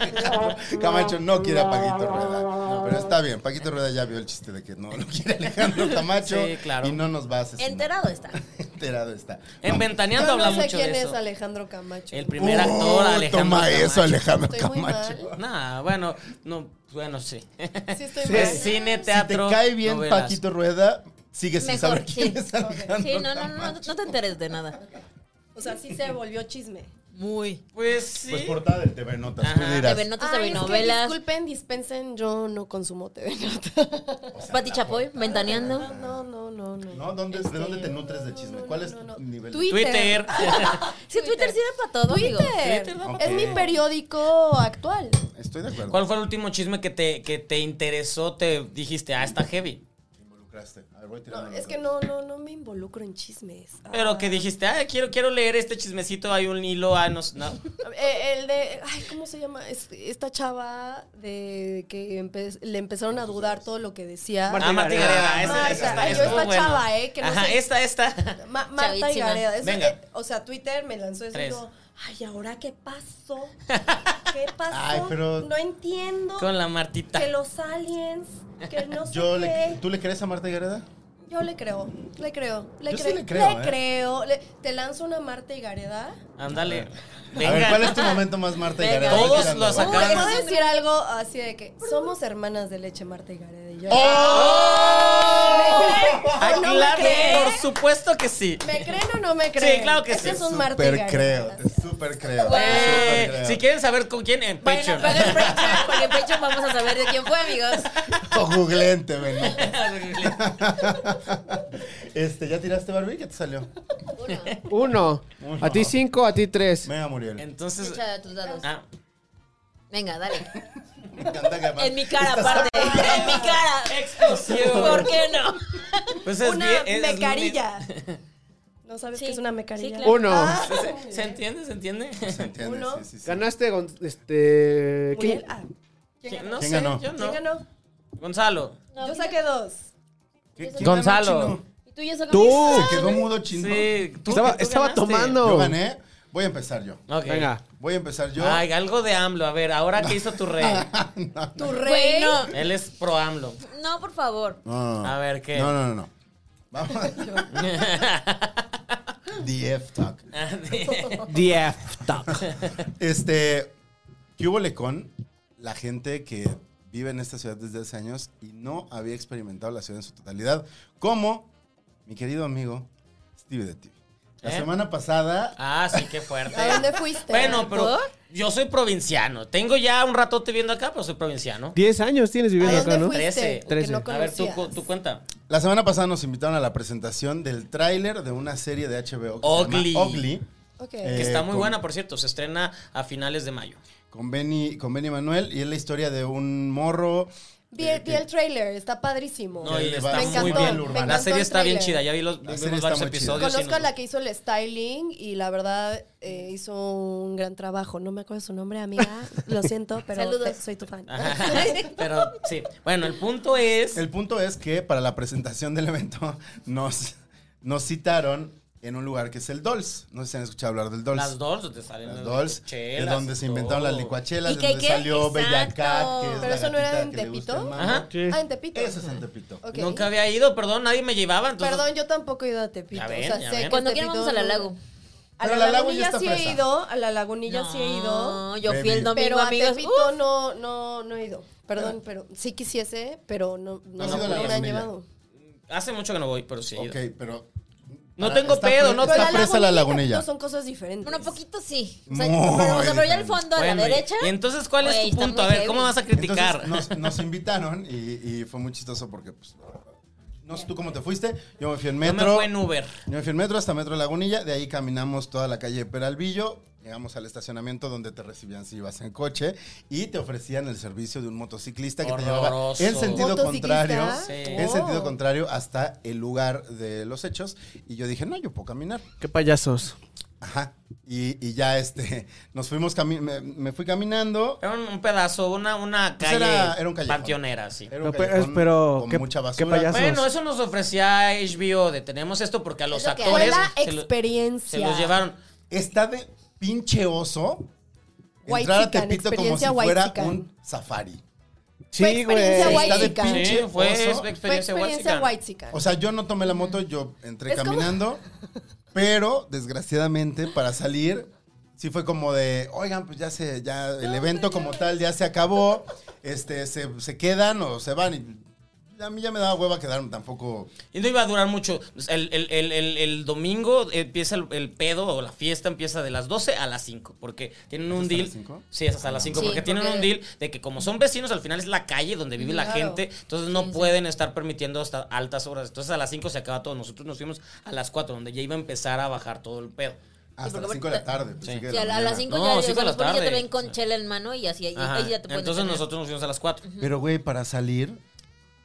Speaker 2: Camacho no quiere a Paquito Rueda. Pero está bien, Paquito Rueda ya vio el chiste de que no lo quiere Alejandro Camacho.
Speaker 1: Sí, claro.
Speaker 2: Y no nos va a asesinar.
Speaker 3: Enterado está.
Speaker 2: Enterado está.
Speaker 1: En
Speaker 5: Yo
Speaker 1: Ventaneando
Speaker 5: no
Speaker 1: habla
Speaker 5: sé
Speaker 1: mucho
Speaker 5: quién
Speaker 1: de
Speaker 5: es
Speaker 1: eso.
Speaker 5: Alejandro Camacho.
Speaker 1: El primer actor,
Speaker 2: Oh,
Speaker 1: Alejandro
Speaker 2: Toma eso,
Speaker 1: Camacho.
Speaker 2: Alejandro
Speaker 5: Estoy muy
Speaker 2: Camacho.
Speaker 5: mal.
Speaker 1: Nah, bueno, no, bueno, sí.
Speaker 5: Sí, estoy
Speaker 2: Sí.
Speaker 5: mal.
Speaker 1: Es cine,
Speaker 2: Si te
Speaker 1: teatro.
Speaker 2: cae bien
Speaker 1: novelas.
Speaker 2: Paquito Rueda, sigue sin saber
Speaker 3: Mejor, sí.
Speaker 2: quién es Alejandro
Speaker 3: Sí, no, no, no,
Speaker 2: Camacho.
Speaker 3: no, no te enteres de nada.
Speaker 5: O sea, sí se volvió chisme.
Speaker 3: Muy.
Speaker 1: Pues sí.
Speaker 2: Pues portada del TV Notas,
Speaker 1: Ajá.
Speaker 2: tú dirás.
Speaker 3: TV notas,
Speaker 5: Ay,
Speaker 3: TV
Speaker 5: es que
Speaker 3: novelas.
Speaker 5: disculpen, dispensen, yo no consumo TV Notas.
Speaker 3: Pati Chapoy, ventaneando.
Speaker 5: No, no, no, no.
Speaker 2: ¿No? ¿Dónde-
Speaker 5: Este,
Speaker 2: ¿De dónde te nutres de
Speaker 5: no,
Speaker 2: chisme?
Speaker 5: no,
Speaker 2: ¿Cuál
Speaker 5: no,
Speaker 2: es
Speaker 5: no,
Speaker 2: tu
Speaker 5: no.
Speaker 2: nivel? de-
Speaker 1: Twitter.
Speaker 3: Sí, Twitter sirve para todo, amigo.
Speaker 5: Twitter.
Speaker 2: Ok.
Speaker 5: Es mi periódico actual.
Speaker 2: Estoy de acuerdo.
Speaker 1: ¿Cuál fue el último chisme que te, que te interesó? Te dijiste, ah, está heavy.
Speaker 2: Te involucraste. A ver, voy tirando
Speaker 5: No,
Speaker 2: los
Speaker 5: es que
Speaker 2: dados.
Speaker 5: no, no, no me involucro en chismes.
Speaker 1: Pero
Speaker 5: Ah.
Speaker 1: que dijiste, ah, quiero, quiero leer este chismecito, hay un hilo, ah, no. no.
Speaker 5: Eh, el de, ay, ¿cómo se llama? Es- esta chava de que empe- le empezaron a dudar todo lo que decía.
Speaker 4: Marta
Speaker 1: Ah, Marta Gareda,
Speaker 4: Gareda.
Speaker 1: ese-
Speaker 5: Marta,
Speaker 1: ese está-
Speaker 5: ay, yo
Speaker 1: estuvo
Speaker 5: esta
Speaker 1: bueno.
Speaker 5: chava, eh, que no
Speaker 1: Ajá,
Speaker 5: sé-
Speaker 1: esta, esta.
Speaker 5: Ma- Marta y
Speaker 3: Chavísima.
Speaker 5: Gareda. Es-
Speaker 1: Venga.
Speaker 5: eh, o sea, Twitter me lanzó eso y
Speaker 1: Tres.
Speaker 5: yo, ay, ¿ahora qué pasó? ¿Qué pasó?
Speaker 2: Ay, pero-
Speaker 5: No entiendo
Speaker 1: Con la Martita.
Speaker 5: que los aliens, que no sé
Speaker 2: Yo le,
Speaker 5: qué.
Speaker 2: ¿Tú le crees a Marta Gareda?
Speaker 5: Yo le creo, le creo, le
Speaker 2: Yo sí
Speaker 5: creo.
Speaker 2: le creo, ¿eh?
Speaker 5: creo. Le- te lanzo una Marta y Gareda.
Speaker 1: Ándale.
Speaker 2: A ver,
Speaker 1: Venga.
Speaker 2: ¿cuál es tu momento más Marta
Speaker 3: Venga.
Speaker 2: Gareda? Voy
Speaker 1: Todos
Speaker 2: tirando,
Speaker 1: los
Speaker 2: va.
Speaker 5: Uy,
Speaker 1: Acá-
Speaker 5: ¿Puedo decir algo así de que somos hermanas de leche Marta y Gareda? Y yo,
Speaker 2: Oh.
Speaker 1: ¡Oh! Ah,
Speaker 5: ¡Oh! ¿No me
Speaker 1: claro,
Speaker 5: creen?
Speaker 1: por supuesto que sí. Eh,
Speaker 5: ¿Me creen o no me creen?
Speaker 1: claro que
Speaker 5: Este
Speaker 1: sí.
Speaker 5: es un Marta y
Speaker 2: Súper
Speaker 5: Gareda.
Speaker 2: creo, te súper creo. te
Speaker 1: Eh,
Speaker 2: súper creo.
Speaker 1: si quieren saber con quién, en
Speaker 3: Bueno,
Speaker 1: Patreon.
Speaker 3: paga el Patreon, porque en Patreon vamos a saber de quién fue, amigos.
Speaker 2: O googleente, ven. Este, ¿ya tiraste Barbie? ¿Qué te salió?
Speaker 4: Uno.
Speaker 2: Uno.
Speaker 4: A ti cinco, a ti tres.
Speaker 2: Venga, Muriel.
Speaker 1: Entonces.
Speaker 3: Echa tus dados.
Speaker 1: Ah,
Speaker 3: Venga, dale.
Speaker 2: Me encanta que además-
Speaker 3: En mi cara,
Speaker 2: Estás-
Speaker 3: aparte. En mi cara.
Speaker 1: explosivo.
Speaker 3: ¿Por qué no?
Speaker 1: Pues es
Speaker 5: Una
Speaker 1: bien- es lunes.
Speaker 5: mecarilla. ¿No sabes
Speaker 3: Sí,
Speaker 5: qué es una
Speaker 3: sí,
Speaker 5: mecarilla? Ah,
Speaker 3: claro.
Speaker 4: Uno.
Speaker 1: ¿Se entiende? ¿Se entiende?
Speaker 2: Se entiende,
Speaker 5: Uno.
Speaker 2: sí, sí, sí.
Speaker 4: Ganaste con este. ¿quién?
Speaker 5: Muriel, ah,
Speaker 1: ¿Quién- No
Speaker 2: ¿Quién
Speaker 1: sé,
Speaker 2: ganó?
Speaker 1: yo no.
Speaker 5: ¿Quién ganó?
Speaker 1: Gonzalo.
Speaker 3: No,
Speaker 5: Yo saqué dos.
Speaker 2: ¿Qué-
Speaker 3: Yo
Speaker 2: quién
Speaker 1: Gonzalo.
Speaker 2: ganó, chino?
Speaker 3: Y tú ya
Speaker 4: Tú.
Speaker 2: Se quedó mudo chino.
Speaker 1: Sí, tú.
Speaker 4: Estaba,
Speaker 1: tú
Speaker 4: estaba
Speaker 1: ganaste.
Speaker 4: tomando.
Speaker 2: Yo gané. Voy a empezar yo.
Speaker 1: Ok.
Speaker 4: Venga.
Speaker 2: Voy a empezar yo.
Speaker 1: Ay, algo de AMLO. A ver, ahora qué hizo tu rey.
Speaker 5: Ah. Tu
Speaker 3: Güey,
Speaker 5: rey.
Speaker 3: no.
Speaker 1: Él es pro AMLO.
Speaker 3: No, por favor.
Speaker 2: No, no, no.
Speaker 1: A ver, ¿qué?
Speaker 2: No, no, no, no. Vamos. The F talk.
Speaker 4: The F talk.
Speaker 2: Este, ¿qué hubo le con la gente que vive en esta ciudad desde hace años y no había experimentado la ciudad en su totalidad? Como mi querido amigo Steve de TV. La
Speaker 1: ¿Eh?
Speaker 2: semana pasada,
Speaker 1: Ah, sí, qué fuerte.
Speaker 5: ¿A dónde fuiste?
Speaker 1: Bueno, pero
Speaker 5: ¿Por?
Speaker 1: yo soy provinciano. Tengo ya un ratote viviendo acá, pero soy provinciano.
Speaker 4: 10 años tienes viviendo
Speaker 5: ¿A
Speaker 4: acá,
Speaker 5: dónde
Speaker 4: ¿no?
Speaker 5: fuiste?
Speaker 1: Trece.
Speaker 5: Que
Speaker 4: Trece.
Speaker 5: no
Speaker 1: A ver, tú,
Speaker 5: conocías.
Speaker 1: cu- tú cuenta.
Speaker 2: la semana pasada nos invitaron a la presentación del tráiler de una serie de HBO que se
Speaker 1: Ugly.
Speaker 2: llama Ugly.
Speaker 5: Ok.
Speaker 2: Eh,
Speaker 1: Que está muy
Speaker 2: con-
Speaker 1: buena, por cierto. Se estrena a finales de mayo.
Speaker 2: Con Benny, con Benny Manuel y es la historia de un morro.
Speaker 5: vi, vi el trailer, está padrísimo.
Speaker 1: eh, No,
Speaker 2: Que
Speaker 1: y
Speaker 2: le
Speaker 1: está
Speaker 2: va
Speaker 1: muy
Speaker 5: encantó,
Speaker 1: bien.
Speaker 5: me
Speaker 1: La
Speaker 5: encantó
Speaker 1: serie
Speaker 5: el
Speaker 1: está bien
Speaker 5: tráiler.
Speaker 1: chida. Ya vi los
Speaker 2: La
Speaker 1: vimos
Speaker 2: serie está
Speaker 1: varios
Speaker 2: muy chida.
Speaker 1: episodios. y
Speaker 5: Conozco a
Speaker 1: nos-
Speaker 5: la que hizo el styling y la verdad eh, hizo un gran trabajo. No me acuerdo su nombre, amiga. Lo siento, pero
Speaker 3: Saludos.
Speaker 5: te- soy tu fan.
Speaker 1: Ajá. Pero sí. Bueno, el punto es.
Speaker 2: El punto es que para la presentación del evento nos, nos citaron en un lugar que es el Dolls. No sé si han escuchado hablar del Dolls.
Speaker 1: Las Dolls donde salen
Speaker 2: Las
Speaker 1: las
Speaker 2: Dolls, de
Speaker 1: chelas,
Speaker 2: donde se inventaron
Speaker 1: todo.
Speaker 2: las licuachelas,
Speaker 3: ¿Y
Speaker 2: de
Speaker 3: qué,
Speaker 2: donde
Speaker 3: qué?
Speaker 2: salió
Speaker 3: Exacto.
Speaker 2: Bella Cat, que es
Speaker 5: Pero
Speaker 2: la
Speaker 5: eso no era
Speaker 2: gatita
Speaker 5: en
Speaker 2: que le gusta
Speaker 5: Tepito.
Speaker 2: el mango.
Speaker 1: Ajá.
Speaker 4: Sí.
Speaker 5: Ah, en Tepito.
Speaker 2: Eso es en Tepito.
Speaker 5: Ok.
Speaker 1: Nunca había ido, perdón, nadie me llevaba. Entonces,
Speaker 5: Perdón, yo tampoco he ido a Tepito.
Speaker 1: Ya ven,
Speaker 5: o sea,
Speaker 1: ya
Speaker 5: sé
Speaker 1: ven.
Speaker 5: que
Speaker 3: Cuando
Speaker 5: Tepito
Speaker 3: quieran vamos a
Speaker 5: no-
Speaker 3: la lago.
Speaker 5: A
Speaker 2: Pero
Speaker 5: la,
Speaker 2: la Lago ya
Speaker 5: lagunilla
Speaker 2: está
Speaker 5: sí
Speaker 2: fresa.
Speaker 5: he ido, a la lagunilla sí he ido.
Speaker 3: No, yo fui
Speaker 2: Baby.
Speaker 3: el domingo,
Speaker 5: Pero a
Speaker 3: amigos.
Speaker 5: Tepito
Speaker 3: Uf.
Speaker 5: no, no, no he ido. Perdón, pero sí quisiese, pero no, no,
Speaker 2: has
Speaker 5: no
Speaker 2: ido a la
Speaker 5: me han
Speaker 2: lagunilla?
Speaker 5: llevado.
Speaker 1: Hace mucho que no voy, pero sí. he ido.
Speaker 2: Ok, pero...
Speaker 1: No
Speaker 2: para-
Speaker 1: tengo
Speaker 2: está
Speaker 1: pedo,
Speaker 2: fre-
Speaker 1: no
Speaker 2: Está
Speaker 1: tengo-
Speaker 2: fresa la
Speaker 5: y
Speaker 2: lagunilla.
Speaker 5: Tepito son cosas diferentes.
Speaker 3: Bueno, poquito sí. O sea,
Speaker 2: Muy
Speaker 3: pero, o sea, pero ya al
Speaker 2: diferente.
Speaker 3: fondo, a
Speaker 1: Bueno,
Speaker 3: la
Speaker 1: y-
Speaker 3: derecha.
Speaker 1: y entonces, ¿cuál
Speaker 3: Güey,
Speaker 1: es tu
Speaker 3: está
Speaker 1: punto? A
Speaker 3: muy
Speaker 1: ver,
Speaker 3: heavy.
Speaker 1: ¿cómo vas a criticar?
Speaker 2: Entonces nos, nos invitaron y, y fue muy chistoso porque, pues, no sé tú cómo te fuiste, yo me fui en
Speaker 1: Yo
Speaker 2: metro.
Speaker 1: me fui en Uber.
Speaker 2: Yo me fui en metro hasta Metro Lagunilla, de ahí caminamos toda la calle Peralvillo, llegamos al estacionamiento donde te recibían si ibas en coche y te ofrecían el servicio de un motociclista que
Speaker 1: Horroroso.
Speaker 2: te llevaba en sentido
Speaker 5: ¿Motociclista?
Speaker 2: contrario,
Speaker 5: Sí.
Speaker 2: en
Speaker 5: Oh.
Speaker 2: sentido contrario hasta el lugar de los hechos y yo dije, "No, yo puedo caminar."
Speaker 4: Qué payasos.
Speaker 2: Ajá. Y, y ya este nos fuimos cami- me, me fui caminando
Speaker 1: Era un, un pedazo, una, una
Speaker 2: Pues
Speaker 1: calle
Speaker 2: era- era un callejón.
Speaker 1: panteonera, sí.
Speaker 2: Era un
Speaker 4: Pero,
Speaker 2: callejón
Speaker 4: pero,
Speaker 2: con
Speaker 4: ¿qué-
Speaker 2: mucha
Speaker 4: qué
Speaker 2: basura.
Speaker 4: payaso?
Speaker 1: Bueno, eso nos ofrecía HBO de tenemos esto porque a los
Speaker 3: Es lo que
Speaker 5: Fue
Speaker 1: actores
Speaker 5: la
Speaker 1: se, lo- se
Speaker 5: experiencia.
Speaker 1: los llevaron.
Speaker 2: Está de pinche oso entrar a
Speaker 5: Whitezican,
Speaker 2: Tepito como si
Speaker 5: experiencia
Speaker 2: fuera
Speaker 5: whitezican.
Speaker 2: un safari.
Speaker 4: Sí,
Speaker 5: experiencia
Speaker 4: güey.
Speaker 5: guay.
Speaker 2: Está de
Speaker 5: Whitezican.
Speaker 1: Sí,
Speaker 2: pinche
Speaker 1: fue
Speaker 2: oso.
Speaker 1: experiencia,
Speaker 5: Fue experiencia
Speaker 1: huaxican.
Speaker 5: whitezican.
Speaker 2: O sea, yo no tomé la moto, yo entré
Speaker 5: Es como-
Speaker 2: caminando, pero desgraciadamente para salir sí fue como de, oigan, pues ya se, ya el evento como tal ya se acabó, este, se, se quedan o se van y a mí ya me daba hueva quedarme tampoco.
Speaker 1: Y no iba a durar mucho. El, el- el- el- el domingo empieza el, el pedo o la fiesta empieza de las 12 a las 5. Porque tienen un
Speaker 2: hasta
Speaker 1: deal.
Speaker 2: las 5?
Speaker 1: Sí, es hasta las 5.
Speaker 3: Sí,
Speaker 1: porque tienen
Speaker 3: porque-
Speaker 1: un deal de que como son vecinos, al final es la calle donde vive la
Speaker 5: Claro.
Speaker 1: gente. Entonces no pueden estar permitiendo hasta altas horas. Entonces a las 5 se acaba todo. Nosotros nos fuimos a las 4, donde ya iba a empezar a bajar todo el pedo.
Speaker 2: Hasta
Speaker 3: porque
Speaker 2: las 5 de
Speaker 3: aparte-
Speaker 2: la tarde. pensé
Speaker 1: Sí.
Speaker 2: que de
Speaker 3: Sí,
Speaker 2: la
Speaker 3: a, la- a las
Speaker 2: mañana.
Speaker 3: 5
Speaker 1: No,
Speaker 3: ya,
Speaker 1: cinco
Speaker 3: ya,
Speaker 1: de la
Speaker 3: los polis ya te
Speaker 1: tarde.
Speaker 3: ven con chela en mano y así, ahí,
Speaker 1: Ajá.
Speaker 3: ahí ya te pueden
Speaker 1: Entonces
Speaker 3: detener.
Speaker 1: nosotros nos fuimos a las 4.
Speaker 2: Pero güey, para salir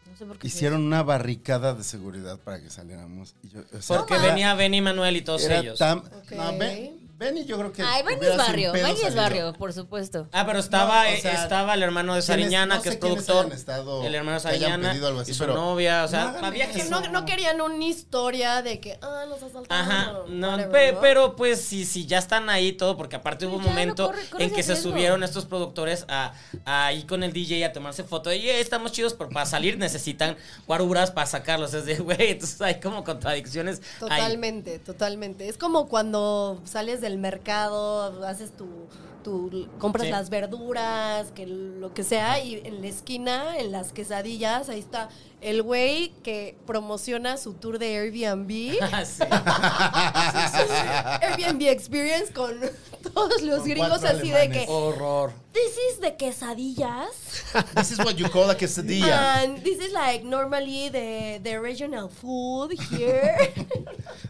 Speaker 3: No sé por qué
Speaker 2: hicieron una barricada de seguridad para que saliéramos. Y yo, o sea,
Speaker 1: Porque
Speaker 2: era-
Speaker 1: venía Benny Manuel y todos
Speaker 2: era
Speaker 1: ellos.
Speaker 2: tan-
Speaker 5: Ok.
Speaker 2: no, Ben- Benny yo creo que
Speaker 3: Ay, Benny
Speaker 2: hubiera
Speaker 3: es
Speaker 2: sin
Speaker 3: barrio,
Speaker 2: pedo
Speaker 3: Benny es
Speaker 2: salido.
Speaker 3: barrio, por supuesto.
Speaker 1: Ah, pero estaba,
Speaker 2: No, o sea,
Speaker 1: eh, estaba el hermano de
Speaker 2: ¿Quiénes-
Speaker 1: Sariñana,
Speaker 2: no
Speaker 1: que
Speaker 2: sé
Speaker 1: es
Speaker 2: quiénes
Speaker 1: productor.
Speaker 2: hayan estado-
Speaker 1: el hermano de
Speaker 2: que hayan
Speaker 1: Sariñana
Speaker 2: pedido algo así,
Speaker 1: y su
Speaker 2: pero
Speaker 1: novia. O sea,
Speaker 2: no hagan
Speaker 1: había
Speaker 5: Que
Speaker 1: que
Speaker 5: no, no querían una historia de que, ah, nos asaltaron.
Speaker 1: Ajá,
Speaker 5: o
Speaker 1: no,
Speaker 5: whatever,
Speaker 1: pe-
Speaker 5: ¿no?
Speaker 1: pero pues sí, sí, ya están ahí todo, porque aparte hubo un
Speaker 3: ya, no
Speaker 1: momento
Speaker 3: corre- corre
Speaker 1: en que
Speaker 3: ese
Speaker 1: se
Speaker 3: riesgo.
Speaker 1: subieron estos productores a, a ahí con el DJ a tomarse foto. Y "Eh, estamos chidos, pero para salir necesitan guaruras para sacarlos. Es de, güey, entonces hay como contradicciones. ahí.
Speaker 5: Totalmente, totalmente. Es como cuando sales del mercado, haces tu, tu compras
Speaker 1: Sí.
Speaker 5: las verduras, que lo que sea, y en la esquina, en las quesadillas, ahí está el güey que promociona su tour de Airbnb,
Speaker 1: Ah, sí.
Speaker 5: Airbnb Experience con todos los
Speaker 2: Con
Speaker 5: gringos
Speaker 2: cuatro
Speaker 5: así de
Speaker 2: alemanes.
Speaker 5: que
Speaker 1: Horror.
Speaker 5: this is de quesadillas.
Speaker 2: This is what you call a quesadilla.
Speaker 5: And this is like normally the, the regional food here.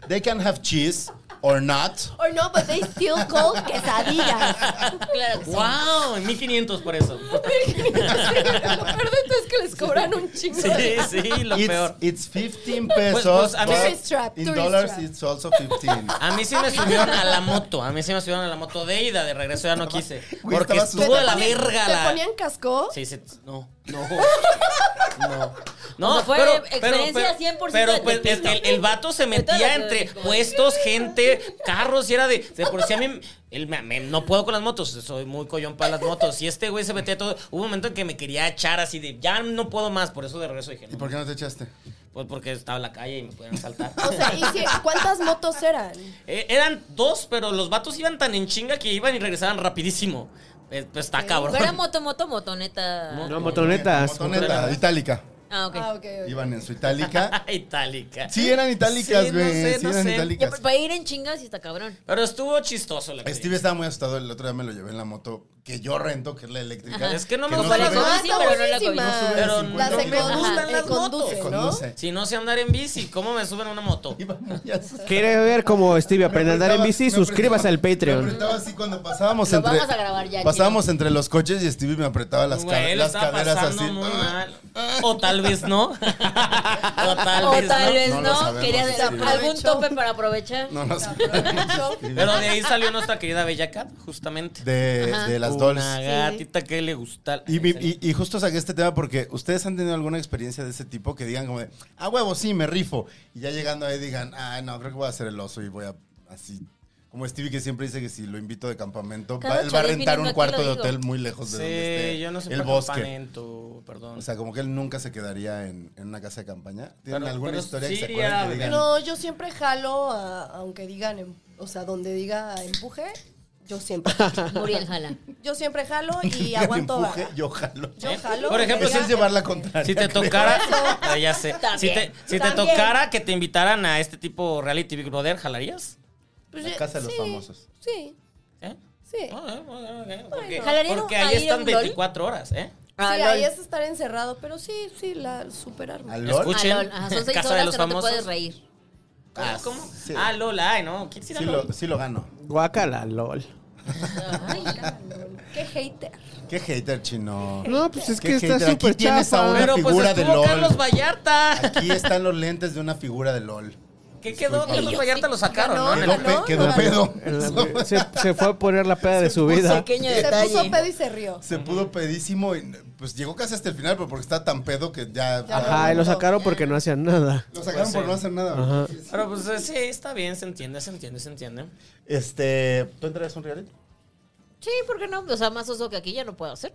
Speaker 2: They can have cheese or not.
Speaker 5: Or no, but they still call quesadillas.
Speaker 3: Claro que sí.
Speaker 1: ¡Wow! 1500 por eso.
Speaker 5: lo peor de todo es que les cobran un chingo.
Speaker 1: Sí, sí, lo
Speaker 2: it's,
Speaker 1: peor.
Speaker 2: It's 15 pesos.
Speaker 1: pues, a mí
Speaker 2: but
Speaker 5: Tourist trap,
Speaker 2: in
Speaker 5: tourist
Speaker 2: dollars
Speaker 5: trap.
Speaker 2: it's also 15.
Speaker 1: A mí sí me subieron a la moto. A mí sí me subieron a la moto de ida. De regreso ya no quise.
Speaker 2: Güey,
Speaker 1: Porque
Speaker 2: estabas
Speaker 1: estuvo de la
Speaker 2: súper-
Speaker 1: verga
Speaker 5: ¿Te
Speaker 1: la.
Speaker 5: ponían casco?
Speaker 1: Sí, sí. No, no. No. No,
Speaker 3: O sea, fue
Speaker 1: pero,
Speaker 3: experiencia
Speaker 1: pero,
Speaker 3: 100%
Speaker 1: pero,
Speaker 3: de
Speaker 1: pues, el,
Speaker 3: Tepito.
Speaker 1: el- el vato se
Speaker 3: De todas
Speaker 1: metía
Speaker 3: las
Speaker 1: entre
Speaker 3: cosas.
Speaker 1: puestos, gente, carros, y era de. De por sí a mí. él me- me- no puedo con las motos, soy muy collón para las motos. Y este güey se metía todo. Hubo un momento en que me quería echar así de. Ya no puedo más, por eso de regreso dije.
Speaker 2: ¿Y
Speaker 1: No,
Speaker 2: por qué no te echaste?
Speaker 1: Pues porque estaba en la calle y me podían saltar.
Speaker 5: O sea, ¿y si- cuántas motos eran?
Speaker 1: Eh, eran dos, pero los vatos iban tan en chinga que iban y regresaban rapidísimo. Eh, pues está cabrón.
Speaker 3: Pero era moto, moto, motoneta.
Speaker 4: No, motonetas.
Speaker 2: Motoneta, itálica.
Speaker 3: Ah, ok.
Speaker 5: Ah, ok, ok.
Speaker 2: Iban en su itálica.
Speaker 1: Itálica.
Speaker 2: Sí, eran itálicas,
Speaker 1: Sí,
Speaker 2: güey.
Speaker 1: no sé,
Speaker 2: sí,
Speaker 1: no
Speaker 2: eran
Speaker 1: sé.
Speaker 3: Ya,
Speaker 2: itálicas.
Speaker 3: pero para ir en chingas y está cabrón.
Speaker 1: Pero estuvo chistoso la
Speaker 2: Steve
Speaker 1: experiencia.
Speaker 2: estaba muy asustado. El otro día me lo llevé en la moto que yo rento, que es la eléctrica.
Speaker 1: Ajá. Es que no me
Speaker 3: O para
Speaker 1: No
Speaker 3: la
Speaker 1: sé.
Speaker 2: sube,
Speaker 1: Ah,
Speaker 3: COVID, sí, pero no la
Speaker 5: buenísima.
Speaker 3: COVID.
Speaker 2: no sube de
Speaker 1: Pero
Speaker 2: 50
Speaker 5: Las de
Speaker 2: kilómetros.
Speaker 5: conduce,
Speaker 1: gustan las
Speaker 5: eh, conduce,
Speaker 1: motos.
Speaker 5: ¿no?
Speaker 2: Conduce.
Speaker 1: Si no sé andar en bici, ¿cómo me suben a una moto?
Speaker 2: Iba muy asustado.
Speaker 4: ¿Quiere ver cómo Stevie aprende a andar en
Speaker 2: apretaba-
Speaker 4: bici?
Speaker 2: me
Speaker 4: Suscríbase al
Speaker 2: apretaba- Me
Speaker 4: Patreon.
Speaker 2: apretaba así cuando pasábamos
Speaker 3: Lo
Speaker 2: entre.
Speaker 3: vamos a grabar ya,
Speaker 2: Pasábamos entre los coches y Stevie me apretaba las,
Speaker 1: Güey,
Speaker 2: ca-
Speaker 1: le
Speaker 2: las
Speaker 1: estaba
Speaker 2: caderas
Speaker 1: pasando
Speaker 2: así. Ah.
Speaker 1: muy mal. O tal vez no. o tal
Speaker 3: O
Speaker 1: vez
Speaker 3: tal
Speaker 1: no.
Speaker 3: vez
Speaker 2: No
Speaker 3: no.
Speaker 2: lo sabemos,
Speaker 3: Quería
Speaker 2: sí.
Speaker 3: algún tope para aprovechar.
Speaker 2: No, no sé.
Speaker 1: Pero de ahí salió nuestra querida Bella Cat, justamente.
Speaker 2: De, de las
Speaker 1: Una
Speaker 2: dolls.
Speaker 1: gatita que le gusta.
Speaker 2: Y, mi- y- y justo saqué este tema porque ustedes han tenido alguna experiencia de ese tipo que digan como de, ah, huevo, sí, me rifo. Y ya llegando ahí digan, ah, no, creo que voy a hacer el oso y voy a así. Como Stevie que siempre dice que si lo invito de campamento,
Speaker 3: Cada
Speaker 2: va- él va a
Speaker 3: Chávez
Speaker 2: rentar
Speaker 3: viniendo
Speaker 2: un
Speaker 3: aquí
Speaker 2: cuarto
Speaker 3: lo
Speaker 2: de
Speaker 3: digo.
Speaker 2: hotel muy lejos de donde esté
Speaker 1: Sí, yo no sé
Speaker 2: el
Speaker 1: por
Speaker 2: bosque.
Speaker 1: campamento, perdón.
Speaker 2: O sea, como que él nunca se quedaría en, en una casa de campaña. ¿Tienen
Speaker 1: Pero-
Speaker 2: alguna
Speaker 1: pero
Speaker 2: historia
Speaker 1: sí
Speaker 2: que se
Speaker 1: iría
Speaker 2: acuerdan
Speaker 1: a
Speaker 2: que digan?
Speaker 1: beber.
Speaker 5: No, yo siempre jalo, a- aunque digan, em- o sea, donde diga empuje, yo siempre.
Speaker 3: Muriel Jala.
Speaker 5: Yo siempre jalo y
Speaker 2: Digan,
Speaker 5: aguanto.
Speaker 2: empuje,
Speaker 5: vara.
Speaker 2: yo jalo.
Speaker 3: ¿Eh?
Speaker 5: Yo jalo.
Speaker 1: Por ejemplo,
Speaker 5: que
Speaker 2: Eso
Speaker 5: diga
Speaker 2: es llevar la
Speaker 5: empuje.
Speaker 2: contraria.
Speaker 1: Si te
Speaker 2: creo.
Speaker 1: tocara, Ah, ya sé. Si te,
Speaker 3: También.
Speaker 1: si te
Speaker 5: También.
Speaker 1: tocara que te invitaran a este tipo reality Big Brother, ¿jalarías?
Speaker 5: Pues,
Speaker 2: La
Speaker 5: eh,
Speaker 2: casa de los
Speaker 5: sí,
Speaker 2: famosos.
Speaker 5: Sí,
Speaker 1: ¿Eh?
Speaker 5: sí.
Speaker 1: Ah, eh, ah, eh, Porque,
Speaker 3: ¿Jalaría
Speaker 1: porque
Speaker 3: a
Speaker 1: ahí
Speaker 3: ir a
Speaker 1: están
Speaker 3: un LOL?
Speaker 1: 24 horas, ¿eh?
Speaker 3: Ah,
Speaker 5: sí,
Speaker 3: lol.
Speaker 5: ahí es estar encerrado, pero sí, sí, la superarme.
Speaker 2: ¿Al LOL?
Speaker 1: Escuchen.
Speaker 3: Ah, lol. Ajá, son seis
Speaker 1: Casa de
Speaker 3: horas
Speaker 1: los
Speaker 3: que no te
Speaker 1: famosos.
Speaker 3: puedes reír.
Speaker 1: Ah, ¿Cómo? Ah, Lola, ay, no. ¿Quieres ir a
Speaker 2: Sí
Speaker 1: LOL?
Speaker 2: lo, sí lo gano.
Speaker 4: Guácala, lol.
Speaker 3: Ay,
Speaker 5: Qué hater.
Speaker 2: Qué hater chino.
Speaker 4: No, pues es
Speaker 2: Qué
Speaker 4: que está
Speaker 2: hater, aquí
Speaker 4: súper
Speaker 2: tienes a una
Speaker 4: chafa.
Speaker 1: Pero pues
Speaker 2: figura de
Speaker 1: estuvo
Speaker 2: LOL.
Speaker 1: Carlos Vallarta.
Speaker 2: Aquí están los lentes de una figura de LOL.
Speaker 1: ¿Qué quedó?
Speaker 2: Disculpa.
Speaker 1: Carlos Vallarta lo sacaron, ¿no?
Speaker 5: Ganó,
Speaker 1: En el-
Speaker 2: Quedó, pe-
Speaker 5: ganó,
Speaker 2: quedó
Speaker 5: ganó.
Speaker 2: pedo.
Speaker 4: Se, se fue a poner la peda de su vida.
Speaker 3: Pequeño
Speaker 5: Se
Speaker 3: detalle.
Speaker 5: puso pedo y se rió.
Speaker 2: Se pudo pedísimo y pues llegó casi hasta el final, pero porque está tan pedo que ya.
Speaker 4: Ajá, y lo sacaron porque no hacían nada.
Speaker 2: Lo sacaron por no hacer nada. güey.
Speaker 1: Pero pues eh, sí, está bien, se entiende, se entiende, se entiende.
Speaker 2: Este, ¿tú entrarías a un reality?
Speaker 3: Sí, ¿por qué no? O sea, más oso que aquí ya no puedo hacer.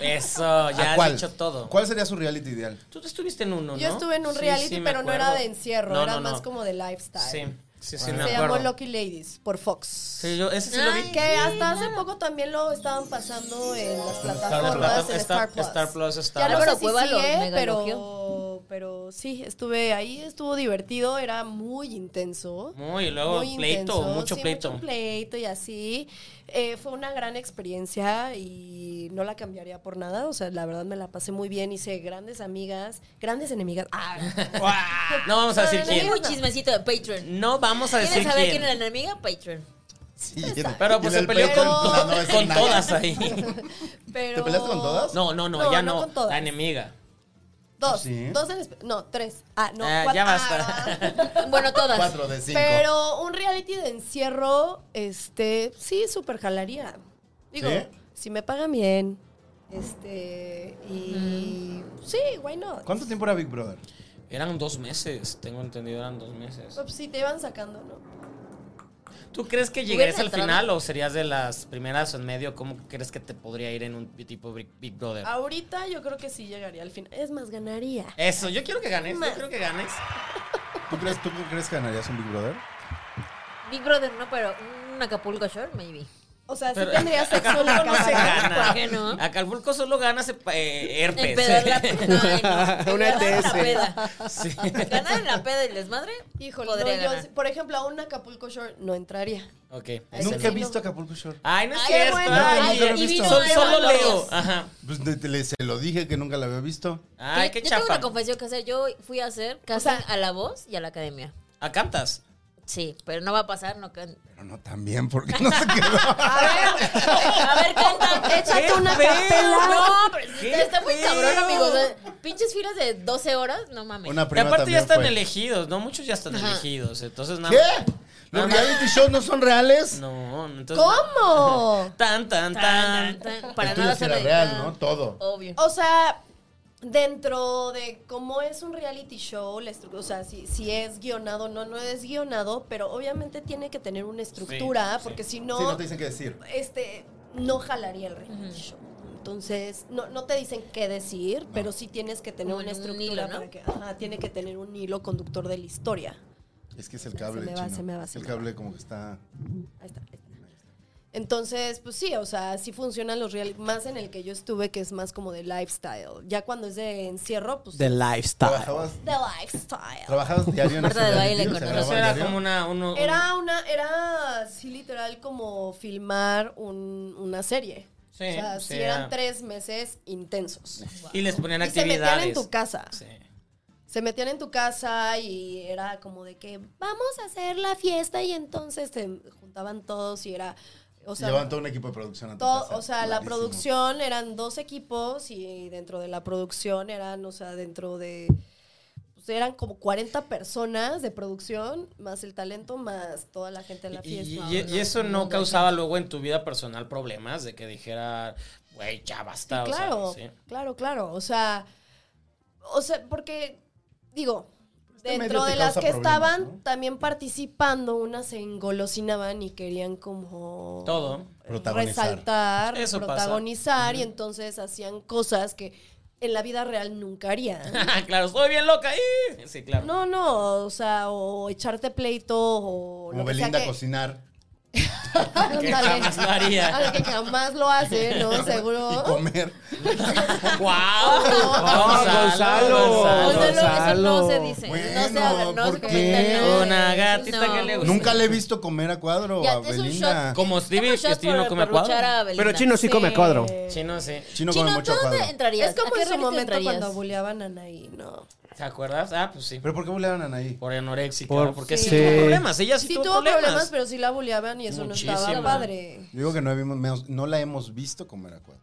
Speaker 1: Eso,
Speaker 2: ¿A
Speaker 1: ya has
Speaker 2: cuál?
Speaker 1: dicho todo.
Speaker 2: ¿Cuál sería su reality ideal?
Speaker 1: Tú estuviste en uno, ¿no?
Speaker 5: Yo estuve en un
Speaker 1: Sí,
Speaker 5: reality,
Speaker 1: sí, me
Speaker 5: pero no era
Speaker 1: acuerdo.
Speaker 5: de encierro,
Speaker 1: No,
Speaker 5: era
Speaker 1: no, no.
Speaker 5: más como de lifestyle.
Speaker 1: Sí, sí, sí,
Speaker 5: Se
Speaker 1: me
Speaker 5: llamó
Speaker 1: acuerdo.
Speaker 5: Lucky Ladies por Fox.
Speaker 1: Sí, yo ese sí lo vi.
Speaker 3: Ay,
Speaker 5: Que hasta hace poco también lo estaban pasando en las plataformas,
Speaker 1: Plata- Star,
Speaker 5: en Star Plus.
Speaker 1: Star Plus, Star
Speaker 5: Ya no
Speaker 3: Álvaro
Speaker 5: sé si
Speaker 3: Cueva lo
Speaker 5: sigue,
Speaker 3: mega
Speaker 5: pero, pero sí, estuve ahí, estuvo divertido, era muy intenso.
Speaker 1: Muy, y luego
Speaker 5: muy
Speaker 1: pleito,
Speaker 5: intenso,
Speaker 1: mucho
Speaker 5: sí,
Speaker 1: pleito.
Speaker 5: Mucho pleito y así. Eh, fue una gran experiencia y no la cambiaría por nada. O sea, la verdad me la pasé muy bien, hice grandes amigas, grandes enemigas. Ah,
Speaker 1: ¡Guau! No vamos a decir
Speaker 3: No,
Speaker 1: quién.
Speaker 3: no, un chismecito de Patreon.
Speaker 1: No vamos a decir
Speaker 3: ¿Quieres saber quién
Speaker 1: quién.
Speaker 3: era la enemiga? Patreon.
Speaker 2: Sí,
Speaker 1: Pero pues
Speaker 2: y
Speaker 1: se
Speaker 2: del
Speaker 1: peleó con,
Speaker 2: Patreon,
Speaker 1: to-
Speaker 2: pues, no es
Speaker 1: con
Speaker 2: nada.
Speaker 1: todas ahí.
Speaker 5: pero...
Speaker 2: ¿Te peleaste con todas?
Speaker 1: No, no, no,
Speaker 5: No,
Speaker 1: ya
Speaker 5: no
Speaker 1: no.
Speaker 5: con todas.
Speaker 1: la enemiga.
Speaker 5: Dos,
Speaker 2: Sí.
Speaker 5: dos en espe- No, tres. Ah, no,
Speaker 1: Ah,
Speaker 5: cuatro.
Speaker 1: ya basta.
Speaker 5: Ah.
Speaker 3: Bueno, todas.
Speaker 2: Cuatro de cinco.
Speaker 5: Pero un reality de encierro, este, sí, súper jalaría. Digo,
Speaker 2: ¿Sí?
Speaker 5: si me pagan bien, este, y... Sí, why not?
Speaker 2: ¿Cuánto tiempo era Big Brother?
Speaker 1: Eran dos meses, tengo entendido, eran dos meses.
Speaker 5: Pues, si te iban sacando, ¿no?
Speaker 1: ¿Tú crees que llegarías al
Speaker 3: entrado.
Speaker 1: final o serías de las primeras en medio? ¿Cómo crees que te podría ir en un tipo Big, Big Brother?
Speaker 5: Ah. Ahorita yo creo que sí llegaría al final. Es más, ganaría.
Speaker 1: Eso, yo quiero que ganes, yo quiero que ganes.
Speaker 2: ¿Tú crees, ¿Tú crees que ganarías un Big Brother?
Speaker 3: Big Brother no, pero un Acapulco Shore, maybe.
Speaker 5: O sea, sí
Speaker 1: Pero-
Speaker 5: tendría sexo en la
Speaker 1: No se
Speaker 5: cámara.
Speaker 1: gana.
Speaker 3: ¿Por qué no?
Speaker 1: Acapulco solo gana se- eh,
Speaker 3: Empedar la
Speaker 1: herpes.
Speaker 3: Ay, no.
Speaker 4: Una
Speaker 3: Ganar en la
Speaker 4: ETS.
Speaker 3: peda.
Speaker 1: Sí.
Speaker 3: Ganar en la peda y el desmadre.
Speaker 5: Híjole,
Speaker 3: podría
Speaker 5: no, yo,
Speaker 3: ganar.
Speaker 5: por ejemplo, a un Acapulco Shore no entraría.
Speaker 1: Ok.
Speaker 2: Nunca he visto Acapulco Shore.
Speaker 1: Ay, no es
Speaker 3: Ay,
Speaker 1: cierto.
Speaker 3: bueno,
Speaker 1: ay,
Speaker 2: ay, nunca lo he
Speaker 1: y
Speaker 2: visto.
Speaker 1: Sol-
Speaker 3: Ay,
Speaker 1: solo
Speaker 3: bueno,
Speaker 1: Leo.
Speaker 3: Dios.
Speaker 1: Ajá.
Speaker 2: Pues de- te- le- se lo dije que nunca la había visto.
Speaker 1: Ay,
Speaker 3: yo,
Speaker 1: qué
Speaker 3: yo tengo
Speaker 1: chafa.
Speaker 3: una confesión que hacer. Yo fui a hacer casting a la voz y a la academia.
Speaker 1: ¿A Ah, cantas?
Speaker 3: Sí, pero no va a pasar, no can...
Speaker 2: Pero no tan bien, porque no se quedó.
Speaker 3: A ver, a ver, canta,
Speaker 1: ¡Qué
Speaker 3: échate una
Speaker 1: feo!
Speaker 3: capela. No, pero
Speaker 1: ¡Qué
Speaker 3: está muy
Speaker 1: feo!
Speaker 3: cabrón, amigos. O sea, pinches filas de 12 horas, no mames.
Speaker 2: Una
Speaker 1: Y
Speaker 2: prima
Speaker 1: aparte ya
Speaker 2: también
Speaker 1: están
Speaker 2: fue.
Speaker 1: elegidos, ¿no? Muchos ya están elegidos. Entonces nada.
Speaker 2: ¿Qué? ¿Los
Speaker 1: Nada más-
Speaker 2: reality shows no son reales?
Speaker 1: No, entonces.
Speaker 5: ¿Cómo?
Speaker 1: Tan, tan,
Speaker 3: Tan,
Speaker 1: tan.
Speaker 3: tan, tan.
Speaker 2: El
Speaker 3: Para
Speaker 2: tuyo
Speaker 3: nada
Speaker 2: sí era
Speaker 3: suena-
Speaker 2: real,
Speaker 5: Oh,
Speaker 3: ah,
Speaker 2: ¿no? Todo.
Speaker 3: Obvio.
Speaker 5: O sea, dentro de cómo es un reality show, la estru- o sea, si, si es guionado o no, no es guionado, pero obviamente tiene que tener una estructura,
Speaker 1: sí.
Speaker 5: porque si
Speaker 2: Sí, no te dicen qué decir.
Speaker 5: este, no jalaría el reality show. Entonces, no, no te dicen qué decir, pero sí tienes que tener
Speaker 3: Como
Speaker 5: una
Speaker 3: en un
Speaker 5: estructura
Speaker 3: hilo, ¿no?
Speaker 5: para que, ajá, tiene que tener un hilo conductor de la historia.
Speaker 2: Es que es el cable.
Speaker 5: Se me va,
Speaker 2: chino.
Speaker 5: se me va, se
Speaker 2: el
Speaker 5: me va.
Speaker 2: cable como que está.
Speaker 5: Ahí está, ahí está. Entonces, pues sí, o sea, sí funcionan los real más en el que yo estuve, que es más como de lifestyle. Ya cuando es de encierro, pues
Speaker 4: The
Speaker 5: de
Speaker 4: lifestyle.
Speaker 2: Trabajabas,
Speaker 5: lifestyle.
Speaker 2: trabajabas diario en
Speaker 3: Marta
Speaker 2: ese
Speaker 3: de baile
Speaker 2: reality,
Speaker 3: con
Speaker 2: o sea,
Speaker 1: Eso
Speaker 3: nosotros.
Speaker 2: grababas
Speaker 1: era
Speaker 2: diario.
Speaker 1: como una. uno- un-
Speaker 5: Era una, era sí literal como filmar un- una serie.
Speaker 1: Sí,
Speaker 5: o sea,
Speaker 1: sí,
Speaker 5: sí eran
Speaker 1: era-
Speaker 5: tres meses intensos.
Speaker 1: Y les ponían
Speaker 5: Y se metían
Speaker 1: actividades.
Speaker 5: en tu casa.
Speaker 1: Sí.
Speaker 5: Se metían en tu casa y era como de que vamos a hacer la fiesta y entonces se juntaban todos y era, o sea,
Speaker 2: Llevaban todo un equipo de producción a tu
Speaker 5: todo-
Speaker 2: casa.
Speaker 5: o sea, la
Speaker 2: Clarísimo.
Speaker 5: producción eran dos equipos y dentro de la producción eran, o sea, dentro de pues, eran como 40 personas de producción, más el talento, más toda la gente de la
Speaker 1: Y, y-
Speaker 5: fiesta.
Speaker 1: y- y eso no causaba luego en tu vida personal problemas de que dijera, güey, ya basta. o sea,
Speaker 5: claro,
Speaker 1: sí.
Speaker 5: claro, claro. O sea, o sea, porque digo,
Speaker 2: Este medio
Speaker 5: dentro
Speaker 2: te
Speaker 5: de las
Speaker 2: causa
Speaker 5: que
Speaker 2: problemas,
Speaker 5: estaban
Speaker 2: ¿no?
Speaker 5: también participando, unas se engolosinaban y querían como
Speaker 1: Todo.
Speaker 2: Protagonizar.
Speaker 5: resaltar,
Speaker 1: Eso pasa.
Speaker 5: protagonizar y entonces hacían cosas que en la vida real nunca harían.
Speaker 1: claro, estoy bien loca. ¡ih! Sí, claro.
Speaker 5: No, no, o sea, o echarte pleito o
Speaker 2: Como
Speaker 5: lo que sea
Speaker 2: Belinda
Speaker 5: que-
Speaker 2: cocinar.
Speaker 1: Que
Speaker 5: Ándale.
Speaker 1: jamás lo haría.
Speaker 5: Algo que jamás lo hace, ¿no? Seguro.
Speaker 2: Y comer.
Speaker 1: ¡Guau! Gonzalo,
Speaker 4: Gonzalo.
Speaker 3: O
Speaker 1: Gonzalo.
Speaker 3: sea, no, eso no
Speaker 4: Gonzalo.
Speaker 3: se dice. no se
Speaker 2: Bueno,
Speaker 3: habla, no se
Speaker 2: ¿por
Speaker 3: comenta
Speaker 2: qué?
Speaker 3: nada.
Speaker 1: Una gatita
Speaker 3: No.
Speaker 1: Este que le gusta.
Speaker 2: Nunca le he visto comer a cuadro
Speaker 3: Ya,
Speaker 2: a
Speaker 3: es un
Speaker 2: Belinda.
Speaker 4: Ah.
Speaker 3: shot.
Speaker 1: Como Stevie,
Speaker 3: Es un
Speaker 1: que
Speaker 3: shot
Speaker 1: Stevie
Speaker 3: por-
Speaker 1: no come a
Speaker 3: por
Speaker 1: cuadro.
Speaker 3: luchar a Belinda.
Speaker 4: Pero chino sí come a cuadro.
Speaker 1: Chino, sí.
Speaker 2: Chino come
Speaker 3: Chino,
Speaker 2: mucho
Speaker 3: ¿tú
Speaker 2: a cuadro.
Speaker 3: dónde entrarías?
Speaker 5: Es como
Speaker 3: ¿A qué
Speaker 5: en su
Speaker 3: reality
Speaker 5: momento
Speaker 3: entrarías?
Speaker 5: cuando buleaban a Anaí, ¿no?
Speaker 1: ¿Te acuerdas? Ah, pues sí.
Speaker 2: ¿Pero por qué buleaban a Anaí?
Speaker 1: Por anorexia.
Speaker 4: Por-
Speaker 1: claro, porque sí.
Speaker 4: sí.
Speaker 1: tuvo problemas. Ella sí,
Speaker 5: Sí, tuvo problemas. pero sí la buleaban y eso no
Speaker 1: Muchísimo.
Speaker 5: estaba padre.
Speaker 2: Yo digo que no, hemos- menos- no la hemos visto comer a cuadro.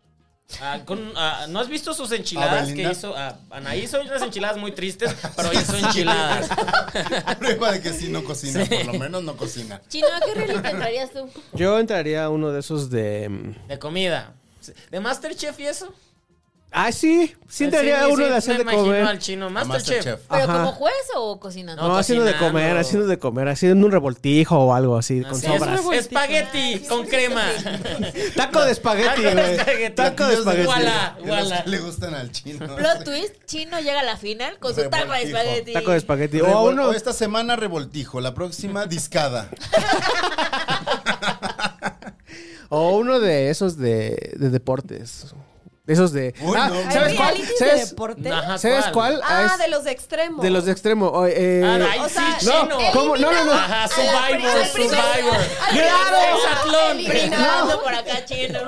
Speaker 1: Ah, con- ah, ¿No has visto sus enchiladas que
Speaker 2: Belinda?
Speaker 1: hizo? Ah, Anaí son unas enchiladas muy tristes, pero hizo enchiladas.
Speaker 2: Prueba de que sí no cocina, por lo menos no cocina.
Speaker 3: Chino, ¿a qué reality entrarías tú?
Speaker 4: Yo entraría a uno de esos de. mm,
Speaker 1: De comida. ¿De Masterchef y eso?
Speaker 4: Ah, sí. Sí entraría a
Speaker 1: Sí,
Speaker 4: uno
Speaker 1: sí,
Speaker 4: de hacer
Speaker 1: me
Speaker 4: de
Speaker 1: imagino
Speaker 4: comer.
Speaker 1: al chino.
Speaker 2: A
Speaker 1: Masterchef.
Speaker 2: Masterchef.
Speaker 3: ¿Pero
Speaker 4: Ajá.
Speaker 3: como juez o cocinando?
Speaker 1: No,
Speaker 4: No, haciendo de
Speaker 1: cocinando.
Speaker 4: comer, haciendo de comer, haciendo un revoltijo o algo así, con
Speaker 1: Así
Speaker 4: sobras.
Speaker 1: es, espagueti con crema.
Speaker 4: Taco de espagueti,
Speaker 1: Taco de
Speaker 4: güey.
Speaker 1: espagueti.
Speaker 4: Taco de
Speaker 1: Dios mío.
Speaker 4: espagueti.
Speaker 1: Guala,
Speaker 2: De los
Speaker 1: guala.
Speaker 2: que le gustan al chino.
Speaker 3: Plot twist, Chino llega a la final con su taco de
Speaker 2: Revoltijo.
Speaker 3: espagueti.
Speaker 4: Taco de espagueti. O
Speaker 2: Revol-
Speaker 4: uno.
Speaker 2: Esta semana revoltijo, la próxima discada.
Speaker 4: O uno de esos de, de deportes. Esos de.
Speaker 2: Uy,
Speaker 4: Ah,
Speaker 2: no. ¿Hay
Speaker 4: ¿Sabes cuál?
Speaker 5: realities de
Speaker 4: ¿Sabes,
Speaker 5: deporte?
Speaker 1: Ajá,
Speaker 4: ¿sabes cuál?
Speaker 5: Ah,
Speaker 4: Es
Speaker 5: de los de extremo.
Speaker 4: de los de extremo. o, eh,
Speaker 1: Ah, ahí
Speaker 5: O sea,
Speaker 1: sí,
Speaker 4: no,
Speaker 1: chino.
Speaker 4: ¿cómo? No, no, no.
Speaker 1: Ajá, Survivor,
Speaker 5: Al primer-
Speaker 1: Survivor.
Speaker 5: al primer-
Speaker 4: ¡Claro!
Speaker 1: Hexatlón.
Speaker 3: Eliminado por acá, Chino.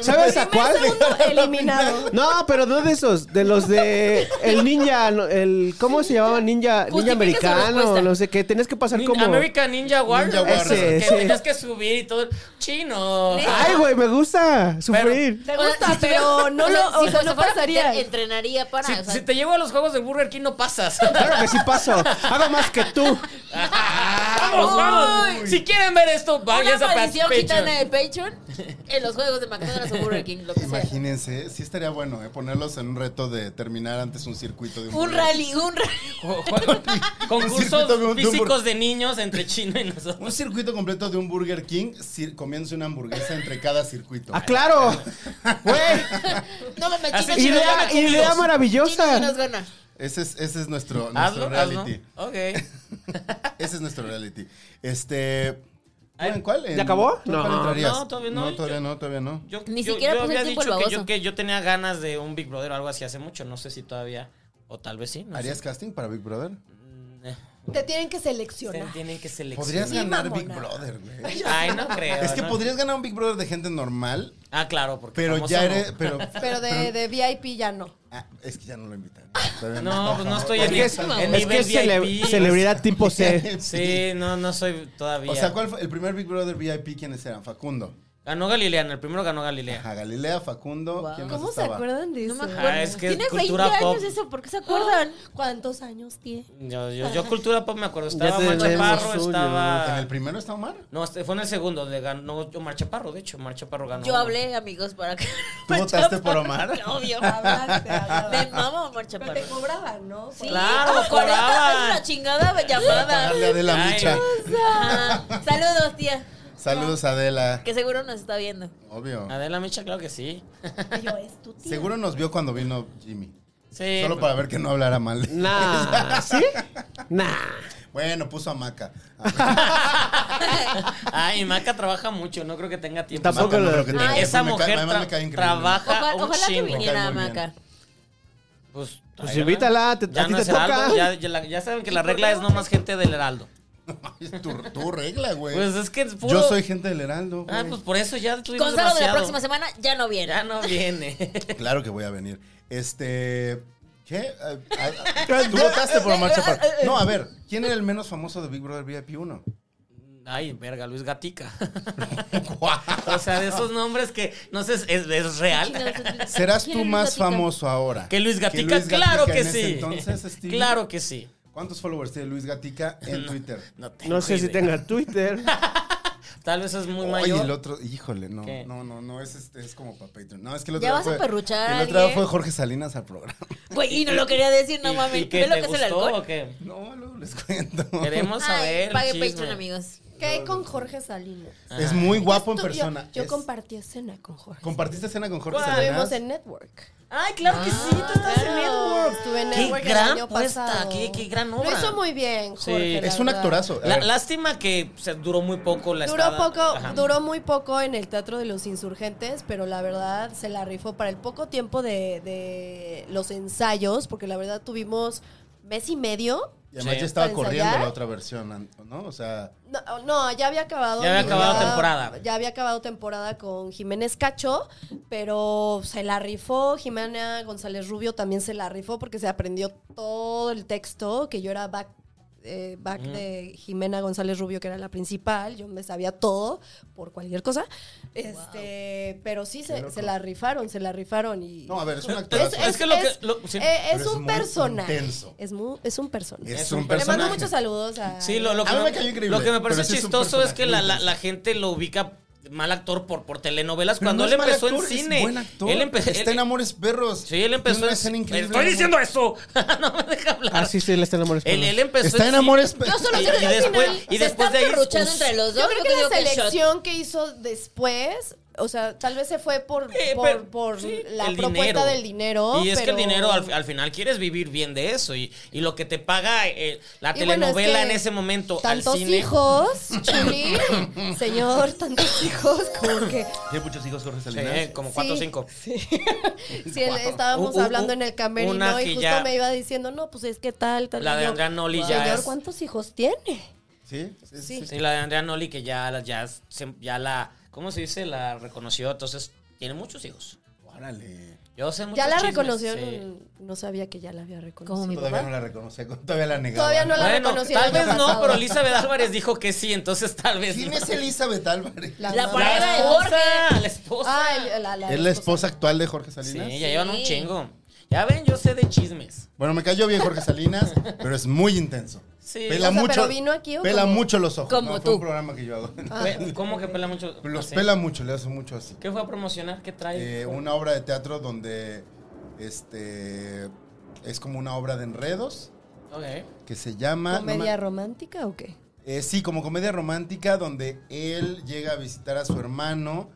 Speaker 4: ¿Sabes a cuál?
Speaker 5: Segundo eliminado.
Speaker 4: No, pero no de esos, de los de el ninja, no, el ¿cómo se llamaba? Ninja, ninja
Speaker 3: Justifica su
Speaker 4: americano,
Speaker 3: respuesta.
Speaker 4: no sé qué, tenías que pasar
Speaker 1: Nin-
Speaker 4: como
Speaker 1: American Ninja Warrior.
Speaker 2: Ninja
Speaker 1: Esos
Speaker 4: Warrior.
Speaker 1: que
Speaker 4: Ese,
Speaker 1: tenías que subir y todo. Chino.
Speaker 4: Ay, güey, me gusta sufrir.
Speaker 5: Te gusta, pero no lo, o sea, no pasaría.
Speaker 3: Entrenaría para.
Speaker 1: Si,
Speaker 3: Ah, o sea,
Speaker 1: si te llevo a los juegos de Burger King, no pasas.
Speaker 4: Claro que sí paso. Hago más que tú.
Speaker 1: vamos, vamos. Si quieren ver esto,
Speaker 3: una
Speaker 1: váyanse a
Speaker 3: maldición gitana
Speaker 1: Patreon.
Speaker 3: de Patreon en los juegos de McDonald's o Burger King, lo que sea.
Speaker 2: Imagínense, sí estaría bueno, ¿eh? Ponerlos en un reto de terminar antes un circuito de un,
Speaker 3: Un
Speaker 2: burger.
Speaker 3: rally, un rally.
Speaker 1: Jo- jo-
Speaker 2: circuito de
Speaker 1: Concursos
Speaker 2: un- de un
Speaker 1: físicos de niños entre Chino y nosotros.
Speaker 2: Un circuito completo de un Burger King cir- comiéndose una hamburguesa entre cada circuito.
Speaker 4: Ah, claro. Güey,
Speaker 3: No mames,
Speaker 1: Así,
Speaker 3: chino, chino, gana,
Speaker 4: idea,
Speaker 3: chino,
Speaker 4: idea
Speaker 3: chino, nos
Speaker 4: maravillosa.
Speaker 3: gana.
Speaker 2: Ese es, ese es nuestro, nuestro
Speaker 1: Hazlo, hazlo.
Speaker 2: reality.
Speaker 1: Ok.
Speaker 2: Ese es nuestro reality. Este. ¿tú ¿En cuál? ¿En-
Speaker 4: ¿Ya acabó?
Speaker 2: tú
Speaker 4: No.
Speaker 2: cuál entrarías?
Speaker 1: No, todavía no.
Speaker 2: No, todavía no, todavía no.
Speaker 1: Yo,
Speaker 3: Ni siquiera puso el
Speaker 1: había
Speaker 3: tiempo
Speaker 1: dicho
Speaker 3: el
Speaker 1: que yo,
Speaker 3: baboso.
Speaker 1: que yo tenía ganas de un Big Brother o algo así hace mucho. No sé si todavía. O tal vez sí. No sé.
Speaker 2: ¿Harías casting para Big Brother?
Speaker 1: Mm, eh,
Speaker 5: Te tienen que
Speaker 1: se-
Speaker 5: seleccionar.
Speaker 1: Tienen que seleccionar.
Speaker 2: Podrías ganar
Speaker 5: mamona.
Speaker 2: Big Brother, güey.
Speaker 1: Ay, no creo.
Speaker 2: Es que
Speaker 1: no.
Speaker 2: podrías ganar un Big Brother de gente normal,
Speaker 1: Ah, claro, porque.
Speaker 2: pero
Speaker 1: famoso
Speaker 2: ya
Speaker 1: no.
Speaker 2: eres. Pero,
Speaker 5: Pero de, de VIP ya no.
Speaker 2: Ah, es que ya no lo invitan.
Speaker 1: No, pues no estoy en,
Speaker 2: en
Speaker 1: ni-
Speaker 4: Es
Speaker 1: en
Speaker 4: que es,
Speaker 1: nivel
Speaker 4: cele-
Speaker 1: VIP.
Speaker 4: celebridad tipo C.
Speaker 1: Sí, no, no soy todavía.
Speaker 2: O sea, ¿cuál fue el primer Big Brother VIP? ¿Quiénes eran? Facundo.
Speaker 1: Ganó Galilea, en el primero ganó Galilea.
Speaker 2: Ajá, Galilea, Facundo.
Speaker 3: Wow.
Speaker 2: ¿quién más
Speaker 5: ¿Cómo se
Speaker 2: estaba?
Speaker 5: acuerdan de eso?
Speaker 3: No me acuerdo.
Speaker 1: Ajá, Ah, es que
Speaker 3: Tiene
Speaker 1: cultura
Speaker 3: 20
Speaker 1: pop.
Speaker 3: años eso, ¿por qué se acuerdan?
Speaker 5: ¿Cuántos años tiene?
Speaker 1: Yo, yo, yo cultura pop me acuerdo. Estaba
Speaker 4: Ya
Speaker 1: Omar
Speaker 4: tenemos
Speaker 1: Chaparro,
Speaker 4: suyo,
Speaker 2: ¿En el
Speaker 1: estaba.
Speaker 2: primero está Omar?
Speaker 1: No, este fue en el segundo, de ganó Omar Chaparro, de hecho, Omar Chaparro ganó.
Speaker 3: Yo hablé, amigos, para que.
Speaker 5: Pues
Speaker 2: ¿Tú votaste por Omar? Ah,
Speaker 3: Obvio.
Speaker 5: Hablaste,
Speaker 3: Me
Speaker 5: hablaste.
Speaker 3: mama Omar
Speaker 5: Pero
Speaker 3: Chaparro. Ah,
Speaker 5: te cobraban, ¿no?
Speaker 3: Sí,
Speaker 1: Claro,
Speaker 3: como 40
Speaker 1: cobraban.
Speaker 3: pesos la chingada llamada.
Speaker 2: Pagarle a Adela
Speaker 1: Ay.
Speaker 2: Micha.
Speaker 3: Ajá. Saludos, tía.
Speaker 2: Saludos, Adela.
Speaker 3: Que seguro nos está viendo.
Speaker 2: Obvio.
Speaker 1: Adela Micha, claro que sí.
Speaker 5: Y yo, es tu tía.
Speaker 2: Seguro nos vio cuando vino Jimmy.
Speaker 1: Sí.
Speaker 2: Solo para ver que no hablara mal.
Speaker 4: Nah, ¿sí? Nah.
Speaker 2: Bueno, puso a Maca.
Speaker 1: Ay, Maca trabaja mucho, no creo que tenga tiempo.
Speaker 4: Tampoco
Speaker 2: Maca, no
Speaker 4: lo-
Speaker 2: creo que tenga tiempo.
Speaker 1: Esa
Speaker 2: Me cae-
Speaker 1: mujer
Speaker 2: además
Speaker 1: tra-
Speaker 2: me cae increíble.
Speaker 1: trabaja
Speaker 3: Ojalá,
Speaker 1: Ah, un
Speaker 3: ojalá que
Speaker 1: chingo.
Speaker 3: viniera
Speaker 2: Me cae muy
Speaker 3: Maca.
Speaker 1: Pues,
Speaker 4: Pues
Speaker 1: ahí va.
Speaker 4: invítala, te-
Speaker 1: ya
Speaker 4: a ti
Speaker 1: no
Speaker 4: te
Speaker 1: es heraldo,
Speaker 4: toca.
Speaker 1: Ya, ya la- ya saben que la regla es no más gente del heraldo.
Speaker 2: Es tu, tu regla, güey.
Speaker 1: Pues es que es puro-
Speaker 2: Yo soy gente del Heraldo.
Speaker 1: Ah,
Speaker 2: güey.
Speaker 1: pues por eso ya tuvimos
Speaker 3: Gonzalo de la
Speaker 1: demasiado.
Speaker 3: próxima semana ya no viene. Ah,
Speaker 1: Ya no viene.
Speaker 2: Claro que voy a venir. Este. ¿Qué? Ah, ah, Tú votaste por Omar Chaparro. No, a ver, ¿quién era el menos famoso de Big Brother VIP 1?
Speaker 1: Ay, verga, Luis Gatica. o sea, de esos nombres que no sé, es, es real.
Speaker 2: ¿Serás
Speaker 3: ¿Quién
Speaker 2: tú
Speaker 3: es
Speaker 2: más
Speaker 3: Gatica?
Speaker 2: famoso ahora?
Speaker 1: Que Luis Gatica,
Speaker 2: Gatica
Speaker 1: claro
Speaker 2: en
Speaker 1: que
Speaker 2: ese
Speaker 1: sí.
Speaker 2: Entonces, Stevie?
Speaker 1: Claro que sí.
Speaker 2: ¿Cuántos followers tiene Luis Gatica en Twitter?
Speaker 1: No, tengo
Speaker 4: No sé si
Speaker 1: idea.
Speaker 4: tenga Twitter.
Speaker 1: Tal vez es muy
Speaker 2: Oye,
Speaker 1: mayor.
Speaker 2: el otro, híjole, no,
Speaker 1: ¿Qué?
Speaker 2: no, no, no, es, este, es como para Patreon. No, es que el otro
Speaker 3: Ya
Speaker 2: día
Speaker 3: vas a
Speaker 2: fue-
Speaker 3: perruchar a
Speaker 2: El otro día
Speaker 3: alguien.
Speaker 2: fue Jorge Salinas al programa.
Speaker 3: Güey, y no lo quería decir, no
Speaker 1: ¿Y- y
Speaker 3: mames.
Speaker 1: qué,
Speaker 3: ¿Ve lo
Speaker 1: te
Speaker 3: que es el
Speaker 1: gustó o
Speaker 3: alcohol?
Speaker 1: qué?
Speaker 2: No, luego les cuento.
Speaker 1: Queremos saber.
Speaker 3: Ay, pague
Speaker 1: chisme.
Speaker 3: Patreon, amigos.
Speaker 5: ¿Qué hay con Jorge Salinas?
Speaker 2: Es muy guapo en
Speaker 5: Tú- yo-
Speaker 2: persona.
Speaker 5: Yo,
Speaker 2: Es-
Speaker 5: compartí escena con Jorge.
Speaker 2: ¿Compartiste escena con Jorge
Speaker 5: Estuvimos
Speaker 2: Salinas?
Speaker 5: en Network.
Speaker 1: Ay, claro
Speaker 3: Ah.
Speaker 1: que sí, tú estás en Network.
Speaker 5: Estuve en
Speaker 1: Qué
Speaker 5: Network el
Speaker 1: gran
Speaker 5: año
Speaker 1: puesta,
Speaker 5: pasado.
Speaker 1: qué- qué gran obra.
Speaker 5: Lo hizo muy bien,
Speaker 1: Sí.
Speaker 5: Jorge. la
Speaker 2: Es un
Speaker 5: verdad.
Speaker 2: actorazo. A
Speaker 1: La-
Speaker 2: ver,
Speaker 1: lástima que se duró muy poco la
Speaker 5: Duró,
Speaker 1: estada.
Speaker 5: poco,
Speaker 1: Ajá.
Speaker 5: duró muy poco en el Teatro de los Insurgentes, pero la verdad se la rifó para el poco tiempo de, de los ensayos, porque la verdad tuvimos mes y medio.
Speaker 2: y además
Speaker 1: Sí.
Speaker 2: ya estaba
Speaker 5: ¿Para
Speaker 2: corriendo
Speaker 5: ensayar?
Speaker 2: la otra versión, ¿no? O sea,
Speaker 5: No, no, ya había acabado.
Speaker 1: Ya había acabado
Speaker 5: Ya-
Speaker 1: temporada.
Speaker 5: Ya había acabado temporada con Jiménez Cacho, pero se la rifó. Jimena González Rubio también se la rifó porque se aprendió todo el texto, que yo era back, eh, back de Jimena González Rubio, que era la principal. Yo me sabía todo por cualquier cosa. Este, Pero sí,
Speaker 2: Qué
Speaker 5: se,
Speaker 2: loco.
Speaker 5: se la rifaron, se la rifaron. Y,
Speaker 2: no, a ver, es un
Speaker 1: Es,
Speaker 2: actorazo.
Speaker 1: es que lo que. lo- sí.
Speaker 5: eh, es,
Speaker 2: Pero es
Speaker 5: un
Speaker 2: muy
Speaker 5: personaje.
Speaker 2: intenso.
Speaker 5: Es, mu- es un personaje.
Speaker 2: es
Speaker 1: es
Speaker 2: un
Speaker 1: un
Speaker 5: Le mando
Speaker 2: personaje.
Speaker 5: muchos saludos a.
Speaker 1: Sí, lo, lo que
Speaker 2: A mí
Speaker 1: me,
Speaker 2: me cayó increíble,
Speaker 1: lo que me parece
Speaker 2: pero sí es un
Speaker 1: chistoso es que la, la,
Speaker 2: personaje.
Speaker 1: la gente lo ubica mal actor por, por telenovelas
Speaker 2: Pero
Speaker 1: cuando
Speaker 2: no
Speaker 1: él
Speaker 2: es mal
Speaker 1: empezó
Speaker 2: actor,
Speaker 1: en cine.
Speaker 2: Es buen actor.
Speaker 1: Él empezó.
Speaker 2: Está en Amores Perros.
Speaker 1: Sí, él
Speaker 2: Tiene
Speaker 1: empezó
Speaker 2: una
Speaker 1: en
Speaker 2: escena increíble.
Speaker 1: ¡Estoy diciendo eso! no me deja hablar.
Speaker 4: Ah, sí, sí, le está en amores.
Speaker 1: él, él empezó
Speaker 2: Está en
Speaker 1: cine.
Speaker 2: Amores Perros.
Speaker 3: Yo solo
Speaker 1: Y-
Speaker 3: sé que
Speaker 1: y
Speaker 3: al
Speaker 1: después-
Speaker 3: final
Speaker 1: y
Speaker 3: se
Speaker 1: después
Speaker 3: están
Speaker 1: de ahí- pues,
Speaker 3: perruchando
Speaker 1: us-
Speaker 3: entre los dos.
Speaker 5: Yo creo que
Speaker 3: digo
Speaker 5: la
Speaker 3: el shot.
Speaker 5: selección que hizo después, o sea, tal vez se fue por,
Speaker 1: Eh,
Speaker 5: por,
Speaker 1: pero-
Speaker 5: por
Speaker 1: sí,
Speaker 5: la
Speaker 1: el
Speaker 5: propuesta
Speaker 1: dinero.
Speaker 5: del dinero.
Speaker 1: Y es que el
Speaker 5: pero-
Speaker 1: dinero al, al final quieres vivir bien de eso. Y, y lo que te paga eh, la
Speaker 5: Y bueno,
Speaker 1: telenovela
Speaker 5: es que
Speaker 1: en ese momento al
Speaker 5: Tantos
Speaker 1: cine.
Speaker 5: hijos, Chuli, señor, tantos hijos, como que
Speaker 2: Tiene muchos hijos Jorge Salinas.
Speaker 1: Sí, como cuatro o
Speaker 5: Sí.
Speaker 1: cinco.
Speaker 5: si él- estábamos
Speaker 1: U- u-
Speaker 5: hablando
Speaker 1: u-
Speaker 5: en el camerino
Speaker 1: una
Speaker 5: y
Speaker 1: que
Speaker 5: justo
Speaker 1: ya-
Speaker 5: me iba diciendo, no, pues es que tal, tal.
Speaker 1: La
Speaker 5: y
Speaker 1: de
Speaker 5: yo,
Speaker 1: Andrea Noli ya
Speaker 5: Señor,
Speaker 1: es-
Speaker 5: ¿cuántos hijos tiene?
Speaker 2: Sí, sí, sí.
Speaker 1: Sí, la de Andrea Noli que ya, la- ya, se- ya la, ¿cómo se dice? La reconoció, entonces tiene muchos hijos.
Speaker 2: Órale.
Speaker 1: Yo sé muchos
Speaker 5: Ya la
Speaker 1: chismes,
Speaker 5: reconoció,
Speaker 1: sí.
Speaker 5: no, no sabía que ya la había reconocido.
Speaker 3: Como mi
Speaker 2: Todavía no
Speaker 3: papá.
Speaker 2: la reconocía, todavía la negaba.
Speaker 5: Todavía no la
Speaker 1: Bueno,
Speaker 5: reconocí el
Speaker 1: tal
Speaker 5: año
Speaker 1: vez no,
Speaker 5: pasado.
Speaker 1: pero Elizabeth Álvarez dijo que sí, entonces tal vez
Speaker 2: ¿Quién
Speaker 1: no.
Speaker 2: es Elizabeth Álvarez?
Speaker 5: La
Speaker 3: La
Speaker 5: mamá.
Speaker 3: pareja de Jorge.
Speaker 1: la esposa.
Speaker 5: Ah, el- la, la
Speaker 2: ¿Es la
Speaker 5: esposa.
Speaker 2: esposa actual de Jorge
Speaker 1: sí,
Speaker 2: Salinas?
Speaker 1: ya llevan un
Speaker 3: Sí.
Speaker 1: chingo. Ya ven, yo sé de chismes.
Speaker 2: Bueno, me cayó bien Jorge Salinas, pero es muy intenso.
Speaker 1: Sí.
Speaker 2: Pela
Speaker 5: O sea,
Speaker 2: mucho.
Speaker 5: ¿pero vino aquí o
Speaker 2: pela
Speaker 5: cómo? Ah.
Speaker 2: mucho los ojos.
Speaker 3: Como
Speaker 2: no, Fue
Speaker 3: tú.
Speaker 2: un programa que yo hago.
Speaker 1: Pe- ¿Cómo que pela mucho?
Speaker 2: Los
Speaker 1: así?
Speaker 2: pela mucho, le hace mucho así.
Speaker 1: ¿Qué fue a promocionar? ¿Qué trae?
Speaker 2: Eh, una obra de teatro donde este es como una obra de enredos
Speaker 1: Ok.
Speaker 2: que se llama no
Speaker 5: ¿Comedia
Speaker 2: me-
Speaker 5: romántica o qué?
Speaker 2: Eh, sí, como comedia romántica donde él llega a visitar a su hermano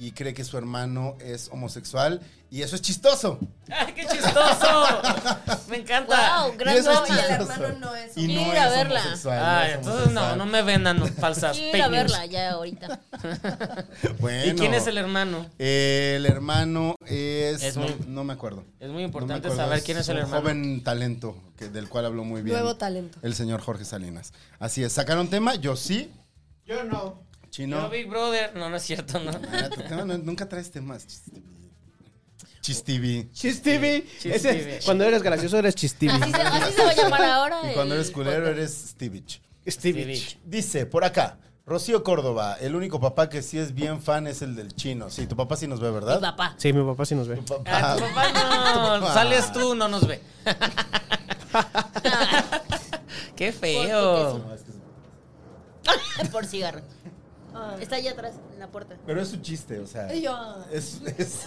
Speaker 2: y cree que su hermano es homosexual y eso es chistoso.
Speaker 1: ¡Ay, qué chistoso! Me encanta.
Speaker 3: Wow,
Speaker 2: Y
Speaker 3: gran
Speaker 2: eso es
Speaker 5: y el
Speaker 3: novia.
Speaker 2: chistoso.
Speaker 5: hermano no es
Speaker 2: Y
Speaker 3: Quiero
Speaker 2: no
Speaker 3: ir a
Speaker 2: es
Speaker 3: verla.
Speaker 2: homosexual, no
Speaker 1: Ay,
Speaker 2: es
Speaker 1: entonces no,
Speaker 2: homosexual.
Speaker 1: no me vendan falsas
Speaker 3: Quiero ir a
Speaker 1: fake news.
Speaker 3: verla ya ahorita.
Speaker 2: Bueno.
Speaker 1: ¿Y quién es el hermano?
Speaker 2: El hermano es.
Speaker 1: Es
Speaker 2: no,
Speaker 1: muy-
Speaker 2: no me acuerdo.
Speaker 1: Es muy
Speaker 2: No me
Speaker 1: importante
Speaker 2: acuerdo,
Speaker 1: saber quién es el
Speaker 2: un
Speaker 1: hermano.
Speaker 2: joven talento que, del cual habló muy bien.
Speaker 5: Nuevo talento.
Speaker 2: El señor Jorge Salinas. Así es. ¿Sacaron tema? Yo sí.
Speaker 7: Yo no.
Speaker 1: No,
Speaker 2: Chino.
Speaker 1: Big Brother. No, no es cierto, ¿no?
Speaker 2: Ah, tu tema no- nunca traes temas. Chistivi. Chistivi.
Speaker 4: Chis TV.
Speaker 1: Chis
Speaker 4: Ese-
Speaker 1: TV.
Speaker 4: Cuando eres gracioso, eres Chis TV.
Speaker 3: Así se, así se va a llamar ahora.
Speaker 2: Y cuando
Speaker 3: el
Speaker 2: eres culero,
Speaker 3: podcast.
Speaker 2: eres Stivich.
Speaker 4: Stevie.
Speaker 1: Stevie.
Speaker 2: Dice, por acá. Rocío Córdoba, el único papá que sí es bien fan es el del chino. Sí, tu papá sí nos ve,
Speaker 3: Mi
Speaker 2: ¿verdad?
Speaker 3: papá.
Speaker 4: Sí, mi papá sí nos ve.
Speaker 2: Tu papá.
Speaker 1: Ah, tu papá no.
Speaker 2: papá.
Speaker 1: Sales tú, no nos ve. Qué feo.
Speaker 2: No, es que es-
Speaker 3: Por cigarro.
Speaker 5: Ah.
Speaker 3: Está allá atrás, en la puerta.
Speaker 2: Pero es su chiste, o sea.
Speaker 5: Y yo, ah.
Speaker 2: Es, es,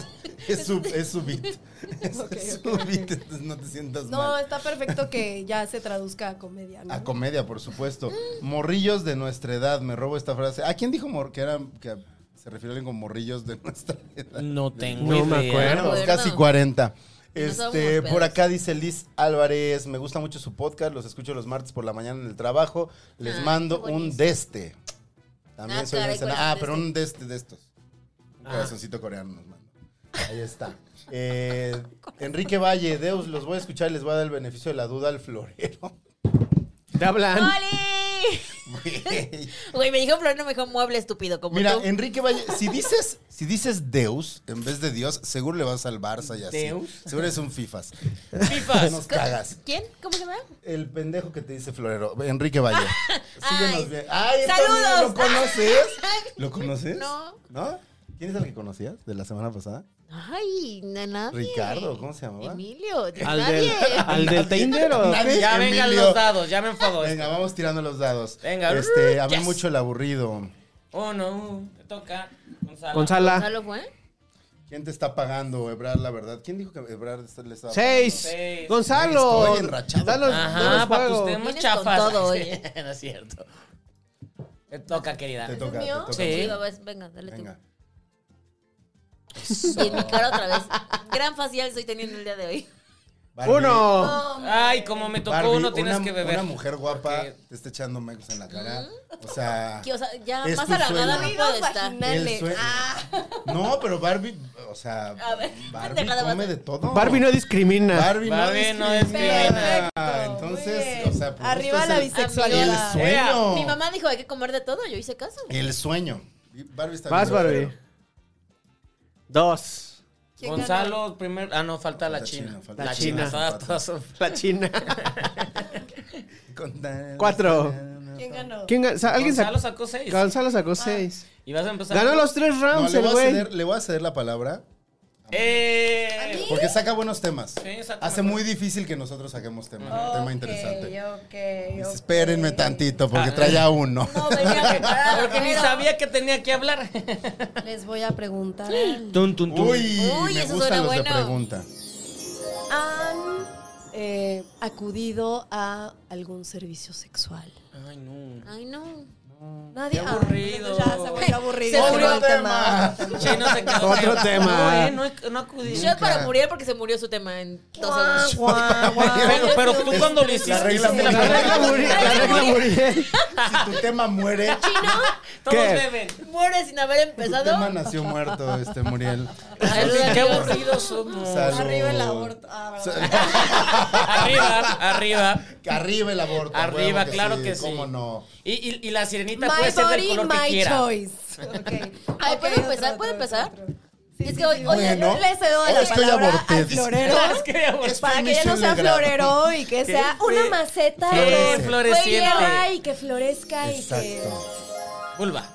Speaker 2: es, su, es su beat. Es,
Speaker 5: Ok,
Speaker 2: es
Speaker 5: ok,
Speaker 2: su
Speaker 5: ok.
Speaker 2: beat, entonces no te sientas
Speaker 5: No,
Speaker 2: mal.
Speaker 5: está perfecto que ya se traduzca a comedia. ¿no?
Speaker 2: A comedia, por supuesto. Morrillos de nuestra edad, me robo esta frase. ¿A quién dijo mor- que, era, que se refiere a alguien con morrillos de nuestra edad?
Speaker 1: No tengo
Speaker 4: No me
Speaker 1: idea.
Speaker 4: acuerdo.
Speaker 2: Éramos
Speaker 3: acuerdo.
Speaker 2: pues casi 40.
Speaker 3: Nos vamos,
Speaker 2: Este, por
Speaker 3: pedos.
Speaker 2: acá dice Liz Álvarez, me gusta mucho su podcast, los escucho los martes por la mañana en el trabajo, les
Speaker 3: Ah,
Speaker 2: mando
Speaker 3: qué
Speaker 2: un
Speaker 3: bonito.
Speaker 2: deste. También
Speaker 3: Ah,
Speaker 2: soy
Speaker 3: caray,
Speaker 2: venezolana.
Speaker 3: ¿cuál es
Speaker 2: Ah,
Speaker 3: el
Speaker 2: pero
Speaker 3: deste?
Speaker 2: un deste de estos. Un corazoncito coreano nos manda. Ahí está. Eh, Enrique Valle, Deus, los voy a escuchar y les voy a dar el beneficio de la duda al florero.
Speaker 4: Te hablan.
Speaker 3: ¡Oli!
Speaker 2: Güey.
Speaker 3: Güey, me dijo Flor, no me dijo mueble estúpido como
Speaker 2: Mira,
Speaker 3: tú.
Speaker 2: Enrique Valle, si dices, si dices Deus en vez de Dios, seguro le vas al Barça y así.
Speaker 1: Deus.
Speaker 2: Seguro es un FIFAs.
Speaker 1: Fifas.
Speaker 2: Nos cagas.
Speaker 3: ¿Quién? ¿Cómo se llama?
Speaker 2: El pendejo que te dice Florero, Enrique Valle. Síguenos
Speaker 3: Ay.
Speaker 2: bien. ¡Ay, este
Speaker 3: ¡Saludos!
Speaker 2: amigo, ¿Lo conoces? ¿Lo conoces?
Speaker 3: No.
Speaker 2: ¿No? ¿Quién es el que conocías de la semana pasada?
Speaker 3: Ay, na- nadie.
Speaker 2: Ricardo, ¿cómo se llamaba?
Speaker 3: Emilio, de
Speaker 4: ¿Al
Speaker 3: nadie.
Speaker 4: del, ¿Al del Tinder o
Speaker 2: Nadie.
Speaker 1: Ya
Speaker 2: Emilio.
Speaker 1: vengan los dados, ya me enfadó.
Speaker 2: Venga, vamos tirando los dados.
Speaker 1: Venga.
Speaker 2: Este, a mí
Speaker 1: Yes.
Speaker 2: mucho el aburrido.
Speaker 1: Oh, no. Te toca. Gonzalo.
Speaker 4: Gonzala.
Speaker 3: ¿Gonzalo fue?
Speaker 2: ¿Quién te está pagando, Ebrard, la verdad? ¿Quién dijo que Ebrard está- le estaba
Speaker 4: Seis.
Speaker 1: Seis.
Speaker 4: Gonzalo.
Speaker 2: Estoy enrachado.
Speaker 4: Danos,
Speaker 1: Ajá,
Speaker 4: danos
Speaker 1: para
Speaker 4: juego.
Speaker 1: usted más
Speaker 3: Vienes con
Speaker 1: chafas.
Speaker 3: todo,
Speaker 1: Sí,
Speaker 3: oye.
Speaker 1: no es cierto. Te toca, querida.
Speaker 2: Ah, Te toca, te
Speaker 5: mío?
Speaker 2: toca.
Speaker 1: Sí.
Speaker 3: Digo, ves, venga, dale
Speaker 2: Venga.
Speaker 3: tú. Y en mi cara otra vez. Gran facial estoy teniendo el día de hoy.
Speaker 2: Barbie.
Speaker 4: Uno.
Speaker 1: Ay, como me tocó
Speaker 2: Barbie,
Speaker 1: uno, tienes
Speaker 2: una,
Speaker 1: que beber. ¿Mm?
Speaker 2: Una mujer guapa
Speaker 1: Porque-
Speaker 2: te está echando mecos en la cara. O sea.
Speaker 3: Que, o sea, ya
Speaker 2: Es
Speaker 3: más
Speaker 2: tu
Speaker 3: halagada
Speaker 2: sueño.
Speaker 3: no puedo estar.
Speaker 2: el
Speaker 5: Vaginales.
Speaker 2: sueño. No, pero Barbie, o sea,
Speaker 3: ver,
Speaker 2: Barbie
Speaker 3: pendejada,
Speaker 2: come
Speaker 3: vas a-
Speaker 2: de todo.
Speaker 4: Barbie no discrimina.
Speaker 2: Barbie no
Speaker 1: Barbie no
Speaker 2: discrimina.
Speaker 1: discrimina.
Speaker 2: Entonces, o sea, por
Speaker 5: Arriba
Speaker 2: gusto
Speaker 5: la
Speaker 2: es
Speaker 5: bisexualidad.
Speaker 2: El sueño.
Speaker 3: Mi mamá dijo hay que comer de todo, yo hice caso.
Speaker 2: El sueño. Barbie está
Speaker 4: Vas,
Speaker 2: bien
Speaker 4: Barbie.
Speaker 2: grosero.
Speaker 4: Dos.
Speaker 5: Ah, ¿Quién ganó?
Speaker 1: Gonzalo, primero. Ah, no, falta la, china.
Speaker 2: falta
Speaker 1: la
Speaker 4: la
Speaker 1: china.
Speaker 4: china.
Speaker 1: Todas, todas son-
Speaker 4: La China.
Speaker 2: Con tal-
Speaker 4: Cuatro.
Speaker 5: ¿Quién ganó?
Speaker 4: ¿Quién gan- sa- ¿Alguien
Speaker 1: Gonzalo sacó
Speaker 4: sacó?
Speaker 1: seis.
Speaker 4: Gonzalo sacó seis.
Speaker 1: Y vas a empezar.
Speaker 4: Ganó
Speaker 1: tú.
Speaker 4: los tres
Speaker 2: No,
Speaker 4: rounds
Speaker 2: le
Speaker 4: el
Speaker 2: voy, a
Speaker 4: güey.
Speaker 2: ceder, le voy a ceder la palabra
Speaker 1: ¡Eh!
Speaker 2: porque saca buenos temas.
Speaker 1: Sí, saca
Speaker 2: Hace
Speaker 1: buenos.
Speaker 2: muy difícil que nosotros saquemos tema, tema interesante.
Speaker 5: Ok,
Speaker 2: Dice,
Speaker 5: ok,
Speaker 2: Espérenme
Speaker 5: ok.
Speaker 2: tantito
Speaker 1: Ah.
Speaker 2: porque traía uno.
Speaker 3: No, venía preparada,
Speaker 1: Porque ni
Speaker 3: pero-
Speaker 1: sabía que tenía que hablar.
Speaker 5: Les voy a preguntar.
Speaker 4: Tun, tun, tun.
Speaker 2: Uy,
Speaker 3: Uy,
Speaker 2: me
Speaker 3: eso
Speaker 2: gustan
Speaker 3: suena
Speaker 2: los de
Speaker 3: bueno.
Speaker 2: pregunta.
Speaker 5: ¿Han eh, acudido a algún servicio sexual?
Speaker 1: Ay, no.
Speaker 3: Ay, no.
Speaker 1: Qué
Speaker 5: Nadie. Ah,
Speaker 1: aburrido.
Speaker 5: entonces ya se volvió aburrido.
Speaker 3: Se
Speaker 5: volvió
Speaker 3: murió
Speaker 5: el tema.
Speaker 1: Chino se quedó.
Speaker 4: Otro
Speaker 1: callado.
Speaker 4: tema.
Speaker 1: No, eh, no, he- no acudí.
Speaker 3: Yo para morir porque se murió su tema en dos segundos.
Speaker 1: Guau, guau. Pero, pero tú cuando lo hiciste,
Speaker 2: La regla
Speaker 1: hiciste la
Speaker 2: Muriel.
Speaker 1: regla.
Speaker 4: La regla Muriel. La regla Muriel.
Speaker 2: Si tu tema muere,
Speaker 1: Todos
Speaker 4: ¿Qué?
Speaker 1: beben.
Speaker 3: Muere sin haber
Speaker 2: tu tema
Speaker 3: empezado.
Speaker 2: nació muerto, este Muriel.
Speaker 5: Ah,
Speaker 3: Saluda,
Speaker 1: Qué
Speaker 3: Dios.
Speaker 1: aburridos somos.
Speaker 2: Salud.
Speaker 5: Arriba el aborto. Ah, ¿verdad?
Speaker 1: Arriba, arriba.
Speaker 2: Que Arriba el aborto.
Speaker 1: Arriba,
Speaker 2: huevo
Speaker 1: claro que sí.
Speaker 2: ¿Cómo no?
Speaker 1: Y, y, y la sirenita puede
Speaker 5: My
Speaker 1: ser del
Speaker 5: body,
Speaker 1: color que
Speaker 5: my
Speaker 1: quiera.
Speaker 5: choice. Okay.
Speaker 3: Ay,
Speaker 5: Ok,
Speaker 3: ¿puedo
Speaker 5: otro,
Speaker 3: empezar?
Speaker 5: otro,
Speaker 3: ¿Puedo
Speaker 5: otro,
Speaker 3: empezar?
Speaker 5: otro.
Speaker 3: Es que hoy, hoy
Speaker 2: Bueno.
Speaker 3: hoy
Speaker 5: Le cedo la
Speaker 2: Hoy estoy
Speaker 5: palabra
Speaker 2: aborté.
Speaker 5: al florero.
Speaker 1: Es que aburrido.
Speaker 5: Para que ya no sea florero y que sea una
Speaker 1: fe-
Speaker 5: maceta
Speaker 1: qué
Speaker 5: con
Speaker 1: floreciente.
Speaker 5: hierba y que florezca y que...
Speaker 2: Exacto.
Speaker 1: Vulva.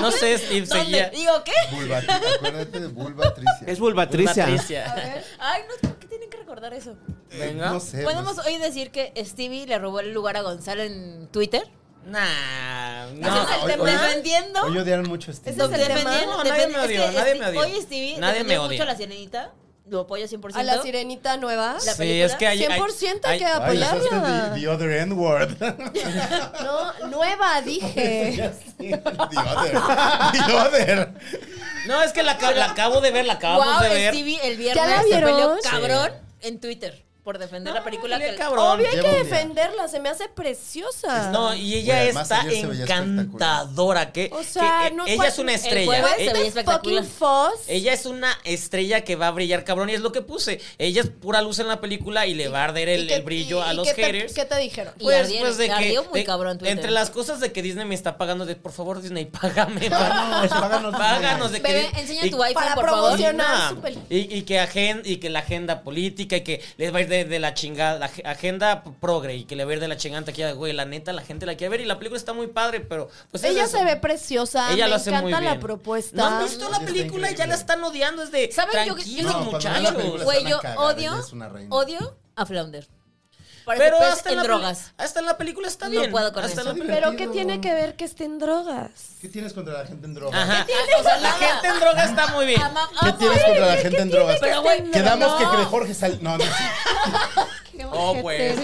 Speaker 1: no sé, Steve,
Speaker 3: ¿Dónde?
Speaker 1: seguía.
Speaker 3: Digo, ¿qué?
Speaker 2: Vulva, acuérdate de vulvatricia.
Speaker 4: Es Vulvatricia.
Speaker 1: Patricia.
Speaker 3: Ay, no, ¿por qué tienen que recordar eso?
Speaker 1: Venga.
Speaker 2: No sé.
Speaker 3: ¿Podemos
Speaker 2: no sé.
Speaker 3: hoy decir que Stevie le robó el lugar a Gonzalo en Twitter?
Speaker 1: Nah, no.
Speaker 3: Ese es el
Speaker 2: hoy-
Speaker 3: tema.
Speaker 2: hoy-
Speaker 3: defendiendo.
Speaker 2: Hoy odiaron mucho este.
Speaker 5: Ese es el tema.
Speaker 3: defendiendo-
Speaker 1: No, nadie me
Speaker 3: defendiendo-
Speaker 1: odió,
Speaker 3: es que
Speaker 1: nadie
Speaker 3: Stevie-
Speaker 1: me odió.
Speaker 3: Hoy Stevie
Speaker 1: Nadie
Speaker 3: defendió
Speaker 1: me odia.
Speaker 3: mucho a la sirenita. Lo apoyo 100%.
Speaker 5: A la sirenita nueva.
Speaker 3: La
Speaker 1: Sí,
Speaker 3: película,
Speaker 1: es que hay. hay-
Speaker 5: 100%
Speaker 1: hay-
Speaker 5: que apoyarla.
Speaker 2: the, the other end word.
Speaker 5: No, nueva, dije.
Speaker 2: the other. The other.
Speaker 1: No, es que la, ca- la acabo de ver, la acabamos
Speaker 3: Wow,
Speaker 1: de ver.
Speaker 3: Stevie el viernes
Speaker 5: ¿Ya la
Speaker 3: se peleó
Speaker 5: vieron?
Speaker 3: cabrón en Twitter por defender la película.
Speaker 1: Qué
Speaker 3: que-
Speaker 1: cabrón.
Speaker 5: Obvio hay
Speaker 2: Lleva
Speaker 5: que
Speaker 2: un día.
Speaker 5: defenderla, se me hace preciosa.
Speaker 1: No, y ella
Speaker 2: Güey, además
Speaker 1: está
Speaker 2: ayer se veía
Speaker 1: encantadora. Que,
Speaker 5: O sea,
Speaker 1: que, eh,
Speaker 5: no-
Speaker 1: ella es una
Speaker 5: el
Speaker 1: estrella.
Speaker 3: jueves
Speaker 1: Eh,
Speaker 3: se
Speaker 5: Este
Speaker 3: veía
Speaker 5: es fucking
Speaker 3: espectacular.
Speaker 5: Foss.
Speaker 1: Ella es una estrella que va a brillar cabrón y es lo que puse. Ella es pura luz en la película y le va a arder
Speaker 5: ¿Y
Speaker 1: el,
Speaker 5: qué-
Speaker 1: el brillo
Speaker 5: y-
Speaker 1: a
Speaker 5: y
Speaker 1: los
Speaker 5: qué te-
Speaker 1: haters. Pues,
Speaker 5: ¿Qué te dijeron?
Speaker 3: Y ardieron, ardió muy cabrón Twitter.
Speaker 1: entre las cosas de que Disney me está pagando, de por favor Disney, págame.
Speaker 2: Páganos, páganos,
Speaker 1: páganos de que
Speaker 3: Bebé, enseña
Speaker 1: y- Oh,
Speaker 3: tu iPhone,
Speaker 5: para
Speaker 3: por favor.
Speaker 5: promocionar
Speaker 1: Nah,
Speaker 5: su película.
Speaker 1: y, y que agen- y que la agenda política y que les va a ir de, de la chingada, la ag- agenda progre y que le va a ir de la chingada taquilla, güey, la neta, la gente la quiere ver y la película está muy padre, pero pues es
Speaker 5: Ella
Speaker 1: eso.
Speaker 5: se ve
Speaker 3: Ah,
Speaker 5: preciosa.
Speaker 1: Ella
Speaker 5: me
Speaker 1: lo hace
Speaker 5: encanta
Speaker 1: muy bien.
Speaker 5: la propuesta.
Speaker 1: No han visto la
Speaker 2: Sí, está
Speaker 1: película y ya
Speaker 2: increíble.
Speaker 1: la están odiando. Es de.
Speaker 3: ¿Saben? Yo- Pues,
Speaker 1: Tranquilos,
Speaker 3: yo-
Speaker 2: No, cuando vean la película
Speaker 1: muchachos.
Speaker 3: Güey,
Speaker 2: van a
Speaker 3: yo
Speaker 2: cagar,
Speaker 3: odio,
Speaker 2: ella es una reina.
Speaker 3: odio a Flounder. Parece
Speaker 1: Pero
Speaker 3: pez
Speaker 1: hasta
Speaker 3: pues, en
Speaker 1: la peli-
Speaker 3: drogas.
Speaker 1: Hasta en la película está
Speaker 3: No
Speaker 1: bien.
Speaker 3: puedo con
Speaker 1: hasta
Speaker 3: eso.
Speaker 1: en la peli-
Speaker 5: Pero ¿qué
Speaker 2: Divertido.
Speaker 5: tiene que ver que estén drogas?
Speaker 2: ¿Qué tienes contra la gente en droga?
Speaker 1: Ajá.
Speaker 3: tiene?
Speaker 1: O sea, la gente en droga está muy bien.
Speaker 3: Ama-
Speaker 5: Ah,
Speaker 2: ¿Qué
Speaker 3: amo
Speaker 2: tienes
Speaker 3: a-
Speaker 2: contra la gente en drogas?
Speaker 3: Pero, güey,
Speaker 2: Quedamos
Speaker 3: no.
Speaker 2: que cree Jorge Sal... No, no. sí.
Speaker 1: Oh, pues.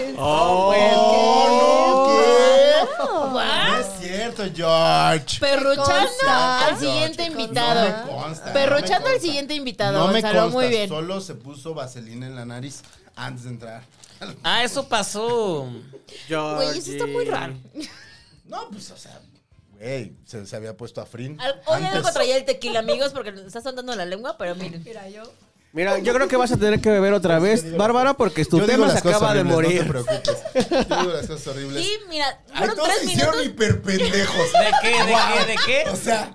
Speaker 2: Oh, no, ¿qué?
Speaker 3: Guau.
Speaker 2: No es cierto, George.
Speaker 3: Perruchando
Speaker 5: consta,
Speaker 3: al
Speaker 2: George,
Speaker 3: siguiente
Speaker 2: no me
Speaker 3: invitado.
Speaker 2: consta, no me
Speaker 3: Perruchando
Speaker 2: consta.
Speaker 3: al siguiente invitado,
Speaker 2: No me
Speaker 3: Gonzalo,
Speaker 2: consta,
Speaker 3: muy bien.
Speaker 2: solo se puso vaselina en la nariz antes de entrar.
Speaker 1: Ah, eso pasó.
Speaker 3: Güey, eso está muy raro.
Speaker 2: No, pues, o sea, güey, se, se había puesto a Frin
Speaker 3: Al- Hoy algo
Speaker 2: antes.
Speaker 3: traía el tequila, amigos, porque nos está soltando la lengua, pero miren.
Speaker 4: Mira, yo creo que vas a tener que beber otra vez, Bárbara, porque tu
Speaker 2: Yo digo
Speaker 4: tema
Speaker 2: las
Speaker 4: se
Speaker 2: cosas
Speaker 4: acaba de
Speaker 2: horribles,
Speaker 4: morir.
Speaker 2: No te preocupes. Yo digo las cosas horribles.
Speaker 3: Y mira,
Speaker 2: Ay,
Speaker 3: fueron
Speaker 2: todos
Speaker 3: tres
Speaker 2: se hicieron
Speaker 3: minutos.
Speaker 2: hiperpendejos.
Speaker 1: ¿De qué? ¿De qué? ¿De qué?
Speaker 2: O sea,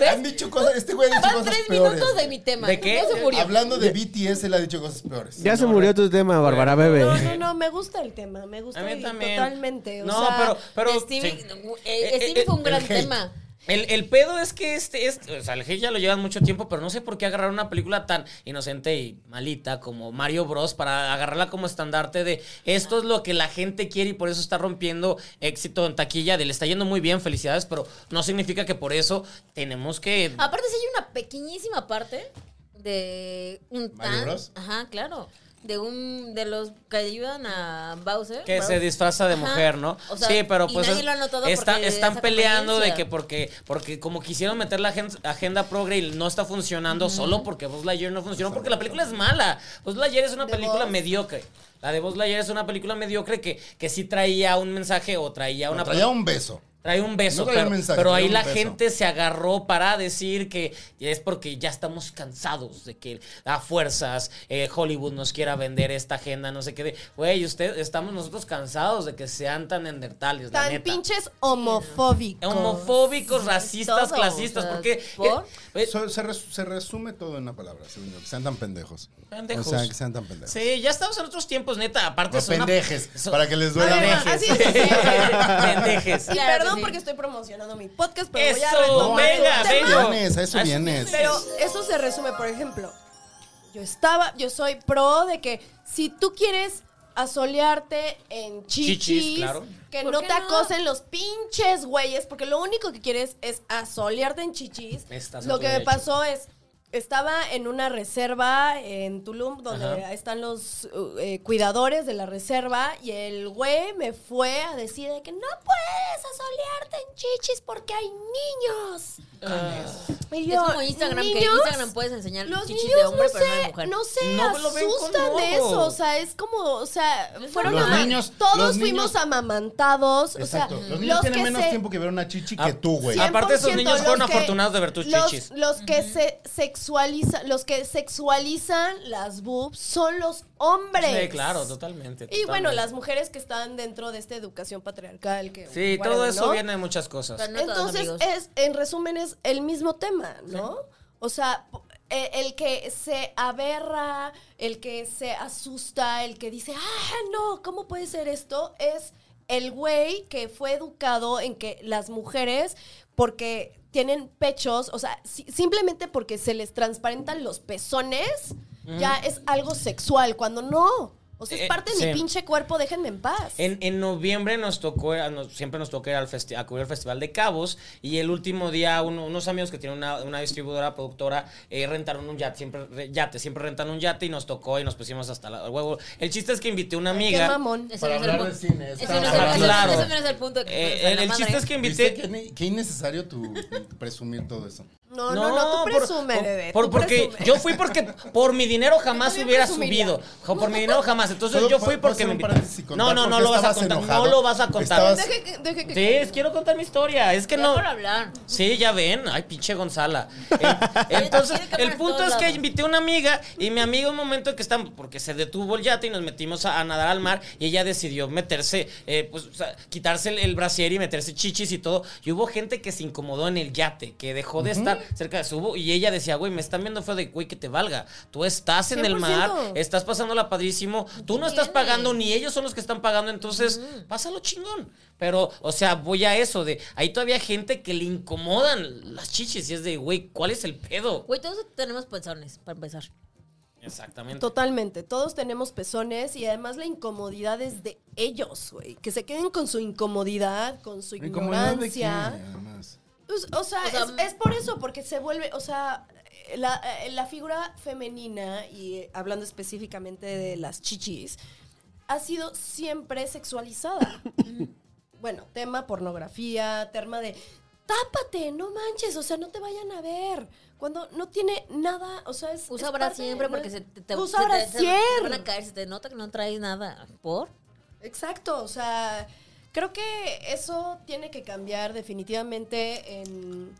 Speaker 3: ¿Ves?
Speaker 2: han dicho cosas. Este güey ha dicho
Speaker 3: Van
Speaker 2: cosas
Speaker 3: tres
Speaker 2: peores.
Speaker 3: minutos de mi tema.
Speaker 1: ¿De qué?
Speaker 3: Ya se murió.
Speaker 2: Hablando de BTS, él ha dicho cosas peores.
Speaker 4: Ya se murió tu tema, Bárbara,
Speaker 5: No,
Speaker 4: bebe.
Speaker 5: no, no, me gusta el tema, me gusta
Speaker 1: A mí
Speaker 5: el-
Speaker 1: también.
Speaker 5: totalmente. o
Speaker 1: No,
Speaker 5: sea,
Speaker 1: pero. pues, pero
Speaker 3: Stevie,
Speaker 1: sí.
Speaker 3: eh,
Speaker 1: Eh,
Speaker 3: Stevie
Speaker 1: eh,
Speaker 3: fue un
Speaker 1: el
Speaker 3: gran
Speaker 2: hate.
Speaker 3: tema.
Speaker 1: El, el pedo es que este, este- o sea, el hate ya lo llevan mucho tiempo, pero no sé por qué agarrar una película tan inocente y malita como Mario Bros. para agarrarla como estandarte de esto es lo que la gente quiere y por eso está rompiendo éxito en taquilla, de le está yendo muy bien, felicidades, pero no significa que por eso tenemos que...
Speaker 3: Aparte, sí hay una pequeñísima parte de un
Speaker 2: ¿Mario
Speaker 3: tan.
Speaker 2: Bros?
Speaker 3: Ajá, claro. De un de los que ayudan a Bowser.
Speaker 1: Que
Speaker 3: Bowser.
Speaker 1: se disfraza de
Speaker 3: Ajá.
Speaker 1: mujer, ¿no?
Speaker 3: O sea,
Speaker 1: sí, pero
Speaker 3: y
Speaker 1: pues
Speaker 3: nadie
Speaker 1: es-
Speaker 3: lo ha notado
Speaker 1: está-
Speaker 3: porque
Speaker 1: están
Speaker 3: esa
Speaker 1: peleando de
Speaker 3: conveniencia.
Speaker 1: que porque porque como quisieron meter la agen- agenda progre y no está funcionando solo porque Buzz Lightyear no funcionó porque la película es mala. Buzz Lightyear es una película mediocre. La de Buzz Lightyear es una película mediocre que, que sí traía un mensaje o traía una
Speaker 2: No, traía un beso.
Speaker 1: Trae un beso,
Speaker 2: No trae
Speaker 1: pero,
Speaker 2: un mensaje,
Speaker 1: pero
Speaker 2: trae
Speaker 1: ahí
Speaker 2: un
Speaker 1: la
Speaker 2: beso.
Speaker 1: gente se agarró para decir que es porque ya estamos cansados de que a fuerzas eh, Hollywood nos quiera vender esta agenda, no sé qué. de- Güey, usted, estamos nosotros cansados de que sean tan endertales, la
Speaker 5: Tan
Speaker 1: neta.
Speaker 5: pinches homofóbicos.
Speaker 1: Homofóbicos, racistas,
Speaker 3: todo,
Speaker 1: clasistas,
Speaker 3: o sea,
Speaker 1: porque...
Speaker 3: ¿por?
Speaker 1: eh, eh,
Speaker 2: So- se, res- se resume todo en una palabra, según yo. Que sean tan pendejos.
Speaker 1: Pendejos.
Speaker 2: O sea, que sean tan pendejos.
Speaker 1: Sí, ya estamos en otros tiempos, neta. Aparte
Speaker 2: No
Speaker 1: son una-
Speaker 2: pendejes,
Speaker 1: son-
Speaker 2: para que les duela
Speaker 5: Además,
Speaker 2: más.
Speaker 5: así es, así es.
Speaker 1: Pendejes.
Speaker 5: Y
Speaker 3: Claro que
Speaker 5: perdón
Speaker 3: sí.
Speaker 5: porque estoy promocionando mi podcast, pero voy a
Speaker 1: Eso,
Speaker 5: retomar el
Speaker 1: venga,
Speaker 5: tema.
Speaker 1: venga.
Speaker 2: Vienes, a eso vienes.
Speaker 5: Pero eso se resume, por ejemplo, yo estaba, yo soy pro de que si tú quieres asolearte en chichis,
Speaker 1: Chichis, claro.
Speaker 5: que
Speaker 3: ¿Por
Speaker 5: no
Speaker 3: qué
Speaker 5: te
Speaker 3: no?
Speaker 5: acosen los pinches güeyes, porque lo único que quieres es asolearte en chichis.
Speaker 1: Estás en
Speaker 5: lo
Speaker 1: tu
Speaker 5: que me
Speaker 1: derecho.
Speaker 5: pasó es, estaba en una reserva en Tulum, donde
Speaker 1: Ajá.
Speaker 5: están los uh, eh, cuidadores de la reserva, y el güey me fue a decir de que no puedes asolearte en chichis porque hay niños.
Speaker 1: Ah.
Speaker 5: Y
Speaker 3: Es
Speaker 5: yo,
Speaker 3: como Instagram, que en
Speaker 5: niños,
Speaker 3: Instagram puedes enseñar
Speaker 5: los
Speaker 3: chichis
Speaker 5: niños
Speaker 3: de hombre,
Speaker 5: no
Speaker 3: pero no de
Speaker 5: sé,
Speaker 3: mujer.
Speaker 5: no se
Speaker 1: No lo ven con
Speaker 5: asustan de
Speaker 1: morbo.
Speaker 5: eso, o sea, es como, o sea,
Speaker 3: Es
Speaker 5: fueron
Speaker 2: normal. Los
Speaker 5: ama-
Speaker 2: niños-
Speaker 5: todos
Speaker 2: los
Speaker 5: fuimos
Speaker 2: niños-
Speaker 5: amamantados,
Speaker 2: Exacto.
Speaker 5: o sea,
Speaker 2: los niños tienen
Speaker 5: que
Speaker 2: menos
Speaker 5: se-
Speaker 2: tiempo que ver una chichi
Speaker 1: Ah,
Speaker 2: que tú, güey.
Speaker 5: 100%,
Speaker 1: Aparte, esos niños fueron
Speaker 5: los que-
Speaker 1: afortunados de ver tus
Speaker 5: los,
Speaker 1: chichis.
Speaker 5: Los que se sexualizan, los que sexualizan las boobs son los hombres.
Speaker 1: Sí, claro, totalmente.
Speaker 5: Y bueno,
Speaker 1: totalmente.
Speaker 5: las mujeres que están dentro de esta educación patriarcal que
Speaker 1: Sí,
Speaker 5: whatever,
Speaker 1: todo eso
Speaker 5: ¿no?
Speaker 1: viene de muchas cosas.
Speaker 3: Pero no todos,
Speaker 5: Entonces, eh,
Speaker 3: amigos.
Speaker 5: es, en resumen, es el mismo tema, ¿no? O sea, po- eh, el que se aberra, el que se asusta, el que dice, ah, no, ¿cómo puede ser esto? Es el güey que fue educado en que las mujeres, porque tienen pechos, o sea, si- simplemente porque se les transparentan los pezones, ya es algo sexual, cuando no. O sea,
Speaker 1: Eh,
Speaker 5: es parte de
Speaker 1: sí.
Speaker 5: mi pinche cuerpo, déjenme en paz.
Speaker 1: En, en noviembre nos tocó, a nos- siempre nos toca ir al festi- acudir al Festival de Cabos y el último día uno- unos amigos que tienen una, una distribuidora, productora, eh, rentaron un yate, siempre re- yate, siempre rentan un yate y nos tocó y nos pusimos hasta la- el huevo. El chiste es que invité una
Speaker 5: Ay, qué
Speaker 1: amiga.
Speaker 5: mamón.
Speaker 3: Ese
Speaker 2: Para
Speaker 3: no es el
Speaker 2: hablar de
Speaker 3: punto.
Speaker 2: cine,
Speaker 3: Ese
Speaker 2: está-
Speaker 3: no es el-
Speaker 1: Ajá,
Speaker 3: ese-
Speaker 1: claro.
Speaker 3: ese no es el punto. que-
Speaker 1: Eh,
Speaker 3: o sea,
Speaker 1: el
Speaker 3: la
Speaker 1: el
Speaker 3: madre.
Speaker 1: chiste es que invité...
Speaker 2: ¿Viste qué, ni- qué innecesario tu presumir todo eso?
Speaker 5: No, no, no, tú
Speaker 1: por-
Speaker 5: presume,
Speaker 1: por-
Speaker 5: bebé.
Speaker 1: por-
Speaker 5: tú
Speaker 1: porque
Speaker 5: presume.
Speaker 1: yo fui porque por mi dinero jamás
Speaker 5: también
Speaker 1: hubiera
Speaker 5: presumiría.
Speaker 1: subido. Jo, Por mi dinero jamás. Entonces
Speaker 2: Solo
Speaker 1: yo
Speaker 2: pu-
Speaker 1: fui
Speaker 2: puedo
Speaker 1: porque
Speaker 2: hacer
Speaker 1: me
Speaker 2: un
Speaker 1: invi-
Speaker 2: paréntesis y contar
Speaker 1: No, no,
Speaker 2: por
Speaker 1: no
Speaker 2: qué
Speaker 1: lo vas a
Speaker 2: estabas
Speaker 1: contar.
Speaker 2: enojado.
Speaker 1: No lo vas a contar.
Speaker 2: Estabas-
Speaker 5: Deje que- deje que-
Speaker 1: Sí, es- quiero contar mi historia. Es que
Speaker 3: Ya
Speaker 1: no.
Speaker 3: por hablar.
Speaker 1: Sí, ya ven. Ay, pinche Gonzala. Eh, Entonces,
Speaker 3: Tiene cámaras
Speaker 1: el punto
Speaker 3: todos
Speaker 1: es que
Speaker 3: lados.
Speaker 1: invité a una amiga y mi amiga un momento que están, porque se detuvo el yate y nos metimos a, a nadar al mar y ella decidió meterse, eh, pues, o sea, quitarse el, el brasier y meterse chichis y todo. Y hubo gente que se incomodó en el yate, que dejó de estar, cerca de Subo y ella decía, güey, me están viendo feo de, güey, que te valga. Tú estás en el mar,
Speaker 5: 100%.
Speaker 1: estás pasándola padrísimo, tú no estás
Speaker 3: tienes?
Speaker 1: pagando ni ellos son los que están pagando, entonces pásalo chingón. Pero, o sea, voy a eso de, hay todavía gente que le incomodan las chichis y es de, güey, ¿cuál es el pedo?
Speaker 3: Güey, todos tenemos pezones, para empezar.
Speaker 1: Exactamente.
Speaker 5: Totalmente, todos tenemos pezones y además la incomodidad es de ellos, güey. Que se queden con su incomodidad, con su
Speaker 2: ¿Incomodidad de quién,
Speaker 5: ignorancia.
Speaker 2: además?
Speaker 5: Pues, o sea,
Speaker 3: O sea,
Speaker 5: es, es por eso, porque se vuelve, o sea, la, eh, la figura femenina, y eh, hablando específicamente de las chichis, ha sido siempre sexualizada. bueno, tema pornografía, tema de tápate, no manches, o sea, no te vayan a ver. Cuando no tiene nada, o sea, es.
Speaker 3: Usa
Speaker 5: es
Speaker 3: bra
Speaker 5: parte-
Speaker 3: siempre
Speaker 5: no
Speaker 3: porque
Speaker 5: es-
Speaker 3: se te, te-
Speaker 5: Usa
Speaker 3: se te- se
Speaker 5: brasier.
Speaker 3: te van a caer, se te nota que no traes nada. ¿Por?
Speaker 5: Exacto, o sea, creo que eso tiene que cambiar definitivamente en...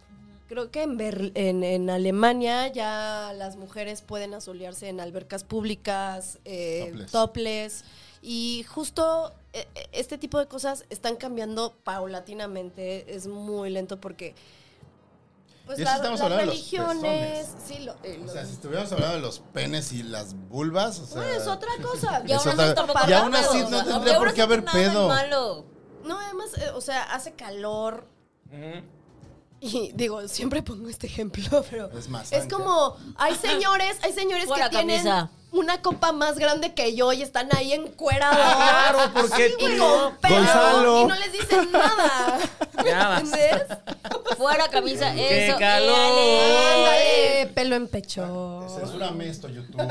Speaker 5: Creo que en, Berl- en, en Alemania ya las mujeres pueden asolearse en albercas públicas, eh,
Speaker 2: Topless.
Speaker 5: topless, y justo eh, eh, este tipo de cosas están cambiando paulatinamente, es muy lento porque... Pues
Speaker 2: Y eso
Speaker 5: la-
Speaker 2: estamos
Speaker 5: las
Speaker 2: hablando de los
Speaker 5: religiones, sí, lo, eh,
Speaker 2: O
Speaker 5: los-
Speaker 2: sea, si estuviéramos hablando de los penes y las vulvas, o sea...
Speaker 5: Bueno, es otra cosa.
Speaker 2: Ya
Speaker 5: ya
Speaker 2: Es
Speaker 5: ahora
Speaker 2: otra-
Speaker 5: no es tampoco
Speaker 2: y
Speaker 5: tan
Speaker 2: aún así
Speaker 5: malo,
Speaker 2: no
Speaker 5: o sea,
Speaker 2: tendría
Speaker 5: ahora
Speaker 2: por
Speaker 3: no
Speaker 2: qué haber
Speaker 3: tiene nada de
Speaker 2: pedo.
Speaker 3: malo.
Speaker 5: No, además, eh, o sea, hace calor. Y digo, siempre pongo este ejemplo, pero.
Speaker 2: Es más
Speaker 5: Es
Speaker 2: sangre.
Speaker 5: como, hay señores, hay señores
Speaker 3: Fuera
Speaker 5: que tienen
Speaker 3: camisa.
Speaker 5: una copa más grande que yo y están ahí encuerados.
Speaker 1: Ah, Claro, porque
Speaker 5: Y
Speaker 1: no.
Speaker 5: con pelo,
Speaker 4: Gonzalo.
Speaker 5: Y no les dicen nada.
Speaker 1: Ya vas.
Speaker 5: ¿Entendés?
Speaker 3: Fuera camisa,
Speaker 1: ¡Qué
Speaker 3: eso.
Speaker 1: calor!
Speaker 5: Ándale, pelo en pecho.
Speaker 2: Censúrame esto, YouTube.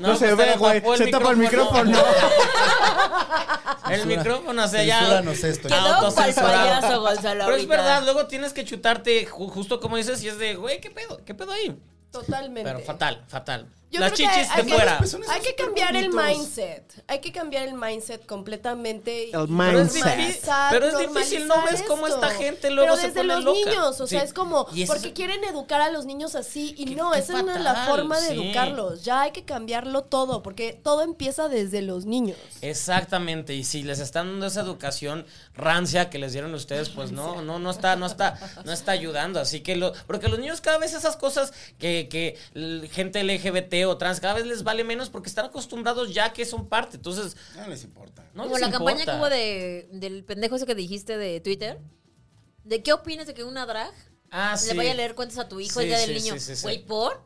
Speaker 4: No se ve, güey,
Speaker 1: tapó
Speaker 4: se tapa el micrófono.
Speaker 1: El micrófono, o sea, ya.
Speaker 2: Censúranos esto.
Speaker 3: Quedó cual
Speaker 1: autocensurado.
Speaker 3: payaso, Gonzalo,
Speaker 1: Pero es
Speaker 3: ahorita.
Speaker 1: verdad, luego tienes que chutarte, ju- justo como dices, y es de, güey, ¿qué pedo? ¿Qué pedo ahí?
Speaker 5: Totalmente.
Speaker 1: Pero fatal, fatal.
Speaker 5: Yo
Speaker 1: Las
Speaker 5: creo que
Speaker 1: chichis
Speaker 5: hay
Speaker 1: de
Speaker 5: que-
Speaker 1: fuera.
Speaker 2: Pues son esos
Speaker 5: Hay que
Speaker 2: súper
Speaker 5: cambiar el
Speaker 2: bonitos.
Speaker 5: mindset. Hay que cambiar el mindset completamente. y-
Speaker 4: El
Speaker 1: Pero es,
Speaker 4: mindset.
Speaker 1: difícil, pero es difícil, no
Speaker 5: normalizar
Speaker 1: ves cómo
Speaker 5: esto.
Speaker 1: esta gente luego
Speaker 5: Pero
Speaker 1: se
Speaker 5: desde
Speaker 1: pone
Speaker 5: los
Speaker 1: loca.
Speaker 5: niños, o sea,
Speaker 1: Sí.
Speaker 5: es como,
Speaker 1: Y eso es-
Speaker 5: porque quieren educar a los niños así y
Speaker 1: Qué-
Speaker 5: no,
Speaker 1: qué
Speaker 5: esa no es la
Speaker 1: fatal,
Speaker 5: forma de
Speaker 1: sí.
Speaker 5: educarlos. Ya hay que cambiarlo todo, porque todo empieza desde los niños.
Speaker 1: Exactamente, y si les están dando esa educación rancia que les dieron ustedes, pues no, no, no está, no está, no está ayudando. Así que lo, porque los niños cada vez esas cosas que, que l- gente LGBT o trans, cada vez les vale menos porque están acostumbrados ya que son parte. Entonces,
Speaker 2: No les importa.
Speaker 1: no
Speaker 3: Como
Speaker 1: les
Speaker 3: la campaña
Speaker 1: importa.
Speaker 3: que hubo de, del pendejo ese que dijiste de Twitter. ¿De qué opinas de que una drag
Speaker 1: Ah,
Speaker 3: le
Speaker 1: sí.
Speaker 3: vaya a leer cuentos a tu hijo el
Speaker 1: Sí,
Speaker 3: día
Speaker 1: sí,
Speaker 3: del niño?
Speaker 1: sí, sí, sí.
Speaker 3: Güey, ¿por?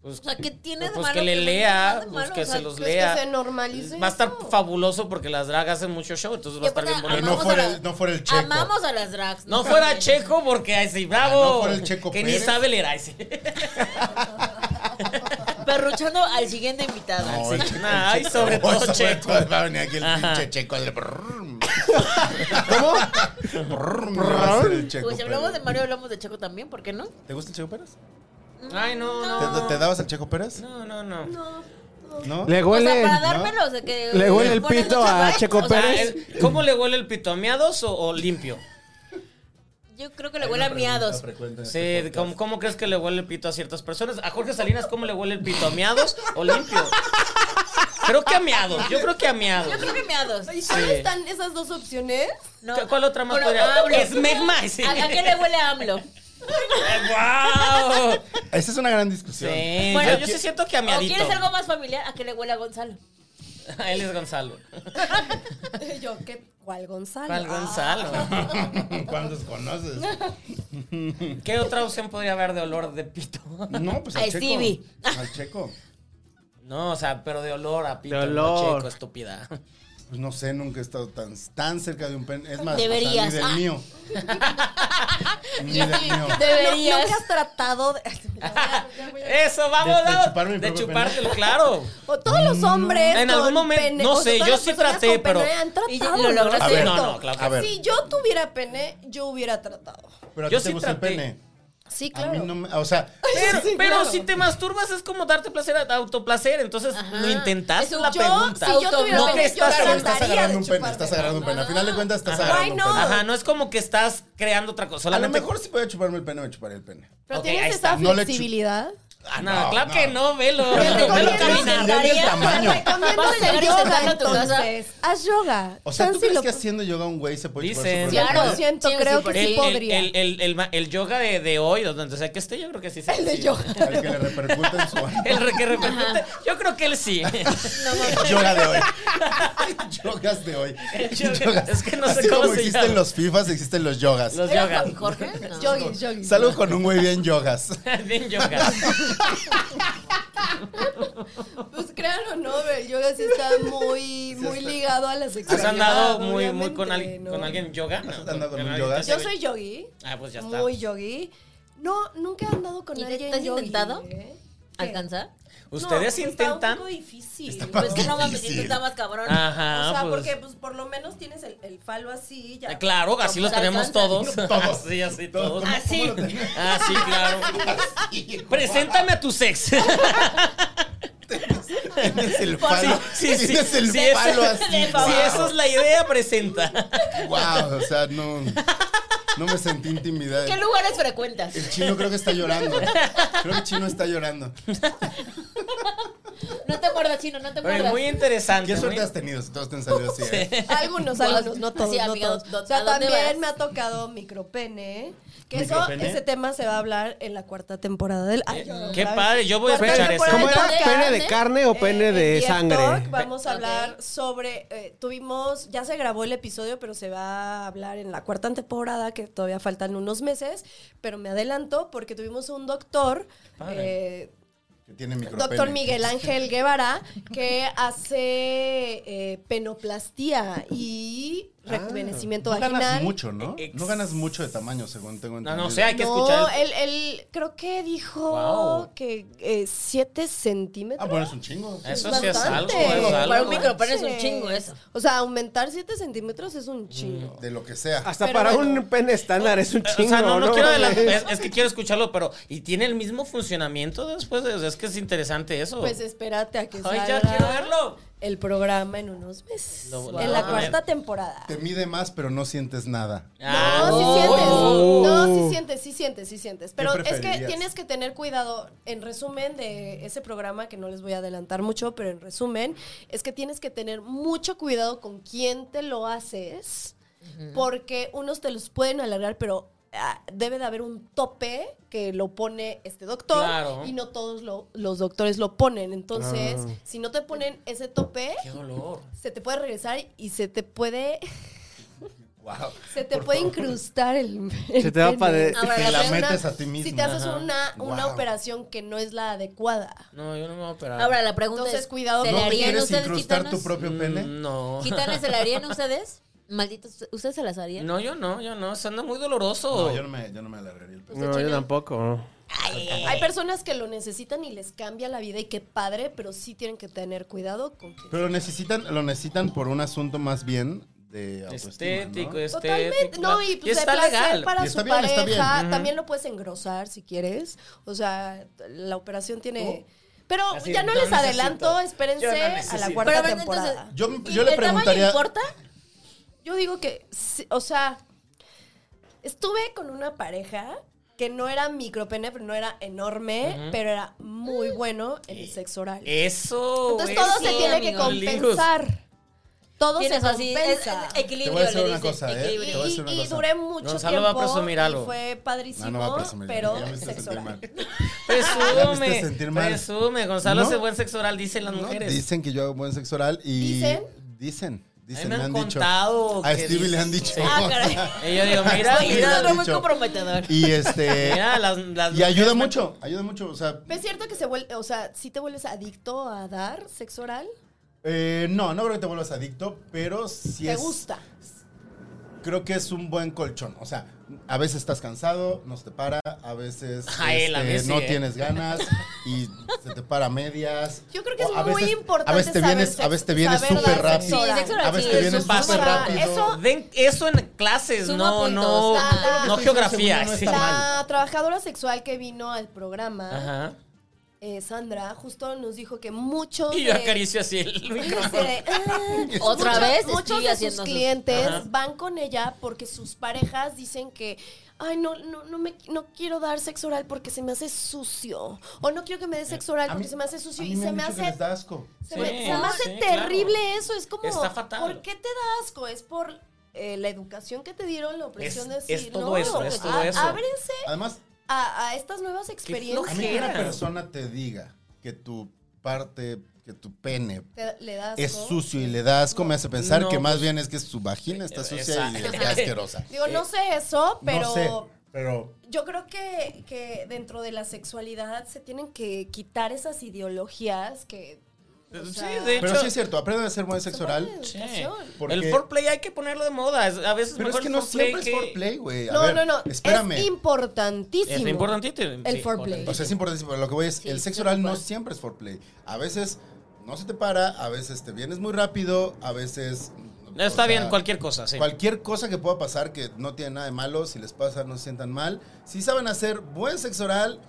Speaker 1: Pues,
Speaker 3: O sea, ¿qué tiene de
Speaker 1: pues
Speaker 3: malo?
Speaker 1: que le
Speaker 3: no tiene
Speaker 1: lea,
Speaker 3: nada de
Speaker 1: pues
Speaker 3: malo?
Speaker 1: que
Speaker 3: O sea,
Speaker 1: se los
Speaker 5: ¿crees
Speaker 1: lea.
Speaker 5: que se normalice
Speaker 1: va a estar
Speaker 5: eso?
Speaker 1: fabuloso porque las drag hacen mucho show, entonces va
Speaker 3: y
Speaker 1: a estar bien
Speaker 3: aparte,
Speaker 2: Pero
Speaker 1: bonito.
Speaker 2: no
Speaker 3: amamos
Speaker 2: fuera
Speaker 3: pues, a
Speaker 2: el- no fuera el checo.
Speaker 3: Amamos a las drags.
Speaker 1: No fuera
Speaker 3: También.
Speaker 1: Checo porque ay sí, bravo.
Speaker 2: Ah, no fuera el Checo
Speaker 1: que
Speaker 2: Pérez.
Speaker 1: ni sabe leer ay sí.
Speaker 3: Perruchando al siguiente invitado. Pues,
Speaker 2: No, el checo, el
Speaker 1: Nah, Ah, ay,
Speaker 2: checo.
Speaker 1: sobre
Speaker 2: Ay,
Speaker 1: todo
Speaker 2: sobre
Speaker 1: checo.
Speaker 2: todo Va a venir aquí el
Speaker 1: Ajá.
Speaker 2: pinche checo. El brrrm. ¿Cómo? Brrrm, va a ser el checo
Speaker 3: Pues si hablamos de
Speaker 2: Pérez.
Speaker 3: Mario, hablamos de Ah. Checo también, ¿por qué no?
Speaker 2: ¿Te gusta el Checo Pérez?
Speaker 1: Ay, no, no.
Speaker 2: ¿Te, te dabas al Checo Pérez?
Speaker 1: No, no, no.
Speaker 2: ¿No?
Speaker 4: Le
Speaker 3: O sea,
Speaker 4: huele.
Speaker 3: para dármelos de que.
Speaker 4: Le huele el
Speaker 3: ponen
Speaker 4: pito
Speaker 3: mucho
Speaker 4: a
Speaker 3: break,
Speaker 4: Checo
Speaker 3: o sea,
Speaker 4: Pérez.
Speaker 1: El- ¿Cómo le huele el pito? ¿A miados o, o limpio?
Speaker 3: Yo creo que le huele a miados.
Speaker 2: este
Speaker 1: Sí, ¿cómo, cómo crees que le huele el pito a ciertas personas? A Jorge Salinas, ¿cómo le huele el pito? ¿A miados o limpio? Creo que a miados, yo creo que a miados.
Speaker 3: Yo creo que miados.
Speaker 5: ¿Y solo están esas dos opciones?
Speaker 3: No.
Speaker 1: ¿Cu- ¿Cuál otra más
Speaker 3: Bueno,
Speaker 1: podría?
Speaker 3: AMLO.
Speaker 1: Es Megma. Sí.
Speaker 3: ¿A, a qué le huele a AMLO?
Speaker 1: ¡Wow!
Speaker 2: Esa es una gran discusión.
Speaker 1: Sí,
Speaker 3: Bueno,
Speaker 1: yo, yo sí siento que a
Speaker 3: ¿O
Speaker 1: miadito.
Speaker 3: quieres algo más familiar? ¿A qué le huele a Gonzalo?
Speaker 1: Él es Gonzalo.
Speaker 5: Yo, ¿qué? ¿Cuál Gonzalo? Ah,
Speaker 1: ¿Cuál Gonzalo?
Speaker 2: ¿Cuántos conoces?
Speaker 1: ¿Qué otra opción podría haber de olor de pito?
Speaker 2: No, pues al
Speaker 3: A
Speaker 2: Checo.
Speaker 3: Stevie.
Speaker 2: Al Checo.
Speaker 1: No, o sea, pero de olor a pito.
Speaker 4: De
Speaker 1: No,
Speaker 4: olor.
Speaker 1: checo, estúpida.
Speaker 2: Pues no sé, nunca he estado tan, tan cerca de un pen. Es más,
Speaker 3: Deberías.
Speaker 2: o sea,
Speaker 3: Ah.
Speaker 2: ni del mío. ni del mío.
Speaker 5: Deberías.
Speaker 3: Deberías.
Speaker 5: Nunca has tratado de...
Speaker 1: Eso, vamos,
Speaker 2: De- de
Speaker 1: vamos.
Speaker 2: chupar mi
Speaker 1: De
Speaker 2: propio pene.
Speaker 1: chupártelo, claro.
Speaker 5: O todos los hombres
Speaker 1: En algún
Speaker 5: con
Speaker 1: momento,
Speaker 5: pene,
Speaker 1: no
Speaker 5: o sea,
Speaker 1: sé,
Speaker 5: todas
Speaker 1: yo
Speaker 5: las
Speaker 1: sí
Speaker 5: personas
Speaker 1: traté,
Speaker 5: con
Speaker 1: pero-
Speaker 5: pene han
Speaker 3: Y
Speaker 5: tratado,
Speaker 3: lo
Speaker 5: ¿no?
Speaker 3: lograste.
Speaker 2: A ver,
Speaker 1: no, no, claro que
Speaker 2: a ver.
Speaker 5: Si yo tuviera pene, yo hubiera tratado.
Speaker 2: Pero a
Speaker 1: Yo
Speaker 2: ti te
Speaker 1: sí
Speaker 2: gusta el
Speaker 1: traté.
Speaker 2: pene.
Speaker 5: Sí,
Speaker 2: A
Speaker 5: claro.
Speaker 2: mí no me. O sea,
Speaker 1: Pero,
Speaker 5: Sí,
Speaker 1: pero
Speaker 5: claro.
Speaker 1: si te masturbas es como darte placer, autoplacer. Entonces, ¿lo intentaste?
Speaker 3: Eso
Speaker 1: la
Speaker 3: yo-
Speaker 1: pregunta.
Speaker 5: Si yo tuviera
Speaker 1: no
Speaker 5: pene,
Speaker 1: que
Speaker 5: yo
Speaker 1: estás,
Speaker 2: pero
Speaker 5: trataría
Speaker 2: estás
Speaker 5: de
Speaker 2: agarrando un pene.
Speaker 5: chupármelo.
Speaker 2: Estás agarrando un pene. Al final de cuentas, estás
Speaker 5: Ajá.
Speaker 2: agarrando un
Speaker 5: Why
Speaker 2: pene.
Speaker 5: not?
Speaker 1: Ajá, no es como que estás creando otra cosa.
Speaker 2: A lo
Speaker 1: Solamente
Speaker 2: mejor si podía chuparme el pene, me chuparé el pene.
Speaker 5: Pero
Speaker 1: Ok, ahí
Speaker 5: tienes
Speaker 1: está.
Speaker 5: esa
Speaker 2: No le chu-
Speaker 5: flexibilidad.
Speaker 2: Ah,
Speaker 1: no, claro que no, velo.
Speaker 5: Te
Speaker 1: Velo, velo
Speaker 5: recomiendo
Speaker 1: caminar.
Speaker 2: Depende del
Speaker 5: sentaría-
Speaker 2: tamaño.
Speaker 5: te recomiendo
Speaker 3: Vas a
Speaker 5: hacer
Speaker 3: llegar y
Speaker 5: yoga
Speaker 3: sentarlo a tu casa.
Speaker 5: entonces. Haz yoga.
Speaker 2: O sea, ¿tú
Speaker 5: Tan
Speaker 2: crees
Speaker 5: si lo-
Speaker 2: que haciendo yoga un güey se puede chupar
Speaker 1: Dicen.
Speaker 2: su propia
Speaker 3: Claro.
Speaker 2: madre?
Speaker 5: 100%
Speaker 3: Sí,
Speaker 5: creo
Speaker 3: sí,
Speaker 5: que
Speaker 1: El,
Speaker 5: Pues sí
Speaker 1: el-
Speaker 5: podría.
Speaker 1: el- el- el ma- el yoga de, de hoy, donde sea que esté, yo creo que sí. sí,
Speaker 5: El de
Speaker 1: sí.
Speaker 5: yoga.
Speaker 2: Al que le repercute en su
Speaker 1: El re- que repercute. Yo creo que él sí.
Speaker 2: Yoga de hoy. Yogas de hoy.
Speaker 1: Yoga.
Speaker 2: Yogas.
Speaker 1: Es que no sé
Speaker 2: Así
Speaker 1: cómo
Speaker 2: como
Speaker 1: se
Speaker 2: existen
Speaker 1: llama.
Speaker 2: los FIFAs, existen los yogas.
Speaker 1: Los
Speaker 3: ¿Era
Speaker 1: yogas.
Speaker 3: Juan Jorge? No.
Speaker 5: Yogi, yogi.
Speaker 2: Salgo con un güey bien yogas.
Speaker 1: Bien yoga.
Speaker 5: Pues claro, no, pero el yoga sí está muy, muy ligado a la
Speaker 1: ¿Has
Speaker 5: sexualidad.
Speaker 1: andado muy, muy
Speaker 5: obviamente,
Speaker 1: con, alguien
Speaker 5: ¿no?
Speaker 1: con alguien yoga? No,
Speaker 2: ¿Has andado con un
Speaker 1: alguien-
Speaker 2: yoga?
Speaker 5: Yo soy yogi,
Speaker 1: Ah, pues ya está.
Speaker 5: muy yogi. No, nunca he andado con
Speaker 3: ¿Y te-
Speaker 5: alguien
Speaker 3: te has
Speaker 5: yogi,
Speaker 3: intentado?
Speaker 5: ¿eh?
Speaker 3: ¿Alcanzar?
Speaker 1: Ustedes
Speaker 5: No, pues, Está un
Speaker 1: intentan.
Speaker 5: poco difícil.
Speaker 3: Pues que no
Speaker 2: más
Speaker 3: mames,
Speaker 2: difícil.
Speaker 3: tú estabas cabrón.
Speaker 1: Ajá.
Speaker 5: o sea,
Speaker 1: pues.
Speaker 5: porque pues por lo menos tienes el, el falo así.
Speaker 1: Ah,
Speaker 5: Ya.
Speaker 1: Claro, así los
Speaker 3: Como
Speaker 1: tenemos todos.
Speaker 3: salsa.
Speaker 2: Todos.
Speaker 1: Así, así, todos.
Speaker 2: ¿Cómo-
Speaker 1: Así.
Speaker 2: cómo lo tenías?
Speaker 1: Así, claro. Preséntame a tu sex.
Speaker 2: Tienes el palo.
Speaker 1: Sí, sí,
Speaker 2: Tienes
Speaker 1: sí.
Speaker 2: el
Speaker 1: Sí, esa-
Speaker 2: palo así.
Speaker 1: Si
Speaker 2: Wow.
Speaker 1: esa es la idea, presenta.
Speaker 2: Wow, o sea, no. No me sentí intimidada.
Speaker 3: ¿Qué lugares frecuentas?
Speaker 2: El chino creo que está llorando. Creo que el chino está llorando.
Speaker 3: No te acuerdas, chino, no
Speaker 1: Oye,
Speaker 3: te acuerdas.
Speaker 1: muy interesante.
Speaker 2: ¿Qué
Speaker 1: muy-
Speaker 2: suerte has tenido? Si todos te han salido así. ¿eh?
Speaker 5: Algunos, algunos, no todos,
Speaker 3: Sí,
Speaker 5: no
Speaker 3: amiga,
Speaker 5: todos.
Speaker 3: ¿dó-
Speaker 5: O sea,
Speaker 3: a dónde
Speaker 5: también
Speaker 3: vas?
Speaker 5: me ha tocado micropene. Que
Speaker 2: ¿Micropene?
Speaker 5: eso, ese tema se va a hablar en la cuarta temporada del... Ay, yo-
Speaker 1: Eh, Qué
Speaker 5: otra vez.
Speaker 1: padre, yo voy a
Speaker 5: Cuarta
Speaker 1: escuchar eso.
Speaker 5: temporada
Speaker 4: ¿Cómo
Speaker 5: del
Speaker 4: era?
Speaker 5: podcast.
Speaker 4: ¿Pene de carne o pene
Speaker 5: Eh,
Speaker 4: de
Speaker 5: en Diez
Speaker 4: sangre?
Speaker 5: Talk vamos a
Speaker 3: Ok.
Speaker 5: hablar sobre. eh, tuvimos. Ya se grabó el episodio, pero se va a hablar en la cuarta temporada, que todavía faltan unos meses. Pero me adelanto porque tuvimos un doctor.
Speaker 1: padre.
Speaker 5: eh,
Speaker 2: Que tiene micropene.
Speaker 5: Doctor Miguel Ángel Guevara, que hace eh, penoplastía y
Speaker 1: Ah,
Speaker 5: rejuvenecimiento
Speaker 2: No ganas
Speaker 5: vaginal.
Speaker 2: mucho, ¿no?
Speaker 1: Ex-
Speaker 2: No ganas mucho de tamaño, según tengo
Speaker 1: No,
Speaker 2: entendido.
Speaker 1: no, o sea, hay que
Speaker 5: no,
Speaker 1: escuchar. el-
Speaker 5: él, él creo que dijo
Speaker 1: Wow.
Speaker 5: que 7 centímetros.
Speaker 2: Ah, bueno, es un chingo.
Speaker 1: Eso sí es algo.
Speaker 5: bastante.
Speaker 1: Es
Speaker 5: Para
Speaker 1: algo.
Speaker 3: un micropene es un chingo eso.
Speaker 5: O sea, aumentar 7 centímetros es
Speaker 1: Mm,
Speaker 5: un chingo.
Speaker 2: De lo que sea.
Speaker 4: Hasta
Speaker 5: Pero
Speaker 4: para
Speaker 5: bueno.
Speaker 4: un pene estándar es un
Speaker 1: Eh,
Speaker 4: chingo,
Speaker 1: o sea, no, no, quiero adelantar.
Speaker 4: Oye.
Speaker 1: Es, es que quiero escucharlo, pero. ¿Y tiene el mismo funcionamiento después? de- o sea, es que es interesante eso.
Speaker 5: Pues espérate a que
Speaker 1: Ay,
Speaker 5: salga
Speaker 1: ya quiero verlo.
Speaker 5: el programa en unos meses.
Speaker 1: Lo- lo
Speaker 5: en la
Speaker 1: voy a
Speaker 5: cuarta
Speaker 1: ver.
Speaker 5: temporada.
Speaker 2: Te mide más, pero no sientes nada.
Speaker 1: Ah,
Speaker 5: no, sí
Speaker 1: no.
Speaker 5: sientes.
Speaker 4: Oh.
Speaker 5: No, sí sientes, sí sientes, sí sientes. Pero es que
Speaker 2: preferirías?
Speaker 5: tienes que tener cuidado. En resumen de ese programa, que no les voy a adelantar mucho, pero en resumen, es que tienes que tener mucho cuidado con quién te lo haces, porque unos te los pueden alargar, pero ah, debe de haber un tope que lo pone este doctor
Speaker 1: Claro.
Speaker 5: y no todos lo- los doctores lo ponen. Entonces, si no te ponen ese tope,
Speaker 1: Qué dolor.
Speaker 5: se te puede regresar y se te puede...
Speaker 2: Wow.
Speaker 5: Se te puede incrustar el.
Speaker 4: Se te va
Speaker 5: el
Speaker 4: pa' de-
Speaker 5: pene.
Speaker 3: Ah, bueno,
Speaker 2: Te la
Speaker 3: hacer una-
Speaker 2: metes a ti mismo.
Speaker 5: Si te haces
Speaker 1: Ajá.
Speaker 5: una, una
Speaker 2: Wow.
Speaker 5: operación que no es la adecuada.
Speaker 1: No, yo no me voy a operar.
Speaker 3: Ahora la pregunta
Speaker 5: Entonces,
Speaker 3: es,
Speaker 5: cuidado,
Speaker 3: ¿se
Speaker 5: ¿no
Speaker 3: le
Speaker 5: te
Speaker 2: ¿No
Speaker 3: harían
Speaker 2: quieres
Speaker 3: ustedes
Speaker 2: incrustar tu
Speaker 3: gitanas?
Speaker 2: propio pene?
Speaker 1: Mm, No.
Speaker 3: ¿Gitanas se la harían ustedes? Malditos, ¿ustedes se las harían?
Speaker 1: No, yo no, yo no. Se anda muy doloroso.
Speaker 2: No, yo no me, yo no me alargaría el pene.
Speaker 4: No, yo tampoco.
Speaker 5: Hay personas que lo necesitan y les cambia la vida y qué padre, pero sí tienen que tener cuidado con que.
Speaker 2: Pero lo necesitan, lo necesitan por un asunto más bien de autoestima,
Speaker 1: Estético,
Speaker 2: ¿no?
Speaker 1: estético.
Speaker 5: Totalmente, no, y pues de
Speaker 1: está
Speaker 5: placer
Speaker 1: legal.
Speaker 5: para
Speaker 2: Y está
Speaker 5: su
Speaker 2: bien, está
Speaker 5: pareja.
Speaker 2: bien. Ujú.
Speaker 5: También lo puedes engrosar si quieres. O sea, la operación
Speaker 2: Oh.
Speaker 5: tiene. Pero
Speaker 1: Así,
Speaker 5: ya no,
Speaker 1: no
Speaker 5: les adelanto,
Speaker 1: necesito.
Speaker 5: espérense
Speaker 1: Yo no
Speaker 5: a la
Speaker 1: necesito.
Speaker 5: cuarta
Speaker 3: Pero,
Speaker 5: temporada.
Speaker 3: entonces,
Speaker 2: Yo,
Speaker 3: ¿Y
Speaker 2: yo le
Speaker 3: el tamaño
Speaker 2: preguntaría.
Speaker 3: importa?
Speaker 5: Yo digo que, sí, o sea, estuve con una pareja que no era micropene, pero no era enorme, pero era muy bueno en el sexo oral.
Speaker 1: eh, Eso.
Speaker 5: Entonces
Speaker 1: eso,
Speaker 5: todo se tiene que
Speaker 3: amigos.
Speaker 5: compensar. Todo se
Speaker 3: Tienes así, es,
Speaker 5: compensa.
Speaker 3: es
Speaker 2: Te
Speaker 3: equilibrio,
Speaker 2: voy a decir
Speaker 3: le
Speaker 2: una
Speaker 3: dicen,
Speaker 2: cosa, ¿eh?
Speaker 5: y,
Speaker 2: Te
Speaker 3: equilibrio.
Speaker 2: voy a decir una
Speaker 5: y
Speaker 2: cosa.
Speaker 5: duré mucho
Speaker 1: Gonzalo va a
Speaker 5: tiempo
Speaker 1: presumir algo.
Speaker 5: y fue
Speaker 2: No,
Speaker 5: padrísimo,
Speaker 2: Ah, no va a presumir.
Speaker 5: pero
Speaker 2: ya me hice
Speaker 5: sexo
Speaker 2: sentir
Speaker 5: oral.
Speaker 2: mal. Ya me hiciste
Speaker 1: Presume.
Speaker 2: sentir mal.
Speaker 1: Presume. Gonzalo
Speaker 2: No.
Speaker 1: hace buen sexo oral, dicen las
Speaker 2: No,
Speaker 1: mujeres.
Speaker 2: Dicen que yo hago buen sexo oral y.
Speaker 5: ¿Dicen?
Speaker 2: Dicen.
Speaker 1: A mí
Speaker 2: Dicen,
Speaker 1: me
Speaker 2: me
Speaker 1: han
Speaker 2: han dicho.
Speaker 1: contado
Speaker 2: A
Speaker 1: que
Speaker 2: Stevie le
Speaker 1: dicen-
Speaker 2: han dicho.
Speaker 3: Ah, caray.
Speaker 1: Y yo digo, mira,
Speaker 2: Sí,
Speaker 3: Mira,
Speaker 1: mira,
Speaker 2: lo
Speaker 3: no
Speaker 2: han
Speaker 3: muy
Speaker 2: dicho.
Speaker 3: comprometedor.
Speaker 2: Y este.
Speaker 1: mira, las, las
Speaker 2: y ayuda
Speaker 1: mujeres-
Speaker 2: mucho, ayuda mucho. O sea,
Speaker 5: ¿Pero ¿Es cierto que se vuelve, o sea, si te vuelves adicto a dar sexo oral?
Speaker 2: eh, no, no creo que te vuelvas adicto, pero sí
Speaker 5: ¿Te
Speaker 2: es.
Speaker 5: gusta?
Speaker 2: Creo que es un buen colchón. O sea, a veces estás cansado, no se te para, a veces este,
Speaker 1: A él, a mí sí,
Speaker 2: no
Speaker 1: ¿eh?
Speaker 2: tienes ganas y se te para a medias.
Speaker 5: Yo creo que es
Speaker 2: O a
Speaker 5: muy
Speaker 2: veces-
Speaker 5: importante
Speaker 2: A veces te
Speaker 5: saber
Speaker 2: vienes, a
Speaker 5: sexo-
Speaker 2: veces te vienes
Speaker 5: saber
Speaker 2: súper
Speaker 5: dar
Speaker 2: rápido.
Speaker 5: sexo oral.
Speaker 3: Sí, sexo
Speaker 2: A
Speaker 3: oral,
Speaker 2: veces
Speaker 3: sí,
Speaker 2: te
Speaker 3: es
Speaker 2: vienes
Speaker 1: Eso pasa
Speaker 2: súper rápido.
Speaker 1: Eso, den- eso en clases,
Speaker 3: Suma
Speaker 1: no,
Speaker 3: puntos.
Speaker 1: no,
Speaker 3: Ah,
Speaker 1: no
Speaker 5: sí,
Speaker 1: geografía.
Speaker 2: según yo no
Speaker 1: sí.
Speaker 2: está mal.
Speaker 5: La trabajadora sexual que vino al programa,
Speaker 1: Ajá.
Speaker 5: eh, Sandra, justo nos dijo que muchos.
Speaker 1: Y yo
Speaker 5: de-
Speaker 1: acaricio así el
Speaker 5: dice
Speaker 1: micrófono.
Speaker 5: de, "Ah".
Speaker 3: Otra
Speaker 5: Muchos-
Speaker 3: vez
Speaker 5: muchos
Speaker 3: estoy
Speaker 5: de
Speaker 3: haciendo
Speaker 5: sus
Speaker 3: sus-
Speaker 5: clientes
Speaker 1: Ajá.
Speaker 5: van con ella porque sus parejas dicen que ay, no, no, no, me, no quiero dar sexo oral porque se me hace sucio. O no quiero que me dé sexo oral
Speaker 2: Eh, A mí-
Speaker 5: porque se me hace sucio
Speaker 2: a mí
Speaker 5: y
Speaker 2: me
Speaker 5: se
Speaker 2: han
Speaker 5: me
Speaker 2: dicho que
Speaker 5: hace...
Speaker 2: les da asco.
Speaker 5: Se,
Speaker 1: Sí,
Speaker 5: me, se me hace
Speaker 1: sí,
Speaker 5: terrible
Speaker 1: claro.
Speaker 5: eso. Es como,
Speaker 1: Está fatal.
Speaker 5: ¿por qué te da asco? Es por eh, la educación que te dieron, la opresión
Speaker 1: Es-
Speaker 5: de
Speaker 1: es
Speaker 5: decir,
Speaker 1: todo
Speaker 5: no, pues,
Speaker 1: eso, es todo
Speaker 5: a-
Speaker 1: eso.
Speaker 5: ábrense
Speaker 2: Además,
Speaker 5: a, a estas nuevas experiencias.
Speaker 2: a mí que una
Speaker 1: Claro.
Speaker 2: persona te diga que tu parte, que tu pene
Speaker 5: Te- le das
Speaker 2: es sucio y le da asco, me hace pensar
Speaker 1: No,
Speaker 2: que más
Speaker 1: pues-
Speaker 2: bien es que su vagina está
Speaker 1: Eh,
Speaker 2: sucia y
Speaker 1: exacto.
Speaker 2: está asquerosa.
Speaker 5: Digo, no sé eso, pero
Speaker 2: Eh, No sé, pero
Speaker 5: yo creo que, que dentro de la sexualidad se tienen que quitar esas ideologías que... o
Speaker 1: Sí,
Speaker 5: sea,
Speaker 1: de
Speaker 2: Pero
Speaker 1: hecho-
Speaker 2: sí es cierto, aprende a hacer buen sexo
Speaker 5: son parte
Speaker 2: oral.
Speaker 5: de
Speaker 1: Sí.
Speaker 5: educación.
Speaker 2: Porque-
Speaker 1: El foreplay hay que ponerlo de moda. es- A veces
Speaker 2: Pero es
Speaker 1: mejor
Speaker 2: que
Speaker 1: el
Speaker 2: no
Speaker 1: foreplay
Speaker 2: siempre es
Speaker 1: que-
Speaker 2: foreplay, güey. A
Speaker 5: No,
Speaker 2: ver,
Speaker 5: no, no.
Speaker 2: Espérame.
Speaker 5: Es importantísimo.
Speaker 1: Es importante.
Speaker 5: El foreplay.
Speaker 2: o sea, es importantísimo. pero Lo que voy es,
Speaker 5: Sí,
Speaker 2: el sexo
Speaker 5: tal
Speaker 2: oral no
Speaker 5: cual.
Speaker 2: siempre es foreplay. A veces no se te para, a veces te vienes muy rápido, a veces. o
Speaker 1: Está
Speaker 2: sea,
Speaker 1: bien, cualquier cosa, sí.
Speaker 2: Cualquier cosa que pueda pasar que no tiene nada de malo, si les pasa, no se sientan mal. Si saben hacer buen sexo oral,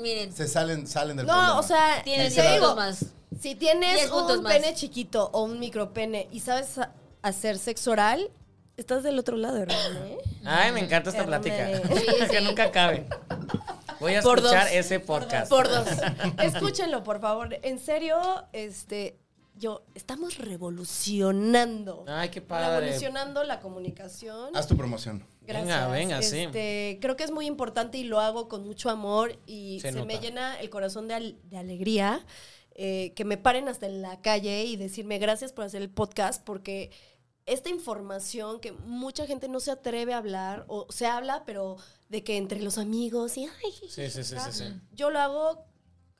Speaker 3: Miren,
Speaker 2: se salen, salen del
Speaker 5: No,
Speaker 2: problema.
Speaker 5: o sea,
Speaker 3: tienen
Speaker 5: te digo,
Speaker 3: dos más.
Speaker 5: si
Speaker 3: Diez
Speaker 5: tienes
Speaker 3: puntos
Speaker 5: un
Speaker 3: más.
Speaker 5: pene chiquito o un micropene y sabes a- hacer sexo oral, estás del otro lado, hermano, ¿eh?
Speaker 1: Ay, me encanta esta
Speaker 5: Ya no me-
Speaker 1: plática.
Speaker 3: Sí,
Speaker 1: que
Speaker 3: sí.
Speaker 1: nunca acabe. Voy a
Speaker 3: Por
Speaker 1: escuchar
Speaker 3: dos.
Speaker 1: ese podcast.
Speaker 3: Por dos.
Speaker 5: Escúchenlo, por favor. En serio, este, yo, estamos revolucionando.
Speaker 1: Ay, qué padre.
Speaker 5: Revolucionando la comunicación.
Speaker 2: Haz tu promoción.
Speaker 5: Gracias.
Speaker 1: Venga, venga, sí.
Speaker 5: Este, Creo que es muy importante y lo hago con mucho amor y
Speaker 1: Se
Speaker 5: se, me
Speaker 1: nota.
Speaker 5: llena el corazón de, al- de alegría eh, que me paren hasta en la calle y decirme gracias por hacer el podcast porque esta información que mucha gente no se atreve a hablar o se habla pero de que entre los amigos y ay,
Speaker 1: Sí, sí, sí, sí, sí.
Speaker 5: yo lo hago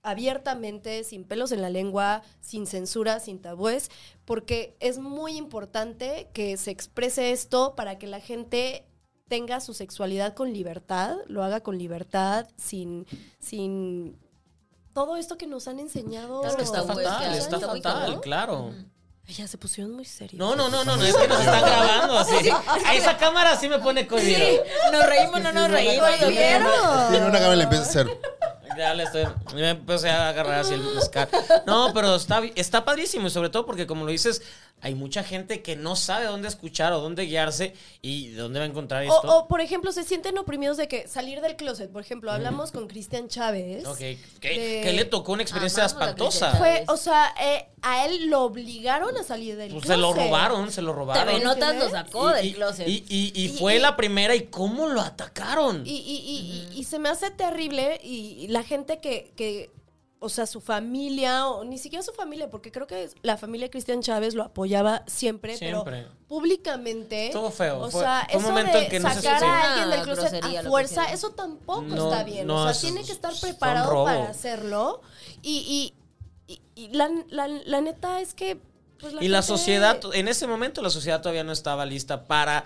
Speaker 5: abiertamente, sin pelos en la lengua, sin censura, sin tabúes, porque es muy importante que se exprese esto para que la gente tenga su sexualidad con libertad, lo haga con libertad, sin, sin todo esto que nos han enseñado.
Speaker 1: Es que está
Speaker 3: Pues,
Speaker 1: fatal,
Speaker 3: ya,
Speaker 1: está
Speaker 3: está muy
Speaker 1: fatal,
Speaker 3: cabrón.
Speaker 1: claro.
Speaker 5: Ay, ya se pusieron muy serios.
Speaker 1: Mm. No, no, no, no, no, es que nos están grabando así. A esa cámara sí me pone código.
Speaker 3: Sí, nos reímos, no nos reímos.
Speaker 5: Ay, ¿vieron?
Speaker 2: Tiene una gama y le empieza a hacer.
Speaker 1: Ya le estoy. Me empecé a agarrar así el mezcal. No, pero está, bi- está padrísimo. Y sobre todo porque, como lo dices, hay mucha gente que no sabe dónde escuchar o dónde guiarse y dónde va a encontrar
Speaker 5: O,
Speaker 1: esto.
Speaker 5: o, por ejemplo, se sienten oprimidos de que salir del closet. Por ejemplo, hablamos con Cristian Chávez.
Speaker 1: Ok, ¿Qué,
Speaker 5: de-
Speaker 1: qué le tocó una experiencia
Speaker 3: Amamos la
Speaker 1: espantosa?
Speaker 3: crítica.
Speaker 5: Fue, o sea, eh, a él lo obligaron a salir del
Speaker 1: Pues
Speaker 5: closet.
Speaker 1: se lo robaron, se lo
Speaker 3: TV
Speaker 1: robaron.
Speaker 3: Notas lo sacó
Speaker 1: Y-
Speaker 3: del
Speaker 1: y-
Speaker 3: closet.
Speaker 1: Y, y- y
Speaker 5: Y-
Speaker 1: fue
Speaker 5: y-
Speaker 1: la primera y cómo lo atacaron.
Speaker 5: Y, y- y- y- y se me hace terrible y, y la gente que, que, o sea, su familia, o ni siquiera su familia, porque creo que es- la familia de Cristian Chávez lo apoyaba siempre,
Speaker 1: Siempre.
Speaker 5: pero públicamente.
Speaker 1: Estuvo feo,
Speaker 5: O
Speaker 1: fue-
Speaker 5: sea,
Speaker 1: fue un
Speaker 5: eso
Speaker 1: momento
Speaker 5: de
Speaker 1: en que no se
Speaker 5: sacar
Speaker 1: supo.
Speaker 5: a alguien del
Speaker 3: Una
Speaker 5: closet
Speaker 3: grosería
Speaker 5: a
Speaker 3: lo que
Speaker 5: fuerza,
Speaker 3: hicieron.
Speaker 5: eso tampoco
Speaker 1: No,
Speaker 5: está bien.
Speaker 1: no,
Speaker 5: o sea,
Speaker 1: eso
Speaker 5: tiene
Speaker 1: es-
Speaker 5: que estar
Speaker 1: fue un
Speaker 5: preparado
Speaker 1: robo.
Speaker 5: para hacerlo. Y, y- y- y la, la- la neta es que. pues,
Speaker 1: Y la
Speaker 5: gente-
Speaker 1: sociedad, en ese momento la sociedad todavía no estaba lista para...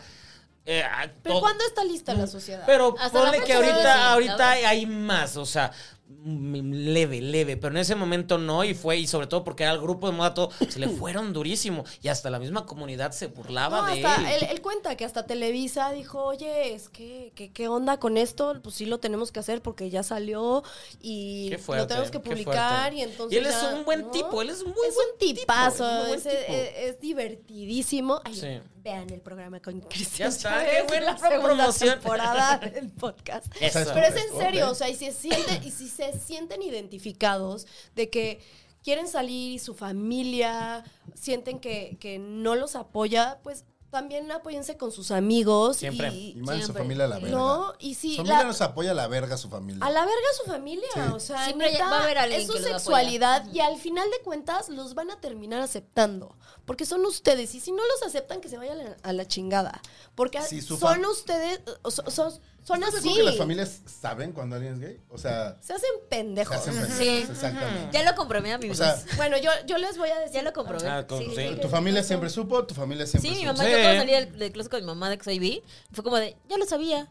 Speaker 1: eh, a
Speaker 5: ¿Pero
Speaker 1: todo- Mm.
Speaker 5: cuándo está lista la sociedad?
Speaker 1: Pero
Speaker 3: Hasta la
Speaker 1: ponle
Speaker 3: fecha
Speaker 1: que
Speaker 3: sí, sí,
Speaker 1: ahorita,
Speaker 3: la
Speaker 1: ahorita
Speaker 3: verdad.
Speaker 1: hay más, o sea, mm, leve, leve, pero en ese momento no y fue, y sobre todo porque era el grupo de moda, todo, se le fueron durísimo y hasta la misma comunidad se burlaba
Speaker 5: No,
Speaker 1: de él.
Speaker 5: hasta él, él cuenta que hasta Televisa dijo, oye, es que, que- qué onda con esto, pues sí lo tenemos que hacer porque ya salió y
Speaker 1: Qué fuerte,
Speaker 5: lo tenemos que
Speaker 1: qué fuerte.
Speaker 5: publicar y entonces...
Speaker 1: Y él es
Speaker 5: ya,
Speaker 1: un buen
Speaker 5: ¿no?
Speaker 1: tipo, él es un muy
Speaker 5: es
Speaker 1: buen
Speaker 5: un tipazo,
Speaker 1: tipo,
Speaker 5: eh,
Speaker 1: es un buen
Speaker 5: es, es-
Speaker 1: tipo.
Speaker 5: es- es divertidísimo. Ay,
Speaker 1: Sí.
Speaker 5: Vean el programa con
Speaker 1: Ya
Speaker 5: Cristian.
Speaker 1: está,
Speaker 5: Chávez
Speaker 1: qué
Speaker 5: en
Speaker 1: buena
Speaker 5: la segunda
Speaker 1: promoción.
Speaker 5: temporada del podcast.
Speaker 1: Eso.
Speaker 2: O sea,
Speaker 5: Pero es en
Speaker 2: Ok.
Speaker 5: serio, o sea, y si, sienten, y si se sienten identificados de que quieren salir y su familia sienten que, que no los apoya, pues también apóyense con sus amigos.
Speaker 1: Siempre.
Speaker 2: Y
Speaker 5: Y,
Speaker 2: manda su
Speaker 3: Siempre.
Speaker 2: familia a la verga.
Speaker 5: no, y si
Speaker 2: Su familia
Speaker 5: la-
Speaker 2: nos apoya a la verga su familia.
Speaker 5: a la verga su familia, o sea,
Speaker 3: Siempre
Speaker 5: neta,
Speaker 3: va a haber alguien
Speaker 5: es su
Speaker 3: que los apoya.
Speaker 5: sexualidad y al final de cuentas los van a terminar aceptando, porque son ustedes y si no los aceptan que se vayan a la, a la chingada, porque
Speaker 2: Sí, su
Speaker 5: son
Speaker 2: fam-
Speaker 5: ustedes, o so- son, son
Speaker 2: ¿Estás
Speaker 5: así,
Speaker 2: seguro que las familias saben cuando alguien es gay? O sea,
Speaker 5: se hacen pendejos.
Speaker 2: se hacen pendejos,
Speaker 3: Sí.
Speaker 2: Exactamente.
Speaker 3: Ya lo comprobé a mi
Speaker 2: O
Speaker 3: vida.
Speaker 2: sea,
Speaker 5: Bueno, yo, yo les voy a decir.
Speaker 3: Ya lo comprobé.
Speaker 5: eh,
Speaker 1: Ah, con- sí.
Speaker 2: tu familia siempre supo, tu familia siempre
Speaker 3: Sí, mi
Speaker 2: supo.
Speaker 3: mamá,
Speaker 1: Sí.
Speaker 3: yo cuando salí del, del closet con mi mamá de que soy bi, fue como de, ya lo sabía.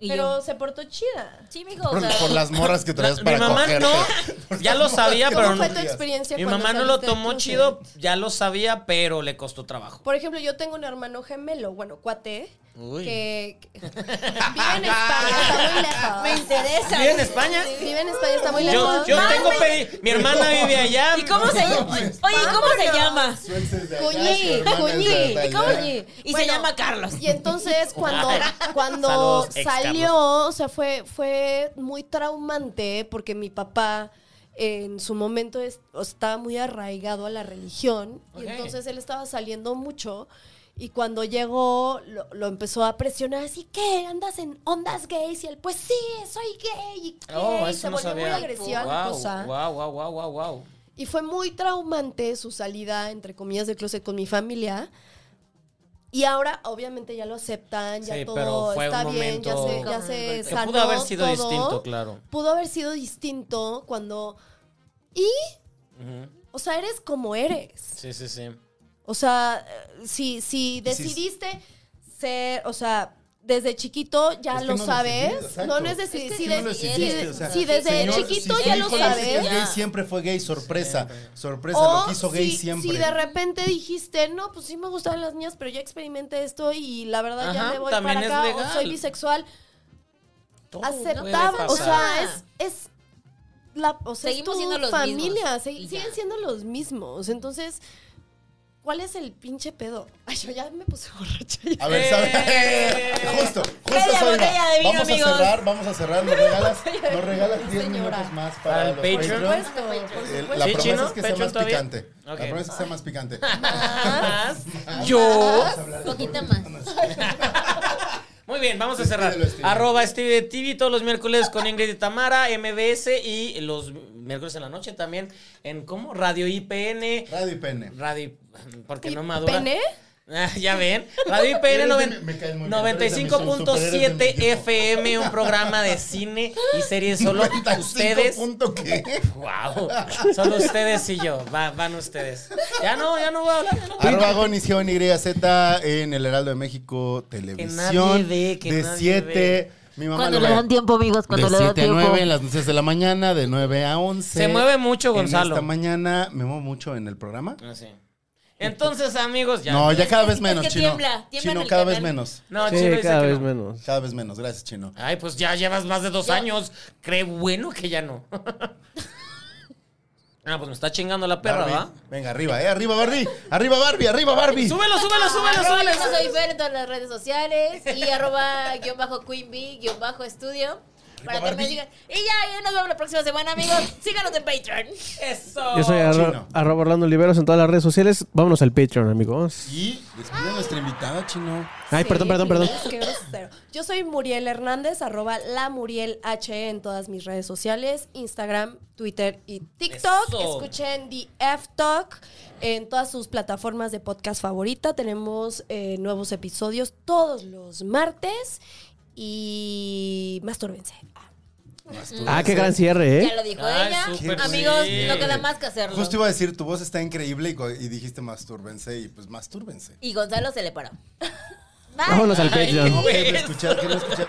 Speaker 3: Y
Speaker 5: Pero
Speaker 3: yo,
Speaker 5: se portó chida.
Speaker 3: sí, mijo, o
Speaker 2: Por,
Speaker 3: sea,
Speaker 2: por las morras que traías para
Speaker 1: mi mamá
Speaker 2: cogerte.
Speaker 1: no, ya lo sabía,
Speaker 5: ¿Cómo
Speaker 1: pero
Speaker 5: fue
Speaker 1: no.
Speaker 5: tu experiencia?
Speaker 1: Mi
Speaker 5: cuando
Speaker 1: mamá no lo
Speaker 5: saliste del
Speaker 1: tomó
Speaker 5: closet?
Speaker 1: chido, ya lo sabía, pero le costó trabajo.
Speaker 5: Por ejemplo, yo tengo un hermano gemelo, bueno, cuate,
Speaker 1: Uy.
Speaker 5: que, que- vive en España, está muy lejos.
Speaker 3: Me
Speaker 5: Pues,
Speaker 3: interesa.
Speaker 1: ¿Vive en España?
Speaker 5: Vive en España, está muy
Speaker 1: Yo,
Speaker 5: lejos.
Speaker 1: yo tengo peri- Mi hermana vive allá.
Speaker 3: ¿Y cómo se llama? Oye, ¿y ¿cómo se llama?
Speaker 2: Sueces de allá, su
Speaker 5: Cuñi,
Speaker 2: hermana es de
Speaker 5: cuñi.
Speaker 2: allá.
Speaker 3: ¿Cómo? Y, y se
Speaker 5: Bueno.
Speaker 3: llama Carlos.
Speaker 5: Y entonces cuando, cuando
Speaker 1: Saludos, ex
Speaker 5: salió, o sea, fue, fue muy traumante porque mi papá en su momento es- o estaba muy arraigado a la religión
Speaker 1: Ok.
Speaker 5: y entonces él estaba saliendo mucho y cuando llegó lo, lo empezó a presionar así, ¿qué? ¿Andas en ondas gays? Y él, pues sí, soy gay. ¿Y qué?
Speaker 1: Oh,
Speaker 5: Y
Speaker 1: eso
Speaker 5: se
Speaker 1: no
Speaker 5: volvió
Speaker 1: sabía.
Speaker 5: muy agresiva la
Speaker 1: wow,
Speaker 5: cosa.
Speaker 1: Wow, wow, wow, wow, wow.
Speaker 5: Y fue muy traumante su salida, entre comillas, de closet con mi familia. Y ahora, obviamente, ya lo aceptan, ya
Speaker 1: Sí,
Speaker 5: todo
Speaker 1: pero fue
Speaker 5: está
Speaker 1: un
Speaker 5: bien, ya se,
Speaker 1: momento-
Speaker 5: ya se
Speaker 3: Que
Speaker 5: Eh, sanó
Speaker 1: pudo haber sido
Speaker 5: todo.
Speaker 1: distinto, claro.
Speaker 5: Pudo haber sido distinto cuando... Y,
Speaker 1: Ujú.
Speaker 5: o sea, eres como eres.
Speaker 1: Sí, sí, sí.
Speaker 5: O sea, eh, si, si decidiste ser, o sea... Desde chiquito ya
Speaker 2: Es que no
Speaker 5: lo
Speaker 2: lo decidí,
Speaker 5: sabes.
Speaker 2: exacto.
Speaker 5: No es decidir.
Speaker 3: Es que
Speaker 5: si,
Speaker 3: no
Speaker 5: de-
Speaker 2: lo
Speaker 5: si-
Speaker 2: decidiste, o sea,
Speaker 5: si desde
Speaker 2: señor,
Speaker 5: chiquito
Speaker 2: si
Speaker 5: ya
Speaker 2: su
Speaker 5: lo
Speaker 2: hijo dice que
Speaker 5: sabes.
Speaker 2: es gay, siempre fue gay, sorpresa. Sorpresa, lo quiso gay
Speaker 5: si,
Speaker 2: siempre.
Speaker 5: si de repente dijiste, no, pues sí me gustaban las niñas, pero ya experimenté esto y la verdad
Speaker 1: Ajá,
Speaker 5: ya me voy
Speaker 1: también
Speaker 5: para
Speaker 1: es
Speaker 5: acá
Speaker 1: legal.
Speaker 5: o soy bisexual,
Speaker 3: Oh,
Speaker 1: Todo
Speaker 5: aceptaba,
Speaker 1: puede
Speaker 5: o sea,
Speaker 1: pasar.
Speaker 5: es, es la o sea, es
Speaker 3: Seguimos
Speaker 5: tu
Speaker 3: siendo los
Speaker 5: familia,
Speaker 3: mismos,
Speaker 5: se-
Speaker 3: y
Speaker 5: siguen
Speaker 3: ya.
Speaker 5: siendo los mismos. Entonces, ¿cuál es el pinche pedo? Ay, yo ya me puse borracha. ya.
Speaker 2: A ver, ¿sabes?
Speaker 1: ¡Eh!
Speaker 2: justo, justo
Speaker 3: Media
Speaker 2: eso iba.
Speaker 3: botella de vino,
Speaker 2: Vamos
Speaker 3: amigos.
Speaker 2: a cerrar, vamos a cerrar. Nos regalas,
Speaker 5: de
Speaker 2: nos regalas
Speaker 5: vino,
Speaker 2: 10
Speaker 5: señora.
Speaker 2: minutos más para,
Speaker 1: Para el
Speaker 2: los
Speaker 1: Patreon.
Speaker 2: Patreons.
Speaker 5: Por supuesto, por
Speaker 2: Eh,
Speaker 5: supuesto.
Speaker 2: La
Speaker 1: ¿Sí,
Speaker 2: promesa
Speaker 1: chino?
Speaker 2: es que sea
Speaker 1: ¿Patreon
Speaker 2: más
Speaker 1: todavía?
Speaker 2: picante. La
Speaker 1: Ok.
Speaker 2: promesa es que sea más picante.
Speaker 1: Yo.
Speaker 3: Poquita más.
Speaker 1: Muy bien, vamos a cerrar.
Speaker 2: Despídelo, Stevie.
Speaker 1: Arroba Stevie TV todos los miércoles con Ingrid y Tamara, MBS y los miércoles en la noche también en ¿cómo? Radio IPN.
Speaker 2: Radio y pene.
Speaker 1: Radio porque no madura.
Speaker 5: ¿Pene?
Speaker 1: Ah, ya ven, Radio IPN
Speaker 2: Eres de mi- me caes muy bien, eres de mis
Speaker 1: 95.7
Speaker 2: superhéroes de mi
Speaker 1: FM, un programa de cine y series solo
Speaker 2: 95
Speaker 1: ustedes.
Speaker 2: Punto qué?
Speaker 1: Wow, solo ustedes y yo, Va- van ustedes. Ya no, ya no voy a hablar. ya no.
Speaker 2: Arroba Gonis, G-O-N-Y-Z, en el Heraldo de México Televisión.
Speaker 1: nadie ve, que
Speaker 2: de
Speaker 1: nadie
Speaker 2: 7. Mi mamá
Speaker 3: Cuando
Speaker 2: lo
Speaker 3: le
Speaker 2: ve.
Speaker 3: dan tiempo, amigos,
Speaker 2: de
Speaker 3: cuando le dan
Speaker 2: 7 a
Speaker 3: tiempo.
Speaker 2: 9 en las noticias de la mañana, de 9 a 11.
Speaker 1: Se mueve mucho,
Speaker 2: En
Speaker 1: Gonzalo.
Speaker 2: esta mañana me muevo mucho en el programa.
Speaker 1: Ah, sí. Entonces, amigos, ya.
Speaker 2: no, ya cada
Speaker 3: Es que-
Speaker 2: vez menos,
Speaker 3: es que
Speaker 2: chino.
Speaker 3: tiembla, tiembla en
Speaker 2: chino,
Speaker 3: el
Speaker 2: cada
Speaker 3: canal.
Speaker 2: vez menos.
Speaker 1: No,
Speaker 4: Sí,
Speaker 1: Chino dice
Speaker 4: cada
Speaker 1: que
Speaker 4: vez
Speaker 1: no.
Speaker 4: menos.
Speaker 2: Cada vez menos, gracias, chino.
Speaker 1: Ay, pues ya llevas más de dos años. Cree bueno que ya no. ah, pues me está chingando la perra,
Speaker 2: Barbie.
Speaker 1: ¿va?
Speaker 2: Venga, arriba, eh. Arriba, Barbie. Arriba, Barbie. Arriba, Barbie.
Speaker 1: Súbelo, súbelo, súbelo,
Speaker 3: Arroba,
Speaker 1: súbelo.
Speaker 3: yo soy Fer en todas las redes sociales y arroba guión bajo Queen Bee, guión bajo estudio. Para que me
Speaker 2: Barbie.
Speaker 3: digan. Y ya, ya nos vemos la próxima semana, amigos. Síganos en Patreon.
Speaker 1: Eso.
Speaker 4: Yo soy
Speaker 3: Ah,
Speaker 4: arro-
Speaker 2: chino.
Speaker 7: Ah,
Speaker 4: arroba Orlando Oliveros en todas las redes sociales. Vámonos al Patreon, amigos.
Speaker 2: Y despide a nuestra invitada, chino.
Speaker 4: Ay,
Speaker 5: Sí,
Speaker 4: Eh, perdón, perdón, perdón.
Speaker 5: qué grosero. Yo soy Muriel Hernández, arroba la Muriel H en todas mis redes sociales, Instagram, Twitter y TikTok.
Speaker 1: Eso.
Speaker 5: Escuchen The F Talk en todas sus plataformas de podcast favorita. Tenemos eh, nuevos episodios todos los martes y mastúrbense.
Speaker 4: Ah, qué gran cierre,
Speaker 3: Ya
Speaker 4: ¿eh?
Speaker 3: lo dijo
Speaker 1: Ay,
Speaker 3: ella.
Speaker 1: súper
Speaker 3: Amigos,
Speaker 1: sí.
Speaker 3: no queda más que hacerlo.
Speaker 2: Justo iba a decir, tu voz está increíble y, co- y dijiste mastúrbense y pues mastúrbense.
Speaker 3: Y Gonzalo se le paró. Bye.
Speaker 4: Vámonos al
Speaker 1: Ay,
Speaker 4: Patreon.
Speaker 1: qué güey.
Speaker 2: Quiero escuchar, quiero escuchar.